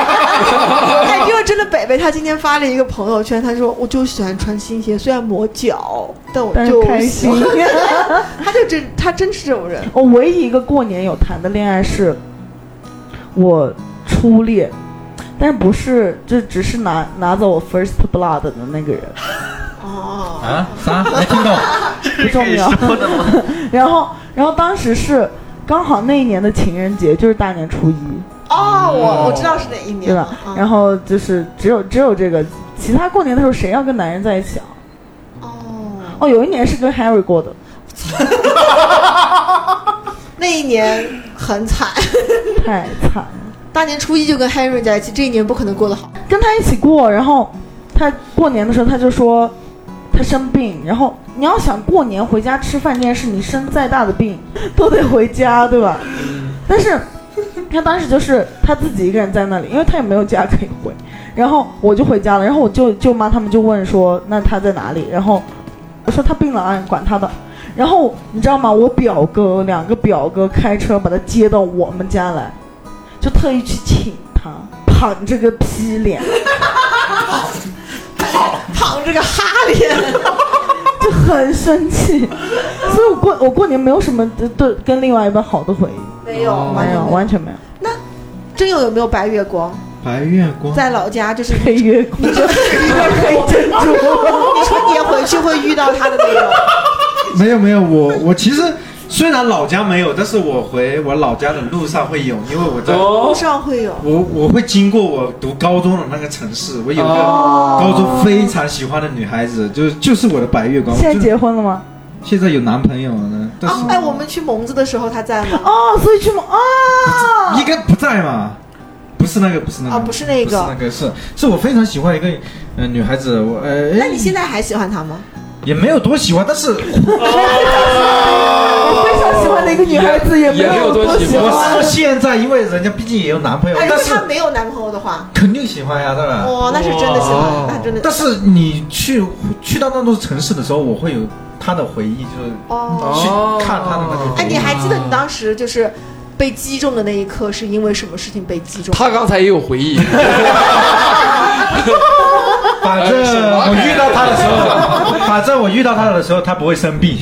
[SPEAKER 1] 哎，因为真的北北他今天发了一个朋友圈，他说我就喜欢穿新鞋，虽然磨脚，但我
[SPEAKER 2] 但是
[SPEAKER 1] 就
[SPEAKER 2] 开
[SPEAKER 1] 喜欢
[SPEAKER 2] 心
[SPEAKER 1] 他就真他真是这种人，
[SPEAKER 2] 我唯一一个过年有谈的恋爱是，我初恋，但是不是就只是拿拿走我 first blood 的那个人，
[SPEAKER 1] 哦，
[SPEAKER 6] 啊啥？没听懂？
[SPEAKER 2] 不重 要。然后，然后当时是刚好那一年的情人节就是大年初一，
[SPEAKER 1] 哦，我我知道是哪一年
[SPEAKER 2] 对
[SPEAKER 1] 了
[SPEAKER 2] 吧？，
[SPEAKER 1] 嗯
[SPEAKER 2] 然后就是只有只有这个，其他过年的时候谁要跟男人在一起啊？
[SPEAKER 1] 哦，
[SPEAKER 2] 哦，有一年是跟 Harry 过的，
[SPEAKER 1] 那一年很惨，
[SPEAKER 2] 太惨了。
[SPEAKER 1] 大年初一就跟 Henry 在一起，这一年不可能过得好。
[SPEAKER 2] 跟他一起过，然后他过年的时候他就说他生病，然后你要想过年回家吃饭这件事，你生再大的病都得回家，对吧？但是他当时就是他自己一个人在那里，因为他也没有家可以回，然后我就回家了，然后我舅舅妈他们就问说那他在哪里？然后我说他病了啊，管他的。然后你知道吗？我表哥两个表哥开车把他接到我们家来，就特意去请他，捧着个屁脸，
[SPEAKER 1] 躺着个哈脸，
[SPEAKER 2] 就很生气，所以我过我过年没有什么对对跟另外一半好的回忆，
[SPEAKER 1] 没有
[SPEAKER 7] 哦
[SPEAKER 1] 完
[SPEAKER 2] 没
[SPEAKER 1] 全
[SPEAKER 2] 有
[SPEAKER 1] 没有。
[SPEAKER 2] 完全没有。
[SPEAKER 1] 真有有没有白月光？
[SPEAKER 6] 白月光
[SPEAKER 1] 在老家就是
[SPEAKER 2] 黑月光，黑珍珠，
[SPEAKER 1] 你春节回去会遇到他的 那种。
[SPEAKER 6] 没有没有，我我其实虽然老家没有，但是我回我老家的路上会有，因为我在。
[SPEAKER 1] 路
[SPEAKER 3] 哦，
[SPEAKER 1] 上会有。
[SPEAKER 6] 我我会经过我读高中的那个城市，我有个
[SPEAKER 3] 哦
[SPEAKER 6] 高中非常喜欢的女孩子，就是就是我的白月 光。
[SPEAKER 2] 现在
[SPEAKER 6] 我就
[SPEAKER 2] 结婚了吗？
[SPEAKER 6] 现在有男朋友了呢，但
[SPEAKER 1] 啊，哎，
[SPEAKER 6] 是
[SPEAKER 1] 我们去蒙子的时候他在吗？
[SPEAKER 2] 哦，所以去蒙啊，
[SPEAKER 6] 应该不在嘛？不是那个，不是那个，
[SPEAKER 1] 啊不是那个
[SPEAKER 6] 不是那个，是是我非常喜欢一个呃女孩子，我呃，
[SPEAKER 1] 那你现在还喜欢他吗？
[SPEAKER 6] 也没有多喜欢，但是
[SPEAKER 2] 我非常喜欢的一个个女孩子也没
[SPEAKER 3] 也没有
[SPEAKER 2] 有
[SPEAKER 3] 多
[SPEAKER 2] 多
[SPEAKER 3] 喜
[SPEAKER 2] 喜
[SPEAKER 3] 欢
[SPEAKER 2] 欢
[SPEAKER 6] 我是。现在，因为人家毕竟也有男朋友，
[SPEAKER 1] 哎，如
[SPEAKER 6] 但
[SPEAKER 1] 果
[SPEAKER 6] 是啊
[SPEAKER 1] 他没有男朋友的话，哦
[SPEAKER 6] 肯定喜欢呀，当然。
[SPEAKER 1] 哇，那是真的喜欢，
[SPEAKER 7] 哇
[SPEAKER 1] 那真的。
[SPEAKER 6] 但是你去去到那座城市的时候，我会有他的回忆，就是
[SPEAKER 1] 哦，
[SPEAKER 6] 去看他的那个。
[SPEAKER 1] 哎，你还记得你当时就是被击中的那一刻是因为什么事情被击中？
[SPEAKER 7] 他刚才也有 回忆，
[SPEAKER 6] 反正我遇到他的时候，反正我遇到他的时候，他不会生病，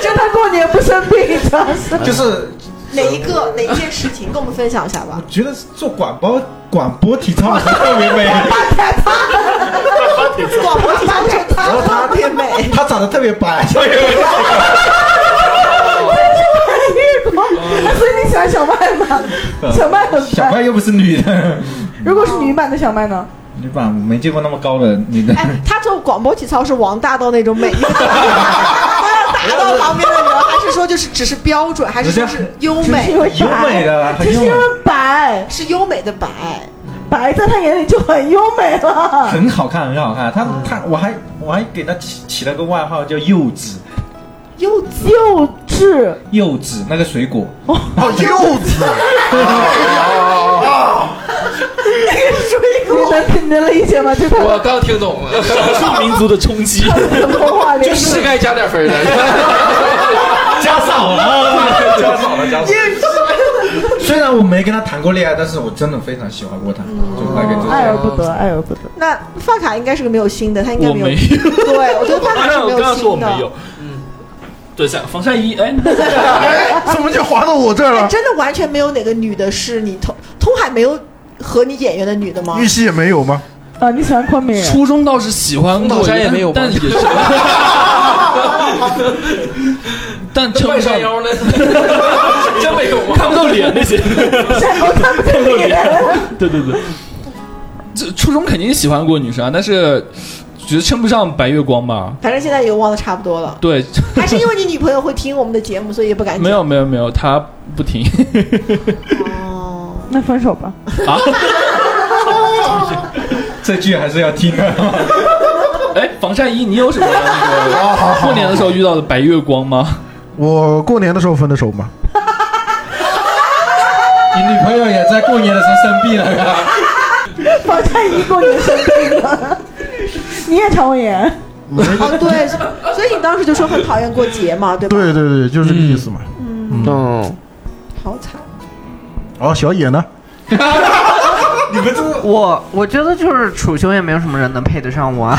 [SPEAKER 2] 就他过年不生病，主 要是。
[SPEAKER 6] 就是
[SPEAKER 1] 哪一个哪一件事情，跟我们分享一下吧。
[SPEAKER 6] 觉得做广播广播体操的时候特别美，
[SPEAKER 1] 广播体操是他特别美，
[SPEAKER 6] 他长得特别白，
[SPEAKER 2] 哎所以你喜欢小麦吗？小麦很
[SPEAKER 6] 小
[SPEAKER 2] 白。
[SPEAKER 6] 白又不是女的，
[SPEAKER 2] 如果是女版的小麦呢？
[SPEAKER 6] 女版我没见过那么高的女的，
[SPEAKER 1] 哎，他做广播体操是王大道那种美，都要打到旁边的人，还是说就是只是标准，还是说是优
[SPEAKER 2] 就是
[SPEAKER 1] 美
[SPEAKER 2] 因？为
[SPEAKER 6] 优
[SPEAKER 2] 白，
[SPEAKER 6] 美的，
[SPEAKER 2] 就
[SPEAKER 6] 很
[SPEAKER 2] 是
[SPEAKER 6] 优
[SPEAKER 2] 因
[SPEAKER 6] 美，
[SPEAKER 2] 为白，
[SPEAKER 1] 是优美的白，
[SPEAKER 2] 白在他眼里就很优美了。
[SPEAKER 6] 很好看，很好看。他他我还我还给他起起了个外号叫柚子，
[SPEAKER 1] 柚子
[SPEAKER 2] 幼稚，
[SPEAKER 6] 柚子那个水果，
[SPEAKER 5] 啊，柚子，
[SPEAKER 2] 你能你能理解吗？就他
[SPEAKER 7] 我刚听懂了，
[SPEAKER 3] 少数民族的冲击，
[SPEAKER 2] 的童话里
[SPEAKER 7] 就，是该加点分的。
[SPEAKER 6] 加少了，加少了，加少了。虽然我没跟他谈过恋爱，但是我真的非常喜欢过他，就大概就是这
[SPEAKER 2] 爱而
[SPEAKER 6] 样。
[SPEAKER 2] 不得，爱而不得。
[SPEAKER 1] 那发卡应该是个没有心的，他应该
[SPEAKER 3] 我
[SPEAKER 1] 没
[SPEAKER 3] 没
[SPEAKER 1] 有。
[SPEAKER 3] 有。
[SPEAKER 1] 对，我觉得发卡
[SPEAKER 3] 刚
[SPEAKER 1] 是
[SPEAKER 3] 刚
[SPEAKER 1] 没
[SPEAKER 3] 我刚刚说我
[SPEAKER 1] 心的
[SPEAKER 3] 没。有，对，像防晒衣，哎，
[SPEAKER 5] 怎么就滑到我这儿
[SPEAKER 1] 哎，
[SPEAKER 5] 了？
[SPEAKER 1] 真的完全没有哪个女的是你通通海没有和你眼缘的女的吗
[SPEAKER 5] 玉？溪也没有吗？
[SPEAKER 2] 啊，你喜欢昆明人？
[SPEAKER 3] 初中倒是喜欢
[SPEAKER 7] 风
[SPEAKER 3] 过，
[SPEAKER 7] 岛山也
[SPEAKER 3] 但
[SPEAKER 7] 没有吧
[SPEAKER 3] 但也是， 但称
[SPEAKER 7] 半
[SPEAKER 3] 不
[SPEAKER 7] 山
[SPEAKER 3] 上，
[SPEAKER 7] 腰呢？真没有吗？
[SPEAKER 3] 看不到脸那些，
[SPEAKER 2] 山沟看不见脸。
[SPEAKER 3] 对对对，这初中肯定喜欢过女生啊，但是觉得称不上白月光吧。
[SPEAKER 1] 反正现在也忘得差不多 了，
[SPEAKER 3] 对，
[SPEAKER 1] 还是因为你女朋友会听我们的节目，所以也不敢讲。
[SPEAKER 3] 没有没有没有，她不听
[SPEAKER 1] 哦，
[SPEAKER 2] 那分手吧。
[SPEAKER 3] 啊！
[SPEAKER 6] 这句还是要听的。
[SPEAKER 3] 哎，防晒衣，你有什么那个过年的时候遇到的白月光吗？
[SPEAKER 5] 我过年的时候分的手嘛。
[SPEAKER 6] 你女朋友也在过年的时候生病了，
[SPEAKER 2] 防晒衣过年生病了，你也肠胃炎。
[SPEAKER 1] 哦对，所以你当时就说很讨厌过节嘛，对吧？
[SPEAKER 5] 对对对，就是这个意思嘛。
[SPEAKER 7] 嗯，
[SPEAKER 1] 好惨。
[SPEAKER 5] 然后哦小野呢？
[SPEAKER 4] 我我觉得就是楚修也没有什么人能配得上 我啊。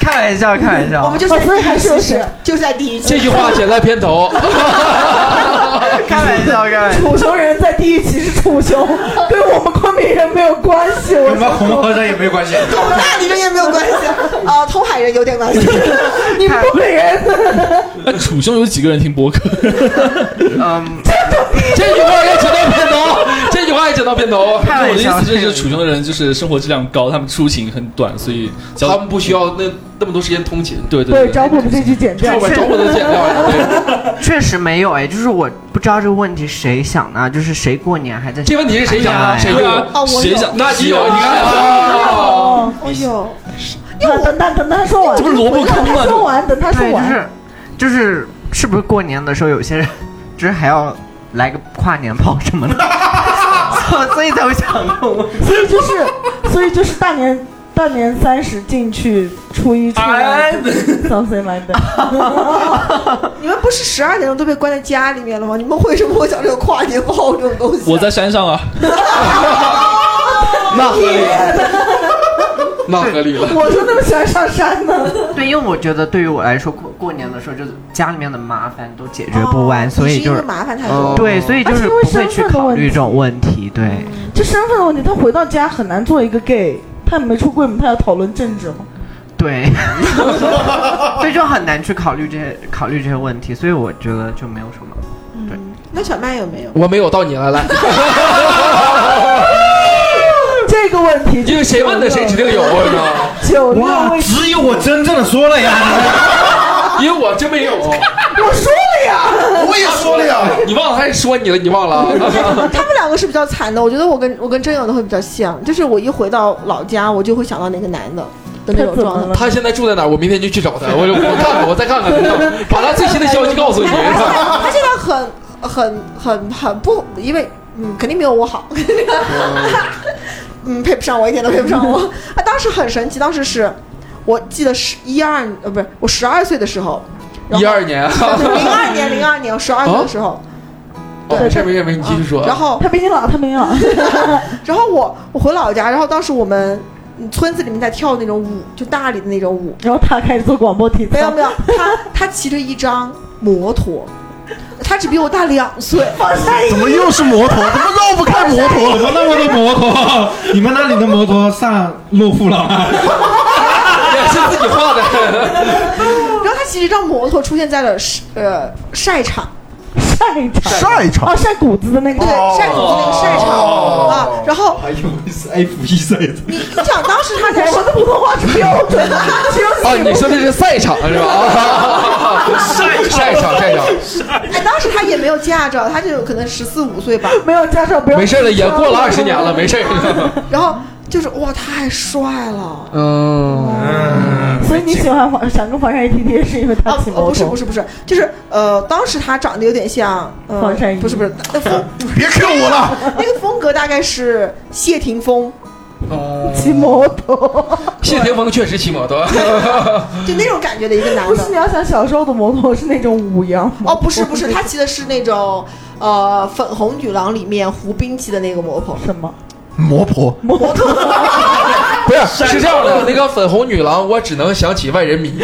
[SPEAKER 4] 开玩笑，开玩
[SPEAKER 1] 我
[SPEAKER 4] 笑
[SPEAKER 1] 们。 就是在
[SPEAKER 2] 哦所以
[SPEAKER 1] 地
[SPEAKER 2] 还
[SPEAKER 1] 狱
[SPEAKER 2] 是
[SPEAKER 1] 四
[SPEAKER 2] 有
[SPEAKER 1] 十
[SPEAKER 2] 血，
[SPEAKER 1] 就是在地狱四
[SPEAKER 7] 这
[SPEAKER 1] 十。
[SPEAKER 7] 句话剪在片头。
[SPEAKER 4] 开玩笑，开玩笑。
[SPEAKER 2] 楚雄人在地狱歧视楚雄，跟我们昆明人没有关系。我
[SPEAKER 6] 跟他红和尚也没关系。
[SPEAKER 1] 跟我们大理人也没有关系啊，通海人有点关系。
[SPEAKER 2] 你们东北人，
[SPEAKER 3] 那哎楚兄有几个人听播客？
[SPEAKER 4] 嗯，
[SPEAKER 7] 这句话也剪到片头，这句话也剪到片头。
[SPEAKER 4] 开
[SPEAKER 3] 我
[SPEAKER 4] 玩
[SPEAKER 3] 的意
[SPEAKER 4] 笑，
[SPEAKER 3] 思就是，楚兄的人就是生活质量高，他们出行很短，所以交
[SPEAKER 7] 他们不需要那那么多时间通勤，
[SPEAKER 3] 对对
[SPEAKER 2] 对，找我们这句剪
[SPEAKER 7] 把
[SPEAKER 2] 掉。
[SPEAKER 7] 中国都剪掉了。对
[SPEAKER 4] 确实没有哎，就是我不知道这个问题谁想的，就是谁过年还在
[SPEAKER 7] 这问题是谁想
[SPEAKER 4] 哎
[SPEAKER 7] 的？
[SPEAKER 4] 呀
[SPEAKER 7] 谁
[SPEAKER 3] 对
[SPEAKER 7] 有？
[SPEAKER 3] 啊，
[SPEAKER 1] 哦我有
[SPEAKER 3] 谁想？
[SPEAKER 7] 那 你有，你看啊，
[SPEAKER 2] 哦，
[SPEAKER 1] 哎呦，
[SPEAKER 2] 那等他等他说完，
[SPEAKER 3] 这不是萝卜坑吗
[SPEAKER 2] 等他说完，等他说
[SPEAKER 4] 对，就
[SPEAKER 2] 完。
[SPEAKER 4] 是就是是不是过年的时候有些人就是还要来个跨年炮什么的， 所所以才会想到我。
[SPEAKER 2] 所以就是，所以就是大年大年三十进去，初一初二
[SPEAKER 4] 哎
[SPEAKER 2] ，something like that。
[SPEAKER 1] 你们不是十二点钟都被关在家里面了吗？你们为什么会想这个跨年炮这种东西？哦
[SPEAKER 3] 我在山上啊，
[SPEAKER 7] 那合理了，那合理了。
[SPEAKER 2] 我就那么喜欢上山呢，
[SPEAKER 4] 对，因为我觉得对于我来说，过过年的时候就是家里面的麻烦都解决不完，
[SPEAKER 1] 哦
[SPEAKER 4] 所
[SPEAKER 1] 你
[SPEAKER 4] 以
[SPEAKER 1] 是
[SPEAKER 4] 就
[SPEAKER 1] 因为
[SPEAKER 4] 是
[SPEAKER 1] 麻烦太
[SPEAKER 7] 哦
[SPEAKER 1] 多。
[SPEAKER 4] 对，所以就
[SPEAKER 2] 而且
[SPEAKER 4] 是
[SPEAKER 2] 因为
[SPEAKER 4] 不会
[SPEAKER 2] 身
[SPEAKER 4] 去
[SPEAKER 2] 份的
[SPEAKER 4] 考
[SPEAKER 2] 问
[SPEAKER 4] 虑
[SPEAKER 2] 题
[SPEAKER 4] 这种问题。嗯对，
[SPEAKER 2] 这身份的问题，他回到家很难做一个 gay，他也没出柜嘛，他要讨论政治嘛。
[SPEAKER 4] 对， 所以就很难去考虑这些考虑这些问题，所以我觉得就没有什么。
[SPEAKER 1] 那小麦有没有？
[SPEAKER 7] 我没有，到你了，来，
[SPEAKER 2] 这个问题，
[SPEAKER 7] 因为谁问的谁指定有，啊你知道 吗？
[SPEAKER 2] 九六
[SPEAKER 6] 哇，
[SPEAKER 2] 位，
[SPEAKER 6] 只有我真正的说了呀！
[SPEAKER 7] 因为我真没有，
[SPEAKER 2] 我说了呀，
[SPEAKER 5] 我也说了呀，
[SPEAKER 7] 你忘了，他也说你了，啊你忘 了？
[SPEAKER 1] 他们两个是比较惨的，我觉得我跟我跟真友的会比较像，就是我一回到老家，我就会想到那个男的，的那种
[SPEAKER 2] 太准
[SPEAKER 1] 状态
[SPEAKER 2] 了。
[SPEAKER 7] 他现在住在哪儿？我明天就去找他，我就我看看，我再看看，把他最新的消息 告诉你。
[SPEAKER 1] 他现在很很很很不，因为嗯，肯定没有我好， 嗯，配不上我，一点都配不上我。 啊，当时很神奇，当时是我记得是一二呃，不是我十二岁的时候，
[SPEAKER 7] 一二年啊，
[SPEAKER 1] 零二 年零二年我十二岁的时候，嗯
[SPEAKER 7] 哦没事没事没事，你继续说。啊
[SPEAKER 1] 然后
[SPEAKER 2] 他比你老，他啊比你 老。
[SPEAKER 1] 然后我我回老家，然后当时我们嗯村子里面在跳那种舞，就大理的那种舞。
[SPEAKER 2] 然后他开始做广播体
[SPEAKER 1] 没有
[SPEAKER 2] 操
[SPEAKER 1] 没，有，他他骑着一张摩托，他只比我大两岁。
[SPEAKER 5] 怎么又是摩托？怎么绕不开摩托？
[SPEAKER 6] 怎么那么多摩托？你们那里的摩托上路虎了吗？
[SPEAKER 7] 也哎是自己画的，
[SPEAKER 1] 然后他骑着一张摩托出现在了晒呃晒场，
[SPEAKER 2] 晒一场，
[SPEAKER 5] 晒场
[SPEAKER 1] 啊
[SPEAKER 2] 哦，晒谷子的那个
[SPEAKER 1] 对，，
[SPEAKER 7] 哦
[SPEAKER 1] 晒谷子那个晒场啊。然后
[SPEAKER 6] 还以为是 F 一赛的。
[SPEAKER 1] 你你想当时他才
[SPEAKER 2] 我
[SPEAKER 1] 是
[SPEAKER 2] 的普通话是标准的，形容
[SPEAKER 7] 啊，
[SPEAKER 2] 词
[SPEAKER 7] 你说的是赛场是吧？啊，赛赛场赛场，
[SPEAKER 1] 哎，当时他也没有驾照，他就可能十四五岁吧。
[SPEAKER 2] 没有加上，不要
[SPEAKER 7] 没事了，也过了二十年了，没事 儿。
[SPEAKER 1] 然后就是哇，太帅了。
[SPEAKER 7] 嗯，
[SPEAKER 2] 所以你喜欢黄想跟黄山一体贴，是因为他
[SPEAKER 1] 啊，
[SPEAKER 2] 骑
[SPEAKER 1] 哦
[SPEAKER 2] 摩
[SPEAKER 1] 不是不
[SPEAKER 2] 托。
[SPEAKER 1] 是不是，就是呃，当时他长得有点像，呃、
[SPEAKER 2] 黄圣依
[SPEAKER 1] 不是不是，那风
[SPEAKER 5] 别 Q 我了，
[SPEAKER 1] 那个风格大概是谢霆锋，
[SPEAKER 2] 骑摩托，
[SPEAKER 7] 谢霆锋确实骑摩托，
[SPEAKER 1] 就那种感觉的一个男
[SPEAKER 2] 不是你
[SPEAKER 1] 的。
[SPEAKER 2] 要想小时候的摩托是那种五羊摩
[SPEAKER 1] 哦，
[SPEAKER 2] 托
[SPEAKER 1] 不是不是，他骑的是那种呃《粉红女郎》里面胡兵骑的那个摩托。
[SPEAKER 2] 什么
[SPEAKER 5] 摩托
[SPEAKER 2] 摩托？
[SPEAKER 7] 不是是这样的，那个粉红女郎，我只能想起万人迷，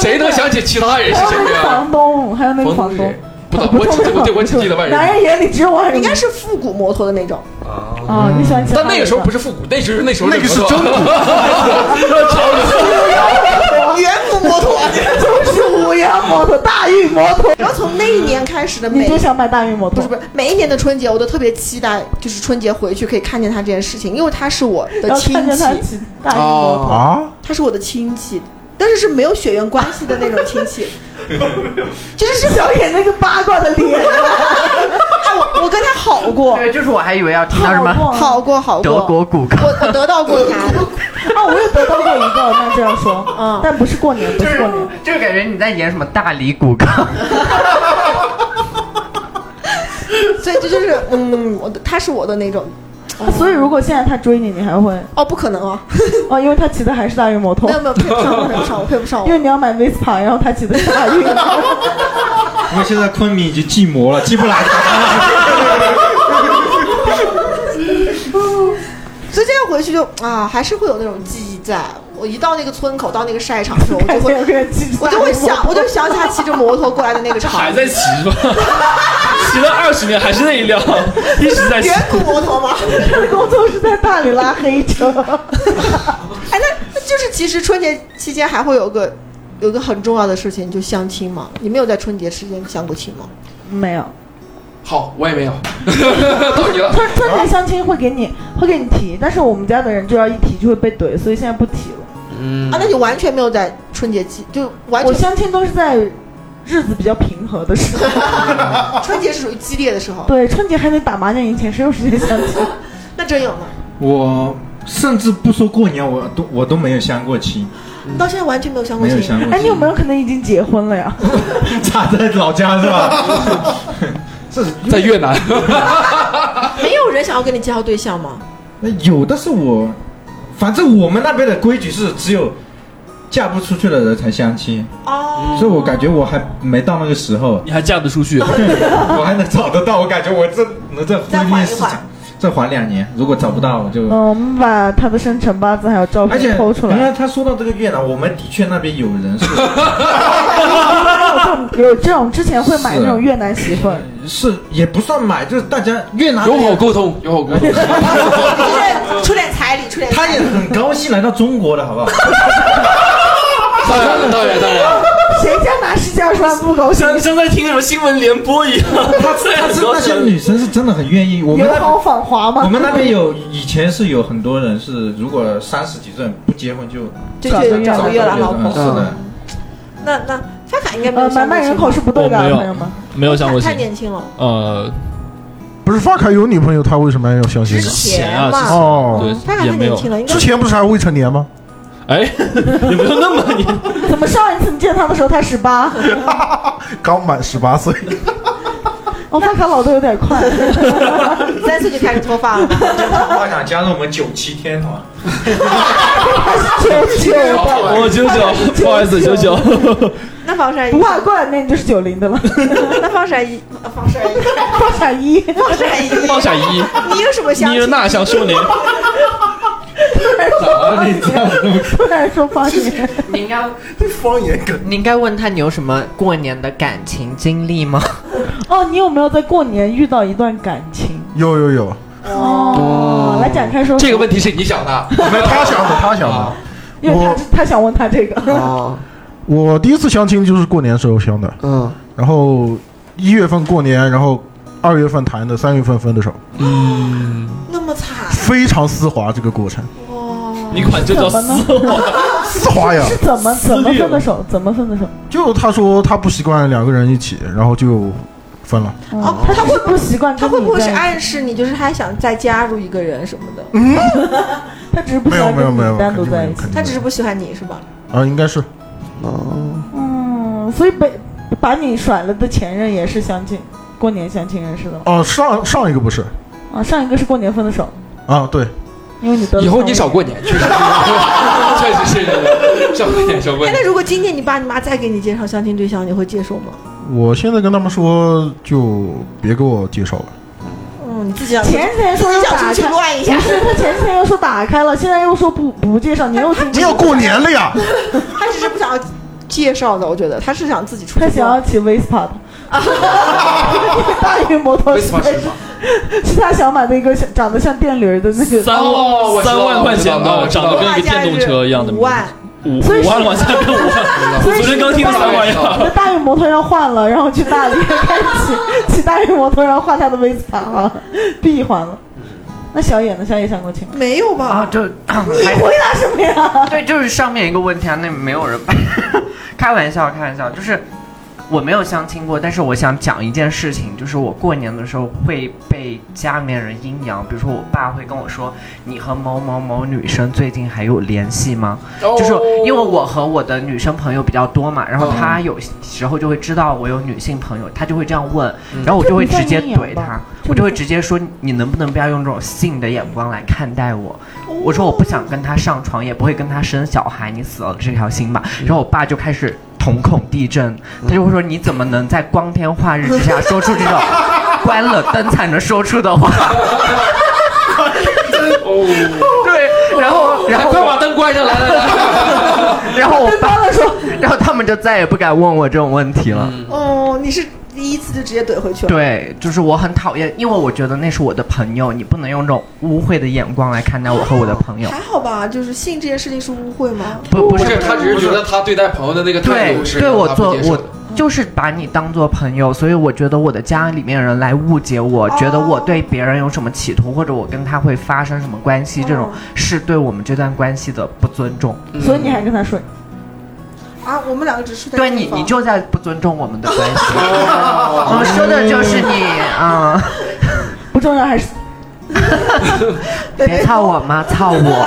[SPEAKER 7] 谁能想起其他人是
[SPEAKER 2] 还有
[SPEAKER 7] 谁
[SPEAKER 2] 那个
[SPEAKER 7] 呀？
[SPEAKER 2] 房东，还有那个
[SPEAKER 7] 冯
[SPEAKER 2] 房
[SPEAKER 7] 子
[SPEAKER 2] 东，
[SPEAKER 7] 不懂，我只我对我只记得万人
[SPEAKER 2] 男人
[SPEAKER 7] 迷。
[SPEAKER 2] 眼里只有万人迷，
[SPEAKER 1] 应该是复古摩托的那 种，
[SPEAKER 7] 啊
[SPEAKER 2] 啊，你喜欢骑？
[SPEAKER 7] 但那个 时候不是复古，那时候那时候
[SPEAKER 5] 那个是真
[SPEAKER 7] 摩托
[SPEAKER 5] 古，
[SPEAKER 1] 远古摩托。
[SPEAKER 2] 就是五羊摩托、大运摩托，
[SPEAKER 1] 然后从那一年开始的
[SPEAKER 2] 你
[SPEAKER 1] 每
[SPEAKER 2] 就想买大运摩
[SPEAKER 1] 不
[SPEAKER 2] 托
[SPEAKER 1] 是？不是每一年的春节，我都特别期待，就是春节回去可以看见他这件事情，因为他是我的
[SPEAKER 2] 然后
[SPEAKER 1] 亲
[SPEAKER 2] 看见他
[SPEAKER 1] 戚，
[SPEAKER 2] 骑大运摩
[SPEAKER 7] 哦
[SPEAKER 2] 托，
[SPEAKER 5] 啊！
[SPEAKER 1] 他是我的亲戚，但是是没有血缘关系的那种亲 戚，就是是
[SPEAKER 2] 小野那个八卦的脸，
[SPEAKER 1] 哎，我我跟他好过，
[SPEAKER 4] 对，就是我还以为要听到什么
[SPEAKER 2] 好过
[SPEAKER 1] 好过，好过。
[SPEAKER 4] 德国骨科，
[SPEAKER 1] 我我得到过他，
[SPEAKER 2] 啊，我也得到过一个，那这样说，
[SPEAKER 1] 嗯
[SPEAKER 2] 但不是过年，不
[SPEAKER 4] 就是是
[SPEAKER 2] 过年，
[SPEAKER 4] 就是感觉你在演什么大理骨科，
[SPEAKER 1] 所以这就是嗯，我的他是我的那种。
[SPEAKER 2] 啊所以如果现在他追你，你还会
[SPEAKER 1] 哦，不可能啊！
[SPEAKER 2] 哦，因为他骑的还是大运摩托
[SPEAKER 1] 没，有没有，配不上我，配不上我，配不上
[SPEAKER 2] 因为
[SPEAKER 1] 我。
[SPEAKER 2] 你要买 Vespa，然后他骑的是大运，
[SPEAKER 6] 因为现在昆明已经禁摩了，进不来。
[SPEAKER 1] 所以现在回去就啊，还是会有那种记忆在。我一到那个村口，到那个晒场的时候，我就会
[SPEAKER 2] 有个人骑着
[SPEAKER 1] 我
[SPEAKER 2] 大运摩托，
[SPEAKER 1] 就会想，我就想起他骑着摩托过来的那个场
[SPEAKER 3] 还
[SPEAKER 1] 景
[SPEAKER 3] 在骑是吧？ 骑了二十年还是那一辆，一直在骑
[SPEAKER 1] 远。古摩托吗？
[SPEAKER 2] 他的工作是在大理拉黑车，
[SPEAKER 1] 哎，那那就是其实春节期间还会有个有个很重要的事情，就相亲嘛。你没有在春节期间相过亲吗？
[SPEAKER 2] 没 有。
[SPEAKER 7] 好，我也没有， 到你了。
[SPEAKER 2] 春春节相亲会给你会给你提，但是我们家的人就要一提就会被怼，所以现在不提了。
[SPEAKER 7] 嗯
[SPEAKER 1] 啊，那你完全没有在春节期，就完
[SPEAKER 2] 我
[SPEAKER 1] 全
[SPEAKER 2] 相亲都是在日子比较平和的 时候，
[SPEAKER 1] 春节是属于激烈的时候。
[SPEAKER 2] 对，春节还得打麻将赢钱，谁有时间相 亲？
[SPEAKER 1] 那真有吗？
[SPEAKER 6] 我甚至不说过年，我都我都没有相过亲，
[SPEAKER 1] 到现在完全没有相过
[SPEAKER 6] 没有
[SPEAKER 1] 亲。
[SPEAKER 6] 相过亲。
[SPEAKER 2] 哎，你有没有可能已经结婚了呀？
[SPEAKER 6] 差在老家是吧？这 是
[SPEAKER 7] 在越南，
[SPEAKER 1] 没有人想要跟你介绍对象吗？
[SPEAKER 6] 那有的是我，反正我们那边的规矩是只有嫁不出去的人才相亲，
[SPEAKER 1] 哦，
[SPEAKER 6] 所以我感觉我还没到那个时候，
[SPEAKER 3] 你还嫁得出去？
[SPEAKER 6] 我还能找得到。我感觉我这能在
[SPEAKER 1] 再缓
[SPEAKER 6] 婚
[SPEAKER 1] 一
[SPEAKER 6] 恋市
[SPEAKER 1] 缓哦
[SPEAKER 6] 场再缓两年，如果找不到我就。
[SPEAKER 2] 嗯，我们把他的生辰八字还有照
[SPEAKER 6] 而且
[SPEAKER 2] 片抠出
[SPEAKER 6] 刚
[SPEAKER 2] 来
[SPEAKER 6] 刚。他说到这个越南，我们的确那边有人 是
[SPEAKER 2] 有这种之前会买那种越南媳妇儿，
[SPEAKER 6] 是也不算买，就是大家越南
[SPEAKER 7] 友好沟通，友好沟 通。
[SPEAKER 1] 就是出点彩礼，出点
[SPEAKER 6] 他
[SPEAKER 1] 彩
[SPEAKER 6] 也
[SPEAKER 1] 礼。
[SPEAKER 6] 很高兴来到中国了，好不好？
[SPEAKER 7] 当然，当然，当然。
[SPEAKER 2] 谁家拿十几二十万不高兴？
[SPEAKER 3] 像像在听什么新闻联播一样。
[SPEAKER 6] 他他是那些女生是真的很愿意，我们
[SPEAKER 2] 友
[SPEAKER 6] 那边
[SPEAKER 2] 好访华吗？
[SPEAKER 6] 我们那边有以前是有很多人是，如果三十几岁不结婚就
[SPEAKER 1] 就
[SPEAKER 2] 找
[SPEAKER 1] 去
[SPEAKER 2] 个越南
[SPEAKER 1] 找个越南老
[SPEAKER 6] 嗯
[SPEAKER 1] 婆
[SPEAKER 6] 是。的，
[SPEAKER 1] 那那发卡应该没有
[SPEAKER 2] 呃，买
[SPEAKER 1] 相过
[SPEAKER 2] 卖
[SPEAKER 1] 亲
[SPEAKER 2] 人口
[SPEAKER 1] 吧
[SPEAKER 2] 是不对的，
[SPEAKER 3] 我没有
[SPEAKER 2] 朋友们。
[SPEAKER 3] 没有相过
[SPEAKER 1] 太
[SPEAKER 3] 亲
[SPEAKER 1] 太。年轻了，
[SPEAKER 3] 呃，
[SPEAKER 5] 不是发卡有女朋友，他为什么要相亲
[SPEAKER 1] 之
[SPEAKER 5] 呢？
[SPEAKER 3] 钱啊
[SPEAKER 1] 前嘛，
[SPEAKER 5] 哦，
[SPEAKER 3] 对
[SPEAKER 1] 发卡太
[SPEAKER 3] 也没
[SPEAKER 1] 年
[SPEAKER 3] 有
[SPEAKER 1] 轻了，应该
[SPEAKER 5] 之前不是还未成年吗？
[SPEAKER 3] 哎， 你不用那么你
[SPEAKER 2] 怎么上一次你见他的时候他十八？
[SPEAKER 5] 刚满十八岁，
[SPEAKER 2] 我发卡老的有点快。
[SPEAKER 1] 三岁就开始脱发了吧？
[SPEAKER 6] 他想加入我们九七天团，
[SPEAKER 2] 九九的，
[SPEAKER 3] 我哦九 九，不好意思，九九，
[SPEAKER 8] 那防晒衣
[SPEAKER 2] 不，怕冠那你就是九零的了。
[SPEAKER 8] 那防晒衣，
[SPEAKER 1] 防晒衣，
[SPEAKER 2] 放闪一，
[SPEAKER 1] 防晒衣，
[SPEAKER 3] 放闪一，
[SPEAKER 1] 你有什么想
[SPEAKER 3] 尼日那向树林，
[SPEAKER 6] 啊，你这样
[SPEAKER 2] 突然说方言，
[SPEAKER 4] 你应该，
[SPEAKER 5] 方言梗。
[SPEAKER 4] 你应该问他你有什么过年的感情经历吗？
[SPEAKER 2] 哦，你有没有在过年遇到一段感情？
[SPEAKER 5] 有有有，
[SPEAKER 2] 哦，来展开说说
[SPEAKER 7] 这个问题是你想的，
[SPEAKER 5] 没有他想的，他想的
[SPEAKER 7] 啊。
[SPEAKER 2] 因为他
[SPEAKER 5] 我
[SPEAKER 2] 他想问他这个，
[SPEAKER 4] 哦，
[SPEAKER 5] 我第一次相亲就是过年时候相的，
[SPEAKER 4] 嗯，
[SPEAKER 5] 然后一月份过年，然后二月份谈的，三月份分的手，
[SPEAKER 1] 那么惨？
[SPEAKER 5] 非常丝滑这个过程，
[SPEAKER 1] 哇，
[SPEAKER 3] 你管这叫
[SPEAKER 2] 怎么呢
[SPEAKER 3] 丝滑？
[SPEAKER 5] 丝滑呀
[SPEAKER 2] 是。怎么
[SPEAKER 3] 撕
[SPEAKER 2] 怎
[SPEAKER 3] 裂
[SPEAKER 2] 么分
[SPEAKER 3] 了
[SPEAKER 2] 的手？怎么分的手？
[SPEAKER 5] 就他说他不习惯两个人一起，然后就分了。
[SPEAKER 2] 哦，他会不习惯
[SPEAKER 1] 他
[SPEAKER 2] 跟
[SPEAKER 1] 会
[SPEAKER 2] 你
[SPEAKER 1] 不会
[SPEAKER 2] 在
[SPEAKER 1] 是
[SPEAKER 2] 一起
[SPEAKER 1] 暗示你，就是还想再加入一个人什么的？
[SPEAKER 2] 他只是不
[SPEAKER 5] 没
[SPEAKER 2] 喜
[SPEAKER 5] 有
[SPEAKER 2] 欢
[SPEAKER 5] 没有
[SPEAKER 2] 跟
[SPEAKER 5] 没有，
[SPEAKER 2] 你单独
[SPEAKER 5] 肯定没
[SPEAKER 2] 在
[SPEAKER 5] 有
[SPEAKER 2] 一起。
[SPEAKER 5] 肯定没有
[SPEAKER 1] 他只是不喜欢你是吧？
[SPEAKER 5] 啊，应该是
[SPEAKER 2] 嗯，所以被把你甩了的前任也是相亲，过年相亲认识的吗？
[SPEAKER 5] 哦，上上一个不是
[SPEAKER 2] 啊，上一个是过年分的手，
[SPEAKER 5] 啊，对，
[SPEAKER 2] 因为你得了
[SPEAKER 7] 以后
[SPEAKER 2] 肠
[SPEAKER 7] 你
[SPEAKER 2] 胃
[SPEAKER 7] 少过年，确实是， 确实是真的，少过年，少过
[SPEAKER 1] 哎，
[SPEAKER 7] 年
[SPEAKER 1] 那。如果今年你爸你妈再给你介绍相亲对象，你会接受吗？
[SPEAKER 5] 我现在跟他们说就别给我介绍了，
[SPEAKER 1] 嗯，你自 己想
[SPEAKER 2] 前几天说
[SPEAKER 1] 自
[SPEAKER 2] 要
[SPEAKER 1] 己想
[SPEAKER 2] 打
[SPEAKER 1] 出去
[SPEAKER 2] 开，
[SPEAKER 1] 乱一下
[SPEAKER 2] 不。是他前几天又说打开了，现在又说不不介绍，你又
[SPEAKER 5] 你要过年了呀，
[SPEAKER 1] 他只是不想要介绍的，我觉得他是想自己出去
[SPEAKER 2] 他
[SPEAKER 1] 逛。
[SPEAKER 2] 想要骑 Vespa 的。大于摩托
[SPEAKER 7] 为
[SPEAKER 2] 车
[SPEAKER 7] 什么是吗？
[SPEAKER 2] 是他想买那个像长得像电驴儿的那 个，
[SPEAKER 3] 三
[SPEAKER 7] 哦我
[SPEAKER 3] 万
[SPEAKER 7] 知道
[SPEAKER 3] 三万块钱
[SPEAKER 7] 我
[SPEAKER 3] 的，
[SPEAKER 7] 知道
[SPEAKER 3] 长得
[SPEAKER 7] 我知
[SPEAKER 3] 跟
[SPEAKER 7] 道
[SPEAKER 3] 一个电动车一样的，
[SPEAKER 1] 五万，
[SPEAKER 3] 五
[SPEAKER 2] 所以
[SPEAKER 3] 五
[SPEAKER 2] 是
[SPEAKER 3] 万往下跟五 万，
[SPEAKER 2] 所
[SPEAKER 3] 我
[SPEAKER 2] 以
[SPEAKER 3] 昨天刚听的三万呀。
[SPEAKER 2] 那大运摩托要换了，然后去大连开始骑骑大运摩托，然后换他的 Vespa 啊，闭环了。那小野呢？小野相过亲吗？
[SPEAKER 1] 没有
[SPEAKER 4] 啊，
[SPEAKER 1] 吧？
[SPEAKER 4] 就
[SPEAKER 2] 你回答什么呀？
[SPEAKER 4] 对，就是上面一个问题啊，那没有人， 开玩笑，开玩笑，就是我没有相亲过，但是我想讲一件事情，就是我过年的时候会被家里面人阴阳，比如说我爸会跟我说，你和某某某女生最近还有联系吗？ 就是因为我和我的女生朋友比较多嘛，然后她有时候就会知道我有女性朋友，她就会这样问，然后我就会直接怼她，我就会直接说你能不能不要用这种性的眼光来看待我？我说我不想跟她上床，也不会跟她生小孩，你死了这条心吧。然后我爸就开始瞳孔地震，他就会说你怎么能在光天化日之下说出这种关了灯才能说出的话？
[SPEAKER 3] 哦
[SPEAKER 4] 对，然后然
[SPEAKER 7] 然
[SPEAKER 4] 后
[SPEAKER 7] 哎后快把灯关上，来来来，
[SPEAKER 4] 然后我爸说，然后他们就再也不敢问我这种问题了。
[SPEAKER 1] 哦，你是第一次就直接怼回去了。
[SPEAKER 4] 对，就是我很讨厌，因为我觉得那是我的朋友，你不能用这种污秽的眼光来看待我和我的朋友。
[SPEAKER 1] 还好吧，就是性这件事情是污秽吗？
[SPEAKER 4] 不， 不
[SPEAKER 7] 不是
[SPEAKER 4] 是，
[SPEAKER 7] 他只是觉得他对待朋友的那个态
[SPEAKER 4] 对
[SPEAKER 7] 度是
[SPEAKER 4] 对，我
[SPEAKER 7] 他不
[SPEAKER 4] 做
[SPEAKER 7] 接受
[SPEAKER 4] 我
[SPEAKER 7] 的
[SPEAKER 4] 就是把你当做朋友，所以我觉得我的家里面人来误解我，觉得我对别人有什么企图，或者我跟他会发生什么关系，这种
[SPEAKER 1] 哦
[SPEAKER 4] 是对我们这段关系的不尊重。
[SPEAKER 7] 嗯
[SPEAKER 2] 所以你还跟他睡？
[SPEAKER 1] 啊，我们两个只是在
[SPEAKER 4] 对哦你，你就在不尊重我们的关系。我说的就是你啊。 嗯
[SPEAKER 2] 不重要还是
[SPEAKER 4] 别操我妈，操我！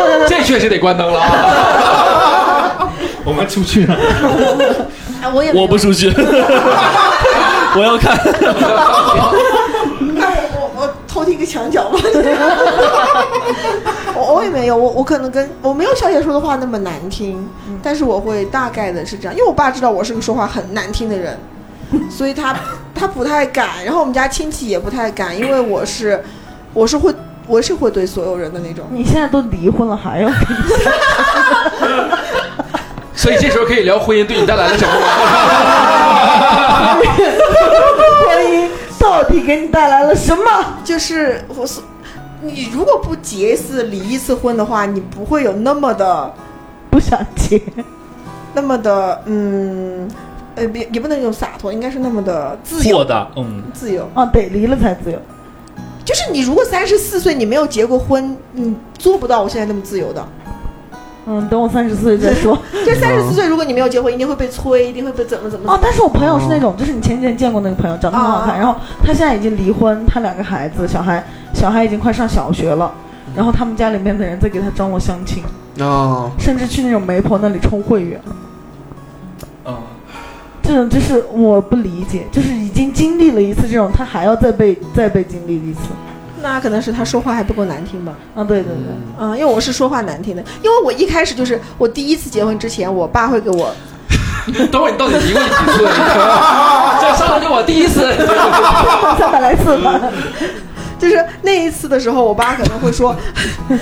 [SPEAKER 4] 嗯
[SPEAKER 7] 这确实得关灯了啊！
[SPEAKER 3] 我们出去，
[SPEAKER 1] 哎，我也
[SPEAKER 3] 我不出 去，我要看。
[SPEAKER 1] 哎，我我偷听个墙角吧。 我我也没有，我我可能跟我没有小姐说的话那么难听，但是我会大概的是这样，因为我爸知道我是个说话很难听的 人，所以他他不太敢，然后我们家亲戚也不太敢，因为我是我是会我是会对所有人的那种。
[SPEAKER 2] 你现在都离婚了，还要
[SPEAKER 7] 所以这时候可以聊婚姻对你带来了什么？
[SPEAKER 2] 婚姻到底给你带来了什么？
[SPEAKER 1] 就是我所，你如果不结一次离一次婚的话，你不会有那么的
[SPEAKER 2] 不想结，
[SPEAKER 1] 那么的嗯。呃，别也不能用洒脱，应该是那么的自
[SPEAKER 3] 豁
[SPEAKER 1] 由，
[SPEAKER 3] 达，嗯，
[SPEAKER 1] 自由。
[SPEAKER 2] 啊，得离了才自由。
[SPEAKER 1] 就是你如果三十四岁你没有结过婚，你做不到我现在那么自由的。
[SPEAKER 2] 嗯，等我三十岁再说。
[SPEAKER 1] 就三十四岁，如果你没有结婚，一定会被催，一定会被怎么怎么。
[SPEAKER 2] 哦，但是我朋友是那种，就是你前几天见过那个朋友，长得很好看，
[SPEAKER 1] 啊
[SPEAKER 2] 然后他现在已经离婚，他两个孩子，小孩小孩已经快上小学了，然后他们家里面的人再给他张罗相亲，
[SPEAKER 7] 啊，
[SPEAKER 2] 甚至去那种媒婆那里充会员，
[SPEAKER 7] 嗯，
[SPEAKER 2] 这种就是我不理解，就是已经经历了一次这种，他还要再被再被经历一次。
[SPEAKER 1] 那可能是他说话还不够难听吧。
[SPEAKER 2] 啊，对对对，
[SPEAKER 1] 嗯，因为我是说话难听的，因为我一开始就是我第一次结婚之前，我爸会给我
[SPEAKER 7] 等会儿你到底离过你几次？这上来就我第一次，
[SPEAKER 2] 三百来次吧。
[SPEAKER 1] 就是那一次的时候，我爸可能会说：“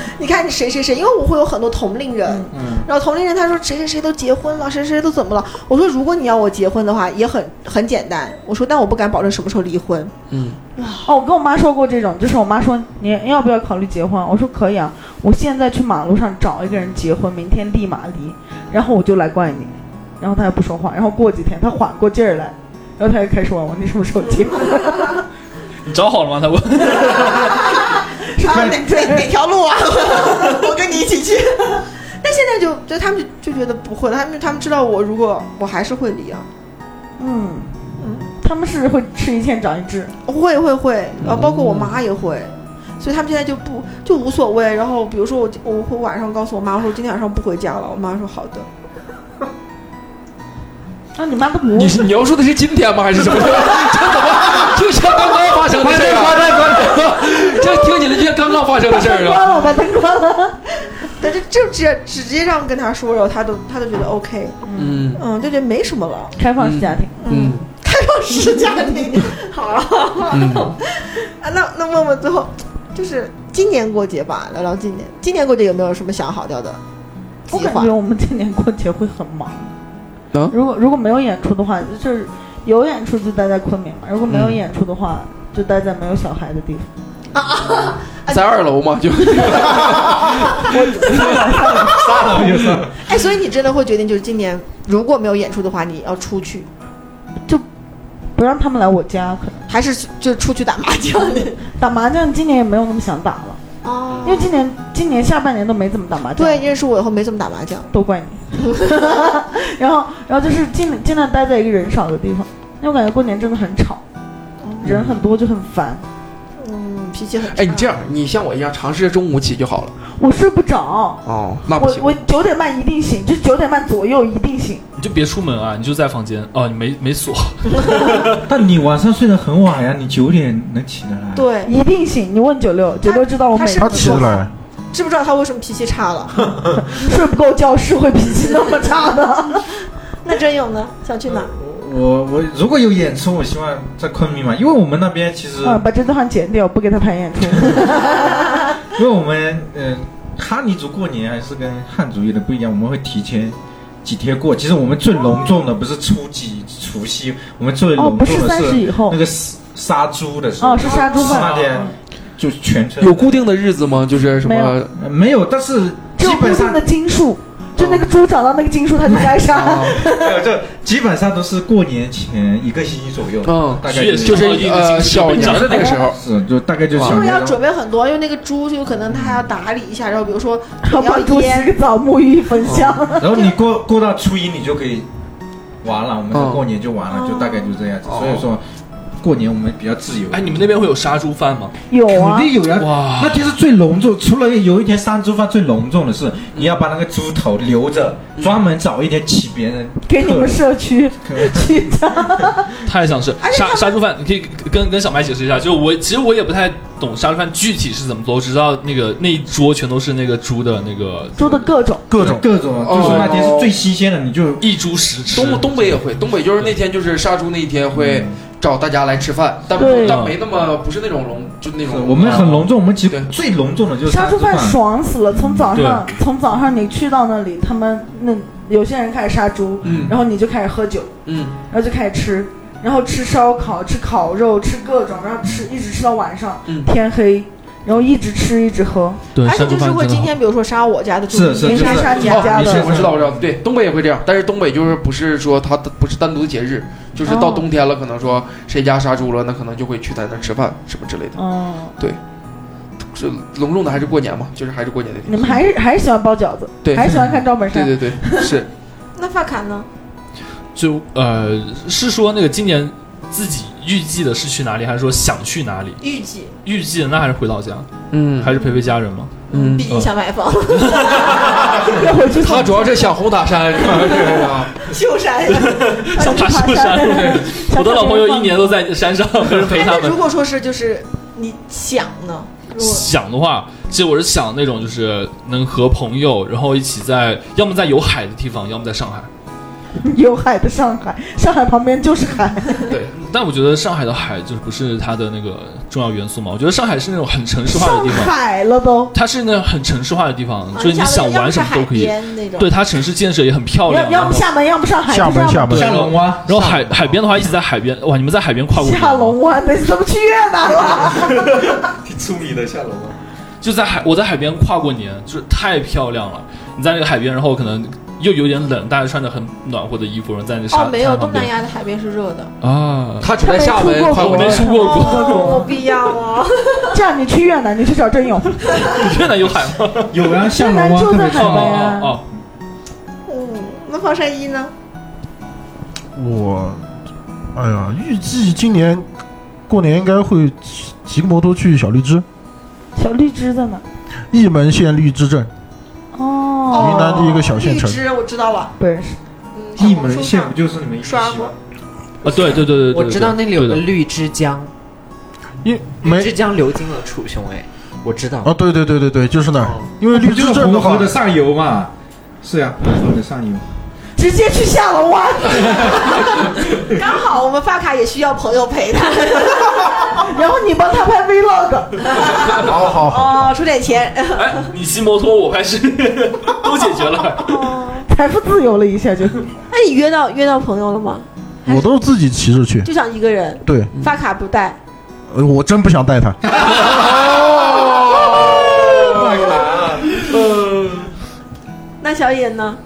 [SPEAKER 1] 你看谁谁谁，因为我会有很多同龄人，然后同龄人他说谁谁谁都结婚了，谁谁谁都怎么了。”我说：“如果你要我结婚的话，也很很简单。”我说：“但我不敢保证什么时候离婚。
[SPEAKER 7] 嗯，
[SPEAKER 2] 哦，我跟我妈说过这种，就是我妈说你要不要考虑结婚？我说可以啊，我现在去马路上找一个人结婚，明天立马离，然后我就来怪你，然后她也不说话，然后过几天她缓过劲儿来，然后她又开始问我你什么时候结婚，
[SPEAKER 3] 你找好了吗？他问。
[SPEAKER 1] 啊，哪哪哪条路啊？ 我跟你一起去。 但现在就就他们就就觉得不会了，他们他们知道我如果我还是会离啊，
[SPEAKER 2] 嗯，他们是会吃一堑长一智，
[SPEAKER 1] 哦会会会，然后包括我妈也会，所以他们现在就不就无所谓。然后比如说我我会晚上告诉我妈，我说今天晚上不回家了，我妈说好的。
[SPEAKER 2] 那、啊你妈都不
[SPEAKER 7] 你是你要说的是今天吗？还是什么？ 这怎么就像刚刚发生的事儿啊？ 这听起来就像刚刚发生的事儿啊！
[SPEAKER 2] 关了吧，灯关了，
[SPEAKER 1] 但是就直接直接这样跟他说，然后他都他都觉得 OK，
[SPEAKER 7] 嗯
[SPEAKER 1] 嗯，就觉得没什么了。
[SPEAKER 2] 开放式家庭，
[SPEAKER 7] 嗯
[SPEAKER 1] 是家庭， 好啊，
[SPEAKER 7] 嗯，
[SPEAKER 1] 那那问问最后，就是今年过节吧，聊聊今年，今年过节有没有什么想好掉的计
[SPEAKER 2] 我感
[SPEAKER 1] 划
[SPEAKER 2] 觉？我们今年过节会很忙。
[SPEAKER 7] 啊
[SPEAKER 2] 如果如果没有演出的话，就是有演出就待在昆明嘛；如果没有
[SPEAKER 7] 嗯
[SPEAKER 2] 演出的话，就待在没有小孩的地方。
[SPEAKER 7] 在二楼嘛，就
[SPEAKER 1] 哎，所以你真的会决定，就是今年如果没有演出的话，你要出去，
[SPEAKER 2] 不让他们来我家，可能
[SPEAKER 1] 还是就出去打麻将？
[SPEAKER 2] 打麻将今年也没有那么想打了，
[SPEAKER 1] 哦
[SPEAKER 2] 因为今年今年下半年都没怎么打麻将，
[SPEAKER 1] 对，，认识我以后没怎么打麻将。
[SPEAKER 2] 都怪你。 然后然后就是尽尽量待在一个人少的地方，因为我感觉过年真的很吵，人很多就很烦，
[SPEAKER 1] 嗯，脾气很差。
[SPEAKER 7] 哎，你这样，你像我一样尝试着中午起就好了。
[SPEAKER 2] 我睡不着。
[SPEAKER 7] 哦，那不
[SPEAKER 2] 我
[SPEAKER 7] 行，
[SPEAKER 2] 我九点半一定醒，就九点半左右一定醒。
[SPEAKER 3] 你就别出门啊，你就在房间哦，你没没锁，
[SPEAKER 6] 但你晚上睡得很晚呀，你九点能起得来？
[SPEAKER 1] 对，
[SPEAKER 2] 一定醒。你问九六，九六知道我每
[SPEAKER 1] 他是
[SPEAKER 5] 他起得来，
[SPEAKER 1] 知不知道他为什么脾气差了？
[SPEAKER 2] 睡不够觉是会脾气那么差的。
[SPEAKER 8] 那真勇呢？想去哪儿？
[SPEAKER 6] 我我如果有演出，我希望在昆明嘛，因为我们那边其实，
[SPEAKER 2] 啊，把这段话剪掉，不给他排演出。
[SPEAKER 6] 因为我们嗯、呃，哈尼族过年还是跟汉族有点不一样，我们会提前几天过。其实我们最隆重的不是初几、除夕，我们最
[SPEAKER 2] 哦，
[SPEAKER 6] 隆
[SPEAKER 2] 不
[SPEAKER 6] 重
[SPEAKER 2] 是
[SPEAKER 6] 的
[SPEAKER 2] 三十以后
[SPEAKER 6] 那。个杀杀猪的时候，
[SPEAKER 2] 哦，是杀猪
[SPEAKER 6] 是那
[SPEAKER 2] 饭。
[SPEAKER 6] 天就是全村
[SPEAKER 7] 有固定的日子吗？就是什
[SPEAKER 2] 没
[SPEAKER 7] 么
[SPEAKER 2] 有？
[SPEAKER 6] 呃没有，但是
[SPEAKER 2] 只
[SPEAKER 6] 基
[SPEAKER 2] 有固
[SPEAKER 6] 本
[SPEAKER 2] 定
[SPEAKER 6] 上
[SPEAKER 2] 的斤数，就
[SPEAKER 7] 哦
[SPEAKER 2] 那个猪找到那个斤数，他就该杀。
[SPEAKER 7] 啊，
[SPEAKER 6] 没有，呃就基本上都是过年前一个星期左右，
[SPEAKER 2] 哦
[SPEAKER 7] 嗯
[SPEAKER 6] 大概
[SPEAKER 3] 也
[SPEAKER 6] 是
[SPEAKER 7] 就
[SPEAKER 3] 差不多一
[SPEAKER 7] 是
[SPEAKER 3] 个
[SPEAKER 7] 呃
[SPEAKER 3] 星期
[SPEAKER 7] 小
[SPEAKER 3] 就
[SPEAKER 7] 年
[SPEAKER 3] 长
[SPEAKER 7] 儿的那个时候，
[SPEAKER 6] 是就大概
[SPEAKER 2] 哦
[SPEAKER 6] 就
[SPEAKER 1] 因
[SPEAKER 6] 小
[SPEAKER 1] 为
[SPEAKER 6] 年
[SPEAKER 1] 要
[SPEAKER 6] 了
[SPEAKER 1] 准备很多，因为那个猪就可能他还要打理一下，然后比如 说
[SPEAKER 2] 然后
[SPEAKER 1] 要
[SPEAKER 2] 帮猪洗
[SPEAKER 1] 腌，
[SPEAKER 2] 个澡，沐浴一分香。
[SPEAKER 7] 哦
[SPEAKER 6] 然后你过过到初一，你就可以完了，我们这过年就完了，就大概就这样子。
[SPEAKER 7] 哦
[SPEAKER 6] 所以说，过年我们比较自由。
[SPEAKER 3] 哎，你们那边会有杀猪饭吗？
[SPEAKER 2] 有
[SPEAKER 6] 肯
[SPEAKER 2] 啊，
[SPEAKER 6] 定有呀！
[SPEAKER 3] 哇
[SPEAKER 6] 那天是最隆重，除了有一天杀猪饭最隆重的是，你要把那个猪头留着，专门找一天请别人
[SPEAKER 2] 给你们社区
[SPEAKER 6] 客人
[SPEAKER 2] 去 杀。
[SPEAKER 3] 太想吃
[SPEAKER 1] 而且他
[SPEAKER 3] 杀
[SPEAKER 1] 们
[SPEAKER 3] 杀猪饭，你可以跟跟小麦解释一下。就我其实我也不太懂杀猪饭具体是怎么做，我只知道那个那一桌全都是那个猪的那个
[SPEAKER 2] 猪的各种，
[SPEAKER 5] 各种
[SPEAKER 6] 各种，就是那天是最新鲜的，你就
[SPEAKER 3] 一猪十吃。
[SPEAKER 7] 东东北也会，东北就是那天就是杀猪那一天
[SPEAKER 3] 嗯
[SPEAKER 7] 会找大家来吃饭，但不
[SPEAKER 2] 对
[SPEAKER 7] 但没那么不是那种隆，啊就那
[SPEAKER 6] 是
[SPEAKER 7] 种
[SPEAKER 6] 我们很隆重，我们其实
[SPEAKER 7] 对
[SPEAKER 6] 最隆重的就是
[SPEAKER 2] 杀猪
[SPEAKER 6] 饭
[SPEAKER 2] 饭。爽死了。从早上，从早上你去到那里，他们那有些人开始杀猪，
[SPEAKER 7] 嗯
[SPEAKER 2] 然后你就开始喝酒。
[SPEAKER 7] 嗯
[SPEAKER 2] 然后就开始吃，然后吃烧烤，吃烤肉，吃各种，然后吃一直吃到晚上、
[SPEAKER 7] 嗯
[SPEAKER 2] 天黑，然后一直吃一直喝。
[SPEAKER 3] 对
[SPEAKER 1] 而且就是会今天比如说杀我家的猪，
[SPEAKER 6] 是是
[SPEAKER 1] 明
[SPEAKER 6] 就是
[SPEAKER 1] 天杀你
[SPEAKER 2] 家
[SPEAKER 7] 哦，
[SPEAKER 2] 的
[SPEAKER 7] 你是我知道我知道，对，东北也会这样，但是东北就是不是说它不是单独的节日，就是到
[SPEAKER 2] 哦
[SPEAKER 7] 冬天了，可能说谁家杀猪了，那可能就会去在那儿吃饭什么之类的。
[SPEAKER 2] 嗯，
[SPEAKER 7] 是隆重的还是过年嘛？就是还是过年那天。
[SPEAKER 2] 你们还是还是喜欢包饺子，
[SPEAKER 7] 对
[SPEAKER 2] 还是喜欢看赵本
[SPEAKER 7] 对
[SPEAKER 2] 山。
[SPEAKER 7] 对对，是
[SPEAKER 8] 那发卡呢？
[SPEAKER 3] 就呃是说那个今年自己预计的是去哪里，还是说想去哪里？
[SPEAKER 8] 预计
[SPEAKER 3] 预计的那还是回老家，
[SPEAKER 9] 嗯
[SPEAKER 3] 还是陪陪家人吗？
[SPEAKER 9] 嗯
[SPEAKER 8] 毕，竟想买房，
[SPEAKER 2] 要回去
[SPEAKER 7] 他主要是想红塔山，是吧？这个
[SPEAKER 8] 秀山
[SPEAKER 3] 想爬秀山， 对，我的老朋友一年都在 山上，没人陪他
[SPEAKER 1] 但是
[SPEAKER 3] 们嗯
[SPEAKER 1] 如。果说是就是你想呢，如果
[SPEAKER 3] 想的话，其实我是想那种就是能和朋友，然后一起在，要么在有海的地方，要么在上海。
[SPEAKER 2] 有海的上海，上海旁边就是海。
[SPEAKER 3] 对，但我觉得上海的海就是不是它的那个重要元素嘛？我觉得上海是那种很城市化的
[SPEAKER 2] 上
[SPEAKER 3] 地方，
[SPEAKER 2] 海了都。
[SPEAKER 3] 它是那种很城市化的地方，
[SPEAKER 1] 啊
[SPEAKER 3] 就是你想玩什么都可以
[SPEAKER 1] 要。不是海边那种，
[SPEAKER 3] 对，它城市建设也很漂亮
[SPEAKER 2] 要。要不厦门，要不上海，
[SPEAKER 5] 厦
[SPEAKER 2] 就这
[SPEAKER 5] 门
[SPEAKER 2] 样
[SPEAKER 5] 厦
[SPEAKER 2] 吧
[SPEAKER 5] 门
[SPEAKER 3] 对
[SPEAKER 6] 下龙湾
[SPEAKER 3] 然后海海 边的话，一直在海边。哇，你们在海边跨过年吗
[SPEAKER 2] 下龙湾的，你怎么去越南了？
[SPEAKER 6] 挺出名的下龙湾。
[SPEAKER 3] 就在海，我在海边跨过年，就是太漂亮了。你在那个海边，然后可能又有点冷，大家穿着很暖和的衣服，然后在那沙
[SPEAKER 1] 哦，没有，
[SPEAKER 3] 滩旁
[SPEAKER 1] 东南
[SPEAKER 3] 边
[SPEAKER 1] 亚的海边是热的，
[SPEAKER 3] 啊，
[SPEAKER 7] 他只在厦门跨过
[SPEAKER 3] 我没
[SPEAKER 7] 年，
[SPEAKER 3] 出过国，
[SPEAKER 8] 哦，不一样
[SPEAKER 1] 啊
[SPEAKER 8] 哦。
[SPEAKER 2] 这样你去越南，你去找郑勇，
[SPEAKER 3] 越南有海吗？
[SPEAKER 6] 有啊，下
[SPEAKER 2] 越
[SPEAKER 6] 龙
[SPEAKER 2] 南
[SPEAKER 6] 湾
[SPEAKER 2] 就
[SPEAKER 6] 特
[SPEAKER 2] 在
[SPEAKER 6] 别
[SPEAKER 2] 海
[SPEAKER 6] 出
[SPEAKER 3] 哦
[SPEAKER 6] 名。
[SPEAKER 2] 边
[SPEAKER 3] 哦
[SPEAKER 2] 啊。
[SPEAKER 3] 哦，
[SPEAKER 1] 嗯，那防晒衣呢？
[SPEAKER 5] 我，哎呀，预计今年过年应该会骑骑个摩托去小荔枝，
[SPEAKER 2] 小绿枝在哪？
[SPEAKER 5] 义门县荔枝镇，
[SPEAKER 2] 哦，
[SPEAKER 5] 云南的一个小县城
[SPEAKER 1] 绿植我知道了，
[SPEAKER 2] 不认识。
[SPEAKER 1] 嗯，
[SPEAKER 6] 一门县
[SPEAKER 1] 线
[SPEAKER 6] 不就是你们一
[SPEAKER 1] 刷
[SPEAKER 6] 吗
[SPEAKER 1] 过？
[SPEAKER 3] 啊，对对对对
[SPEAKER 9] 我
[SPEAKER 3] 对，
[SPEAKER 9] 知道那里有个
[SPEAKER 3] 对的
[SPEAKER 9] 绿之江，
[SPEAKER 5] 因
[SPEAKER 9] 绿
[SPEAKER 5] 没
[SPEAKER 9] 之江流经了楚雄，哎，我知道
[SPEAKER 5] 啊，，对对对对对，就是那儿
[SPEAKER 9] 哦，
[SPEAKER 5] 因为
[SPEAKER 6] 不
[SPEAKER 5] 荔枝
[SPEAKER 6] 就是
[SPEAKER 5] 镇
[SPEAKER 6] 红
[SPEAKER 5] 的话
[SPEAKER 6] 河的，上游嘛？是啊呀，红河的上游。
[SPEAKER 2] 直接去下龙湾，
[SPEAKER 1] 刚好我们发卡也需要朋友陪他，
[SPEAKER 2] 然后你帮他拍 vlog，
[SPEAKER 5] 好好好，
[SPEAKER 1] 哦，出点钱，
[SPEAKER 3] 哎，你骑摩托，我拍视频， 都解决 了。
[SPEAKER 1] 哦
[SPEAKER 2] 财富自由了一下就。
[SPEAKER 8] 那你约到约到朋友了吗？
[SPEAKER 5] 我都是自己骑着去，
[SPEAKER 8] 就想一个人，
[SPEAKER 5] 对，
[SPEAKER 3] 嗯
[SPEAKER 8] 发卡不带，
[SPEAKER 5] 呃我真不想带他，
[SPEAKER 3] 哦
[SPEAKER 8] 那小野呢？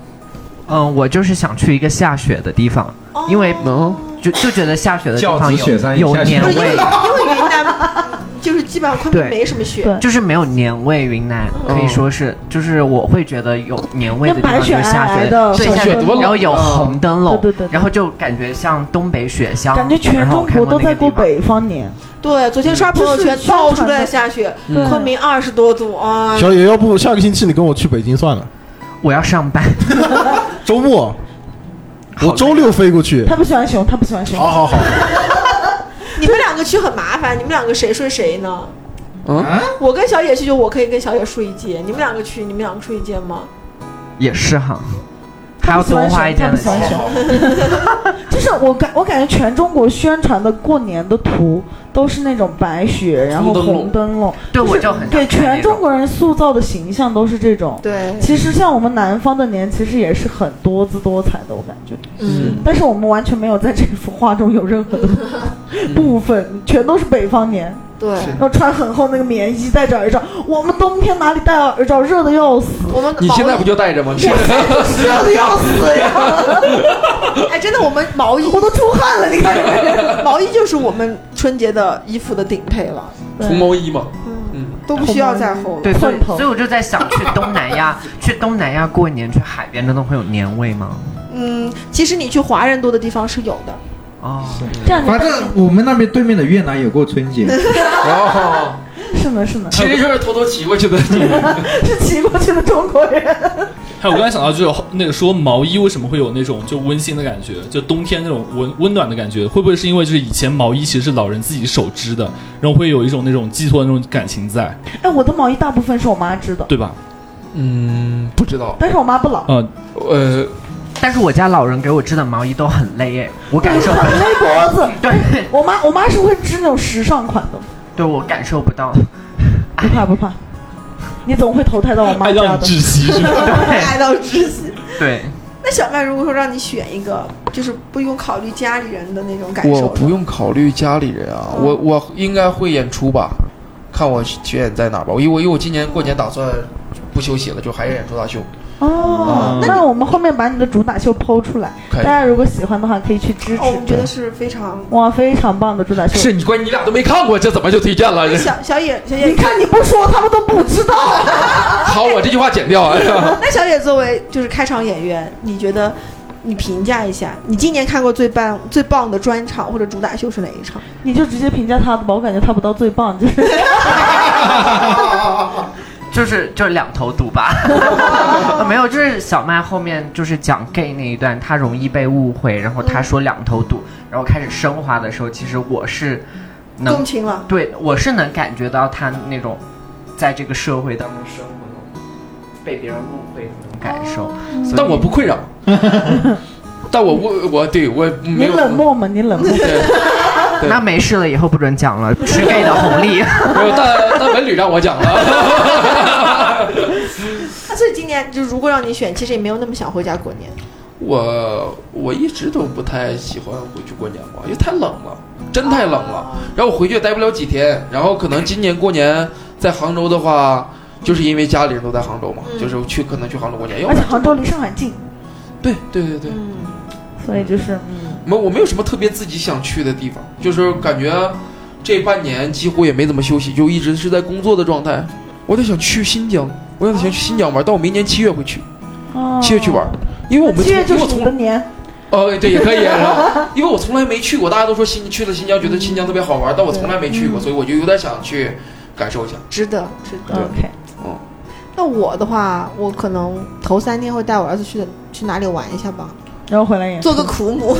[SPEAKER 4] 嗯，我就是想去一个下雪的地方，
[SPEAKER 2] 哦
[SPEAKER 4] 因为嗯，
[SPEAKER 5] 哦
[SPEAKER 4] 就就觉得下雪的地
[SPEAKER 6] 教
[SPEAKER 4] 方
[SPEAKER 6] 子雪山
[SPEAKER 4] 有有
[SPEAKER 6] 一下雪
[SPEAKER 4] 年
[SPEAKER 1] 不是哦因为
[SPEAKER 4] 味
[SPEAKER 1] 因，为云南 就是基本上昆明
[SPEAKER 4] 对
[SPEAKER 1] 没什么雪，
[SPEAKER 2] 对
[SPEAKER 4] 就是没有年味。云南可以说是，
[SPEAKER 5] 嗯
[SPEAKER 4] 就是我会觉得有年味的地
[SPEAKER 2] 那白
[SPEAKER 4] 方
[SPEAKER 2] 雪
[SPEAKER 4] 就是下
[SPEAKER 2] 皑皑
[SPEAKER 4] 雪
[SPEAKER 2] 的
[SPEAKER 4] 对
[SPEAKER 2] 小
[SPEAKER 4] 下
[SPEAKER 2] 雪
[SPEAKER 4] 雪
[SPEAKER 2] 多冷嗯
[SPEAKER 4] 然后有红灯笼，
[SPEAKER 2] 对对对对
[SPEAKER 4] 然后就感觉像东北雪乡，
[SPEAKER 2] 感觉全中国都在过北方年，
[SPEAKER 1] 对，昨天刷朋友圈
[SPEAKER 2] 就是
[SPEAKER 1] 到处都在下雪，
[SPEAKER 2] 嗯
[SPEAKER 1] 昆明二十多度啊，
[SPEAKER 5] 小野，要不下个星期你跟我去北京算了，
[SPEAKER 4] 然后我要上班，
[SPEAKER 5] 周末，
[SPEAKER 4] 好
[SPEAKER 5] 我周六飞过去，
[SPEAKER 2] 他不喜欢熊，他不喜欢熊。
[SPEAKER 5] 好好好，
[SPEAKER 1] 你们两个去很麻烦，你们两个谁睡谁呢？
[SPEAKER 7] 嗯
[SPEAKER 6] 啊，
[SPEAKER 1] 我跟小野去，就我可以跟小野睡一间，你们两个去，你们两个睡一间吗？
[SPEAKER 4] 也是哈，还要多花一
[SPEAKER 2] 他
[SPEAKER 4] 点
[SPEAKER 2] 不
[SPEAKER 4] 的
[SPEAKER 2] 喜欢
[SPEAKER 4] 钱。
[SPEAKER 2] 熊，就是我感我感觉全中国宣传的过年的图都是那种白雪，然后红灯笼，
[SPEAKER 4] 对，
[SPEAKER 2] 是
[SPEAKER 4] 我就很
[SPEAKER 2] 给
[SPEAKER 4] 想看那
[SPEAKER 2] 全中
[SPEAKER 4] 种
[SPEAKER 2] 国人塑造的形象都是这种。
[SPEAKER 1] 对，
[SPEAKER 2] 其实像我们南方的年，其实也是很多姿多彩的，我感觉。
[SPEAKER 1] 嗯，
[SPEAKER 2] 但是我们完全没有在这幅画中有任何的
[SPEAKER 7] 嗯
[SPEAKER 2] 部分，全都是北方年。
[SPEAKER 1] 对，
[SPEAKER 2] 然后穿很厚那个棉衣，戴着耳罩。我们冬天哪里戴耳罩，热的要死，
[SPEAKER 1] 我们
[SPEAKER 7] 你
[SPEAKER 1] 毛
[SPEAKER 7] 现在
[SPEAKER 1] 衣
[SPEAKER 7] 不就带着吗？
[SPEAKER 2] 热 的要死 呀！
[SPEAKER 1] 哎，真的，我们毛衣
[SPEAKER 2] 我都出汗了，你看。
[SPEAKER 1] 毛衣就是我们春节的衣服的顶配了，
[SPEAKER 2] 对
[SPEAKER 7] 除
[SPEAKER 6] 嗯
[SPEAKER 7] 毛衣嘛，
[SPEAKER 2] 嗯
[SPEAKER 7] 嗯
[SPEAKER 1] 都不需要再厚了。
[SPEAKER 4] 对，所以
[SPEAKER 2] 混头
[SPEAKER 4] 所以我就在想，去东南亚，去东南亚过年，去海边真的会有年味吗？
[SPEAKER 1] 嗯，其实你去华人多的地方是有的，
[SPEAKER 4] 哦，
[SPEAKER 2] 这样
[SPEAKER 6] 反正啊我们那边对面的越南有过春节，
[SPEAKER 7] 然后
[SPEAKER 2] 你 是呢是 呢，
[SPEAKER 7] 其实就是偷偷骑过去的。
[SPEAKER 2] 是骑过去的中国人。
[SPEAKER 3] 还有哎我刚才想到，就是那个说毛衣为什么会有那种就温馨的感觉，就冬天那种温温暖的感觉，会不会是因为就是以前毛衣其实是老人自己手织的，然后会有一种那种寄托的那种感情在，
[SPEAKER 2] 哎，我的毛衣大部分是我妈织的，
[SPEAKER 3] 对吧？
[SPEAKER 7] 嗯，不知道，
[SPEAKER 2] 但是我妈不老，
[SPEAKER 3] 嗯，
[SPEAKER 7] 呃，
[SPEAKER 4] 但是我家老人给我织的毛衣都很累耶，我感受不
[SPEAKER 2] 很勒脖子。
[SPEAKER 4] 对，
[SPEAKER 2] 我妈我妈是会织那种时尚款的，
[SPEAKER 4] 对我感受不 到。
[SPEAKER 2] 不怕不怕，你总会投胎到我妈
[SPEAKER 7] 哎
[SPEAKER 3] 爱让
[SPEAKER 2] 家
[SPEAKER 3] 你
[SPEAKER 2] 哦的。
[SPEAKER 3] 窒息是吧？
[SPEAKER 1] 爱到窒息。
[SPEAKER 4] 对，
[SPEAKER 1] 那小麦，如果说让你选一个，就是不用考虑家里人的那种感
[SPEAKER 7] 我
[SPEAKER 1] 受，
[SPEAKER 7] 不用考虑家里人啊，我我应该会演出吧，看我巡演在哪儿吧。我因为我因为我今年过年打算不休息了，就还是演出大秀。
[SPEAKER 2] 哦，
[SPEAKER 7] 嗯
[SPEAKER 2] 那我们后面把你的主打秀剖出来，
[SPEAKER 7] 可
[SPEAKER 2] 大
[SPEAKER 7] 以
[SPEAKER 2] 家如果喜欢的话可以去支
[SPEAKER 1] 哦，我觉
[SPEAKER 2] 持。
[SPEAKER 1] 得是非常。
[SPEAKER 2] 哇，非常棒的主打秀！
[SPEAKER 7] 是你关你俩都没看过，这怎么 就推荐了？这
[SPEAKER 1] 小小野，小野，
[SPEAKER 2] 你 看你不说，他们都不知道。
[SPEAKER 7] 好，我这句话剪掉啊。
[SPEAKER 1] 那小野作为就是开场演员，你觉得你评价一下，你今年看过最棒最棒的专场或者主打秀是哪一场？
[SPEAKER 2] 你就直接评价他的吧，我感觉他不到最棒，就是
[SPEAKER 4] 就是就是两头堵 吧，没有，就是小麦后面就是讲 gay 那一段，他容易被误会，然后他说两头堵，然后开始升华的时候，其实我是
[SPEAKER 1] 共
[SPEAKER 4] 能，
[SPEAKER 1] 情了，
[SPEAKER 4] 对我是能感觉到他那种在这个社会当中生活被别人误会的那种感受，所以
[SPEAKER 7] 但我不 困扰，但我不，我对我 没
[SPEAKER 2] 你
[SPEAKER 7] 有
[SPEAKER 2] 冷漠吗？你冷漠。
[SPEAKER 7] 对，对
[SPEAKER 4] 那没事了，以后不准 讲了，吃 gay 的红利。
[SPEAKER 7] 没有，但但文旅让我讲了。
[SPEAKER 1] 那所以今年就如果让你选，其实也没有那么想回家过年。
[SPEAKER 7] 我我一直都不太喜欢回去过年嘛，因为太冷了，真太冷了。然后我回去也待不了几天，然后可能今年过年在杭州的话，就是因为家里人都在杭州嘛，
[SPEAKER 1] 嗯
[SPEAKER 7] 就是去可能去杭州过年。要
[SPEAKER 2] 而
[SPEAKER 7] 不
[SPEAKER 2] 且
[SPEAKER 7] 然
[SPEAKER 2] 杭州离上海近，
[SPEAKER 7] 对对对对，
[SPEAKER 1] 嗯，
[SPEAKER 2] 所以就是嗯，
[SPEAKER 7] 没我没有什么特别自己想去的地方，就是感觉这半年几乎也没怎么休息，就一直是在工作的状态。我在想去新疆，我想想去新疆玩，但我明年七月会去，
[SPEAKER 2] 哦
[SPEAKER 7] 七月去玩，因为我们
[SPEAKER 2] 七月
[SPEAKER 7] 从
[SPEAKER 2] 哦就
[SPEAKER 7] 因为
[SPEAKER 2] 是
[SPEAKER 7] 我从
[SPEAKER 2] 我的年，
[SPEAKER 7] 呃，对，也可以。然后，因为我从来没去过，大家都说新去了新疆，觉得新疆特别好玩，但我从来没去
[SPEAKER 2] 嗯
[SPEAKER 7] 过，所以我就有点想去感受一下。
[SPEAKER 1] 值得，值得。
[SPEAKER 2] OK，
[SPEAKER 1] 那我的话，我可能头三天会带我儿子去的去哪里玩一下吧，
[SPEAKER 2] 然后回来演。
[SPEAKER 1] 做个苦母。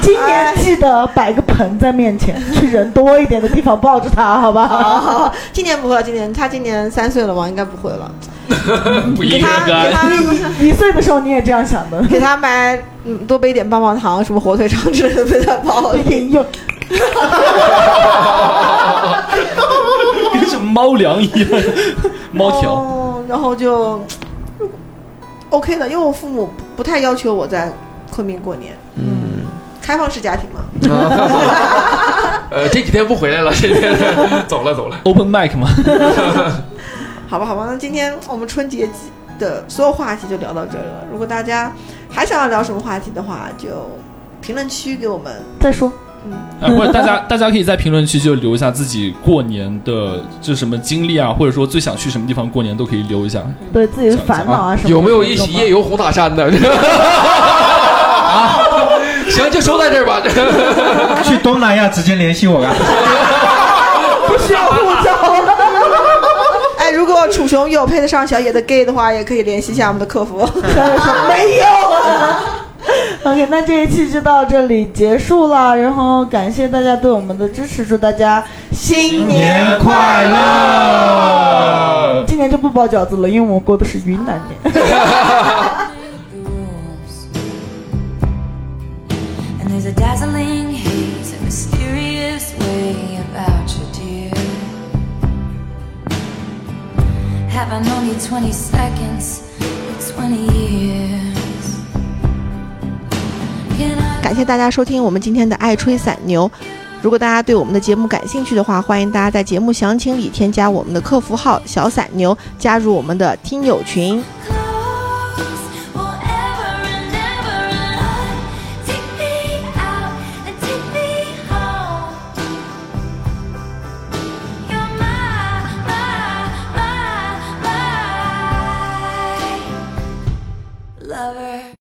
[SPEAKER 2] 今年记得摆个盆在面前，去人多一点的地方抱着他，好吧？
[SPEAKER 1] 啊，今年不会了，今年他今年三岁了吧，应该不会了。
[SPEAKER 3] 不
[SPEAKER 1] 给
[SPEAKER 3] 应
[SPEAKER 1] 他给
[SPEAKER 3] 该。
[SPEAKER 1] 他
[SPEAKER 2] 一岁的时候你也这样想的，
[SPEAKER 1] 给他买，嗯，多备点棒棒糖，什么火腿肠之类的备在包里。
[SPEAKER 2] 引诱
[SPEAKER 3] 跟是猫粮一样， 猫条。
[SPEAKER 1] 哦然后就 OK 的，因为我父母不不太要求我在昆明过年，
[SPEAKER 7] 嗯，
[SPEAKER 1] 开放式家庭嘛。
[SPEAKER 7] 呃，这几天不回来了，这几 天走了走了。
[SPEAKER 3] Open mic 嘛，
[SPEAKER 1] 好吧，好吧，那今天我们春节的所有话题就聊到这儿了。如果大家还想要聊什么话题的话，就评论区给我们。
[SPEAKER 2] 再说。
[SPEAKER 3] 啊，或者大家 大家可以在评论区就留一下自己过年的就什么经历啊，或者说最想去什么地方过年都可以留一下。
[SPEAKER 2] 对自己的烦恼啊什么的
[SPEAKER 7] 有没有一起夜游红塔山的？ 啊，行，就说在这儿吧。
[SPEAKER 6] 去东南亚直接联系我啊吧。
[SPEAKER 2] 不需要护照？
[SPEAKER 1] 哎，如果楚雄有配得上小野的 gay 的话，也可以联系一下我们的客服。
[SPEAKER 2] 没有。OK，那这一期就到这里结束了，然后感谢大家对我们的支持，祝大家新
[SPEAKER 6] 年快乐！
[SPEAKER 2] 今年就不包饺子了，因为我过的是云南年。
[SPEAKER 10] And there's a dazzling haze, a mysterious way about you, dear. Have I known you 20 seconds or 20 years? Can I?
[SPEAKER 1] 感谢大家收听我们今天的《爱吹散牛》。如果大家对我们的节目感兴趣的话，欢迎大家在节目详情里添加我们的客服号“小散牛”，加入我们的听友群。
[SPEAKER 10] Close forever and ever and on. Take me out and take me home. You're my, my, my, my lover.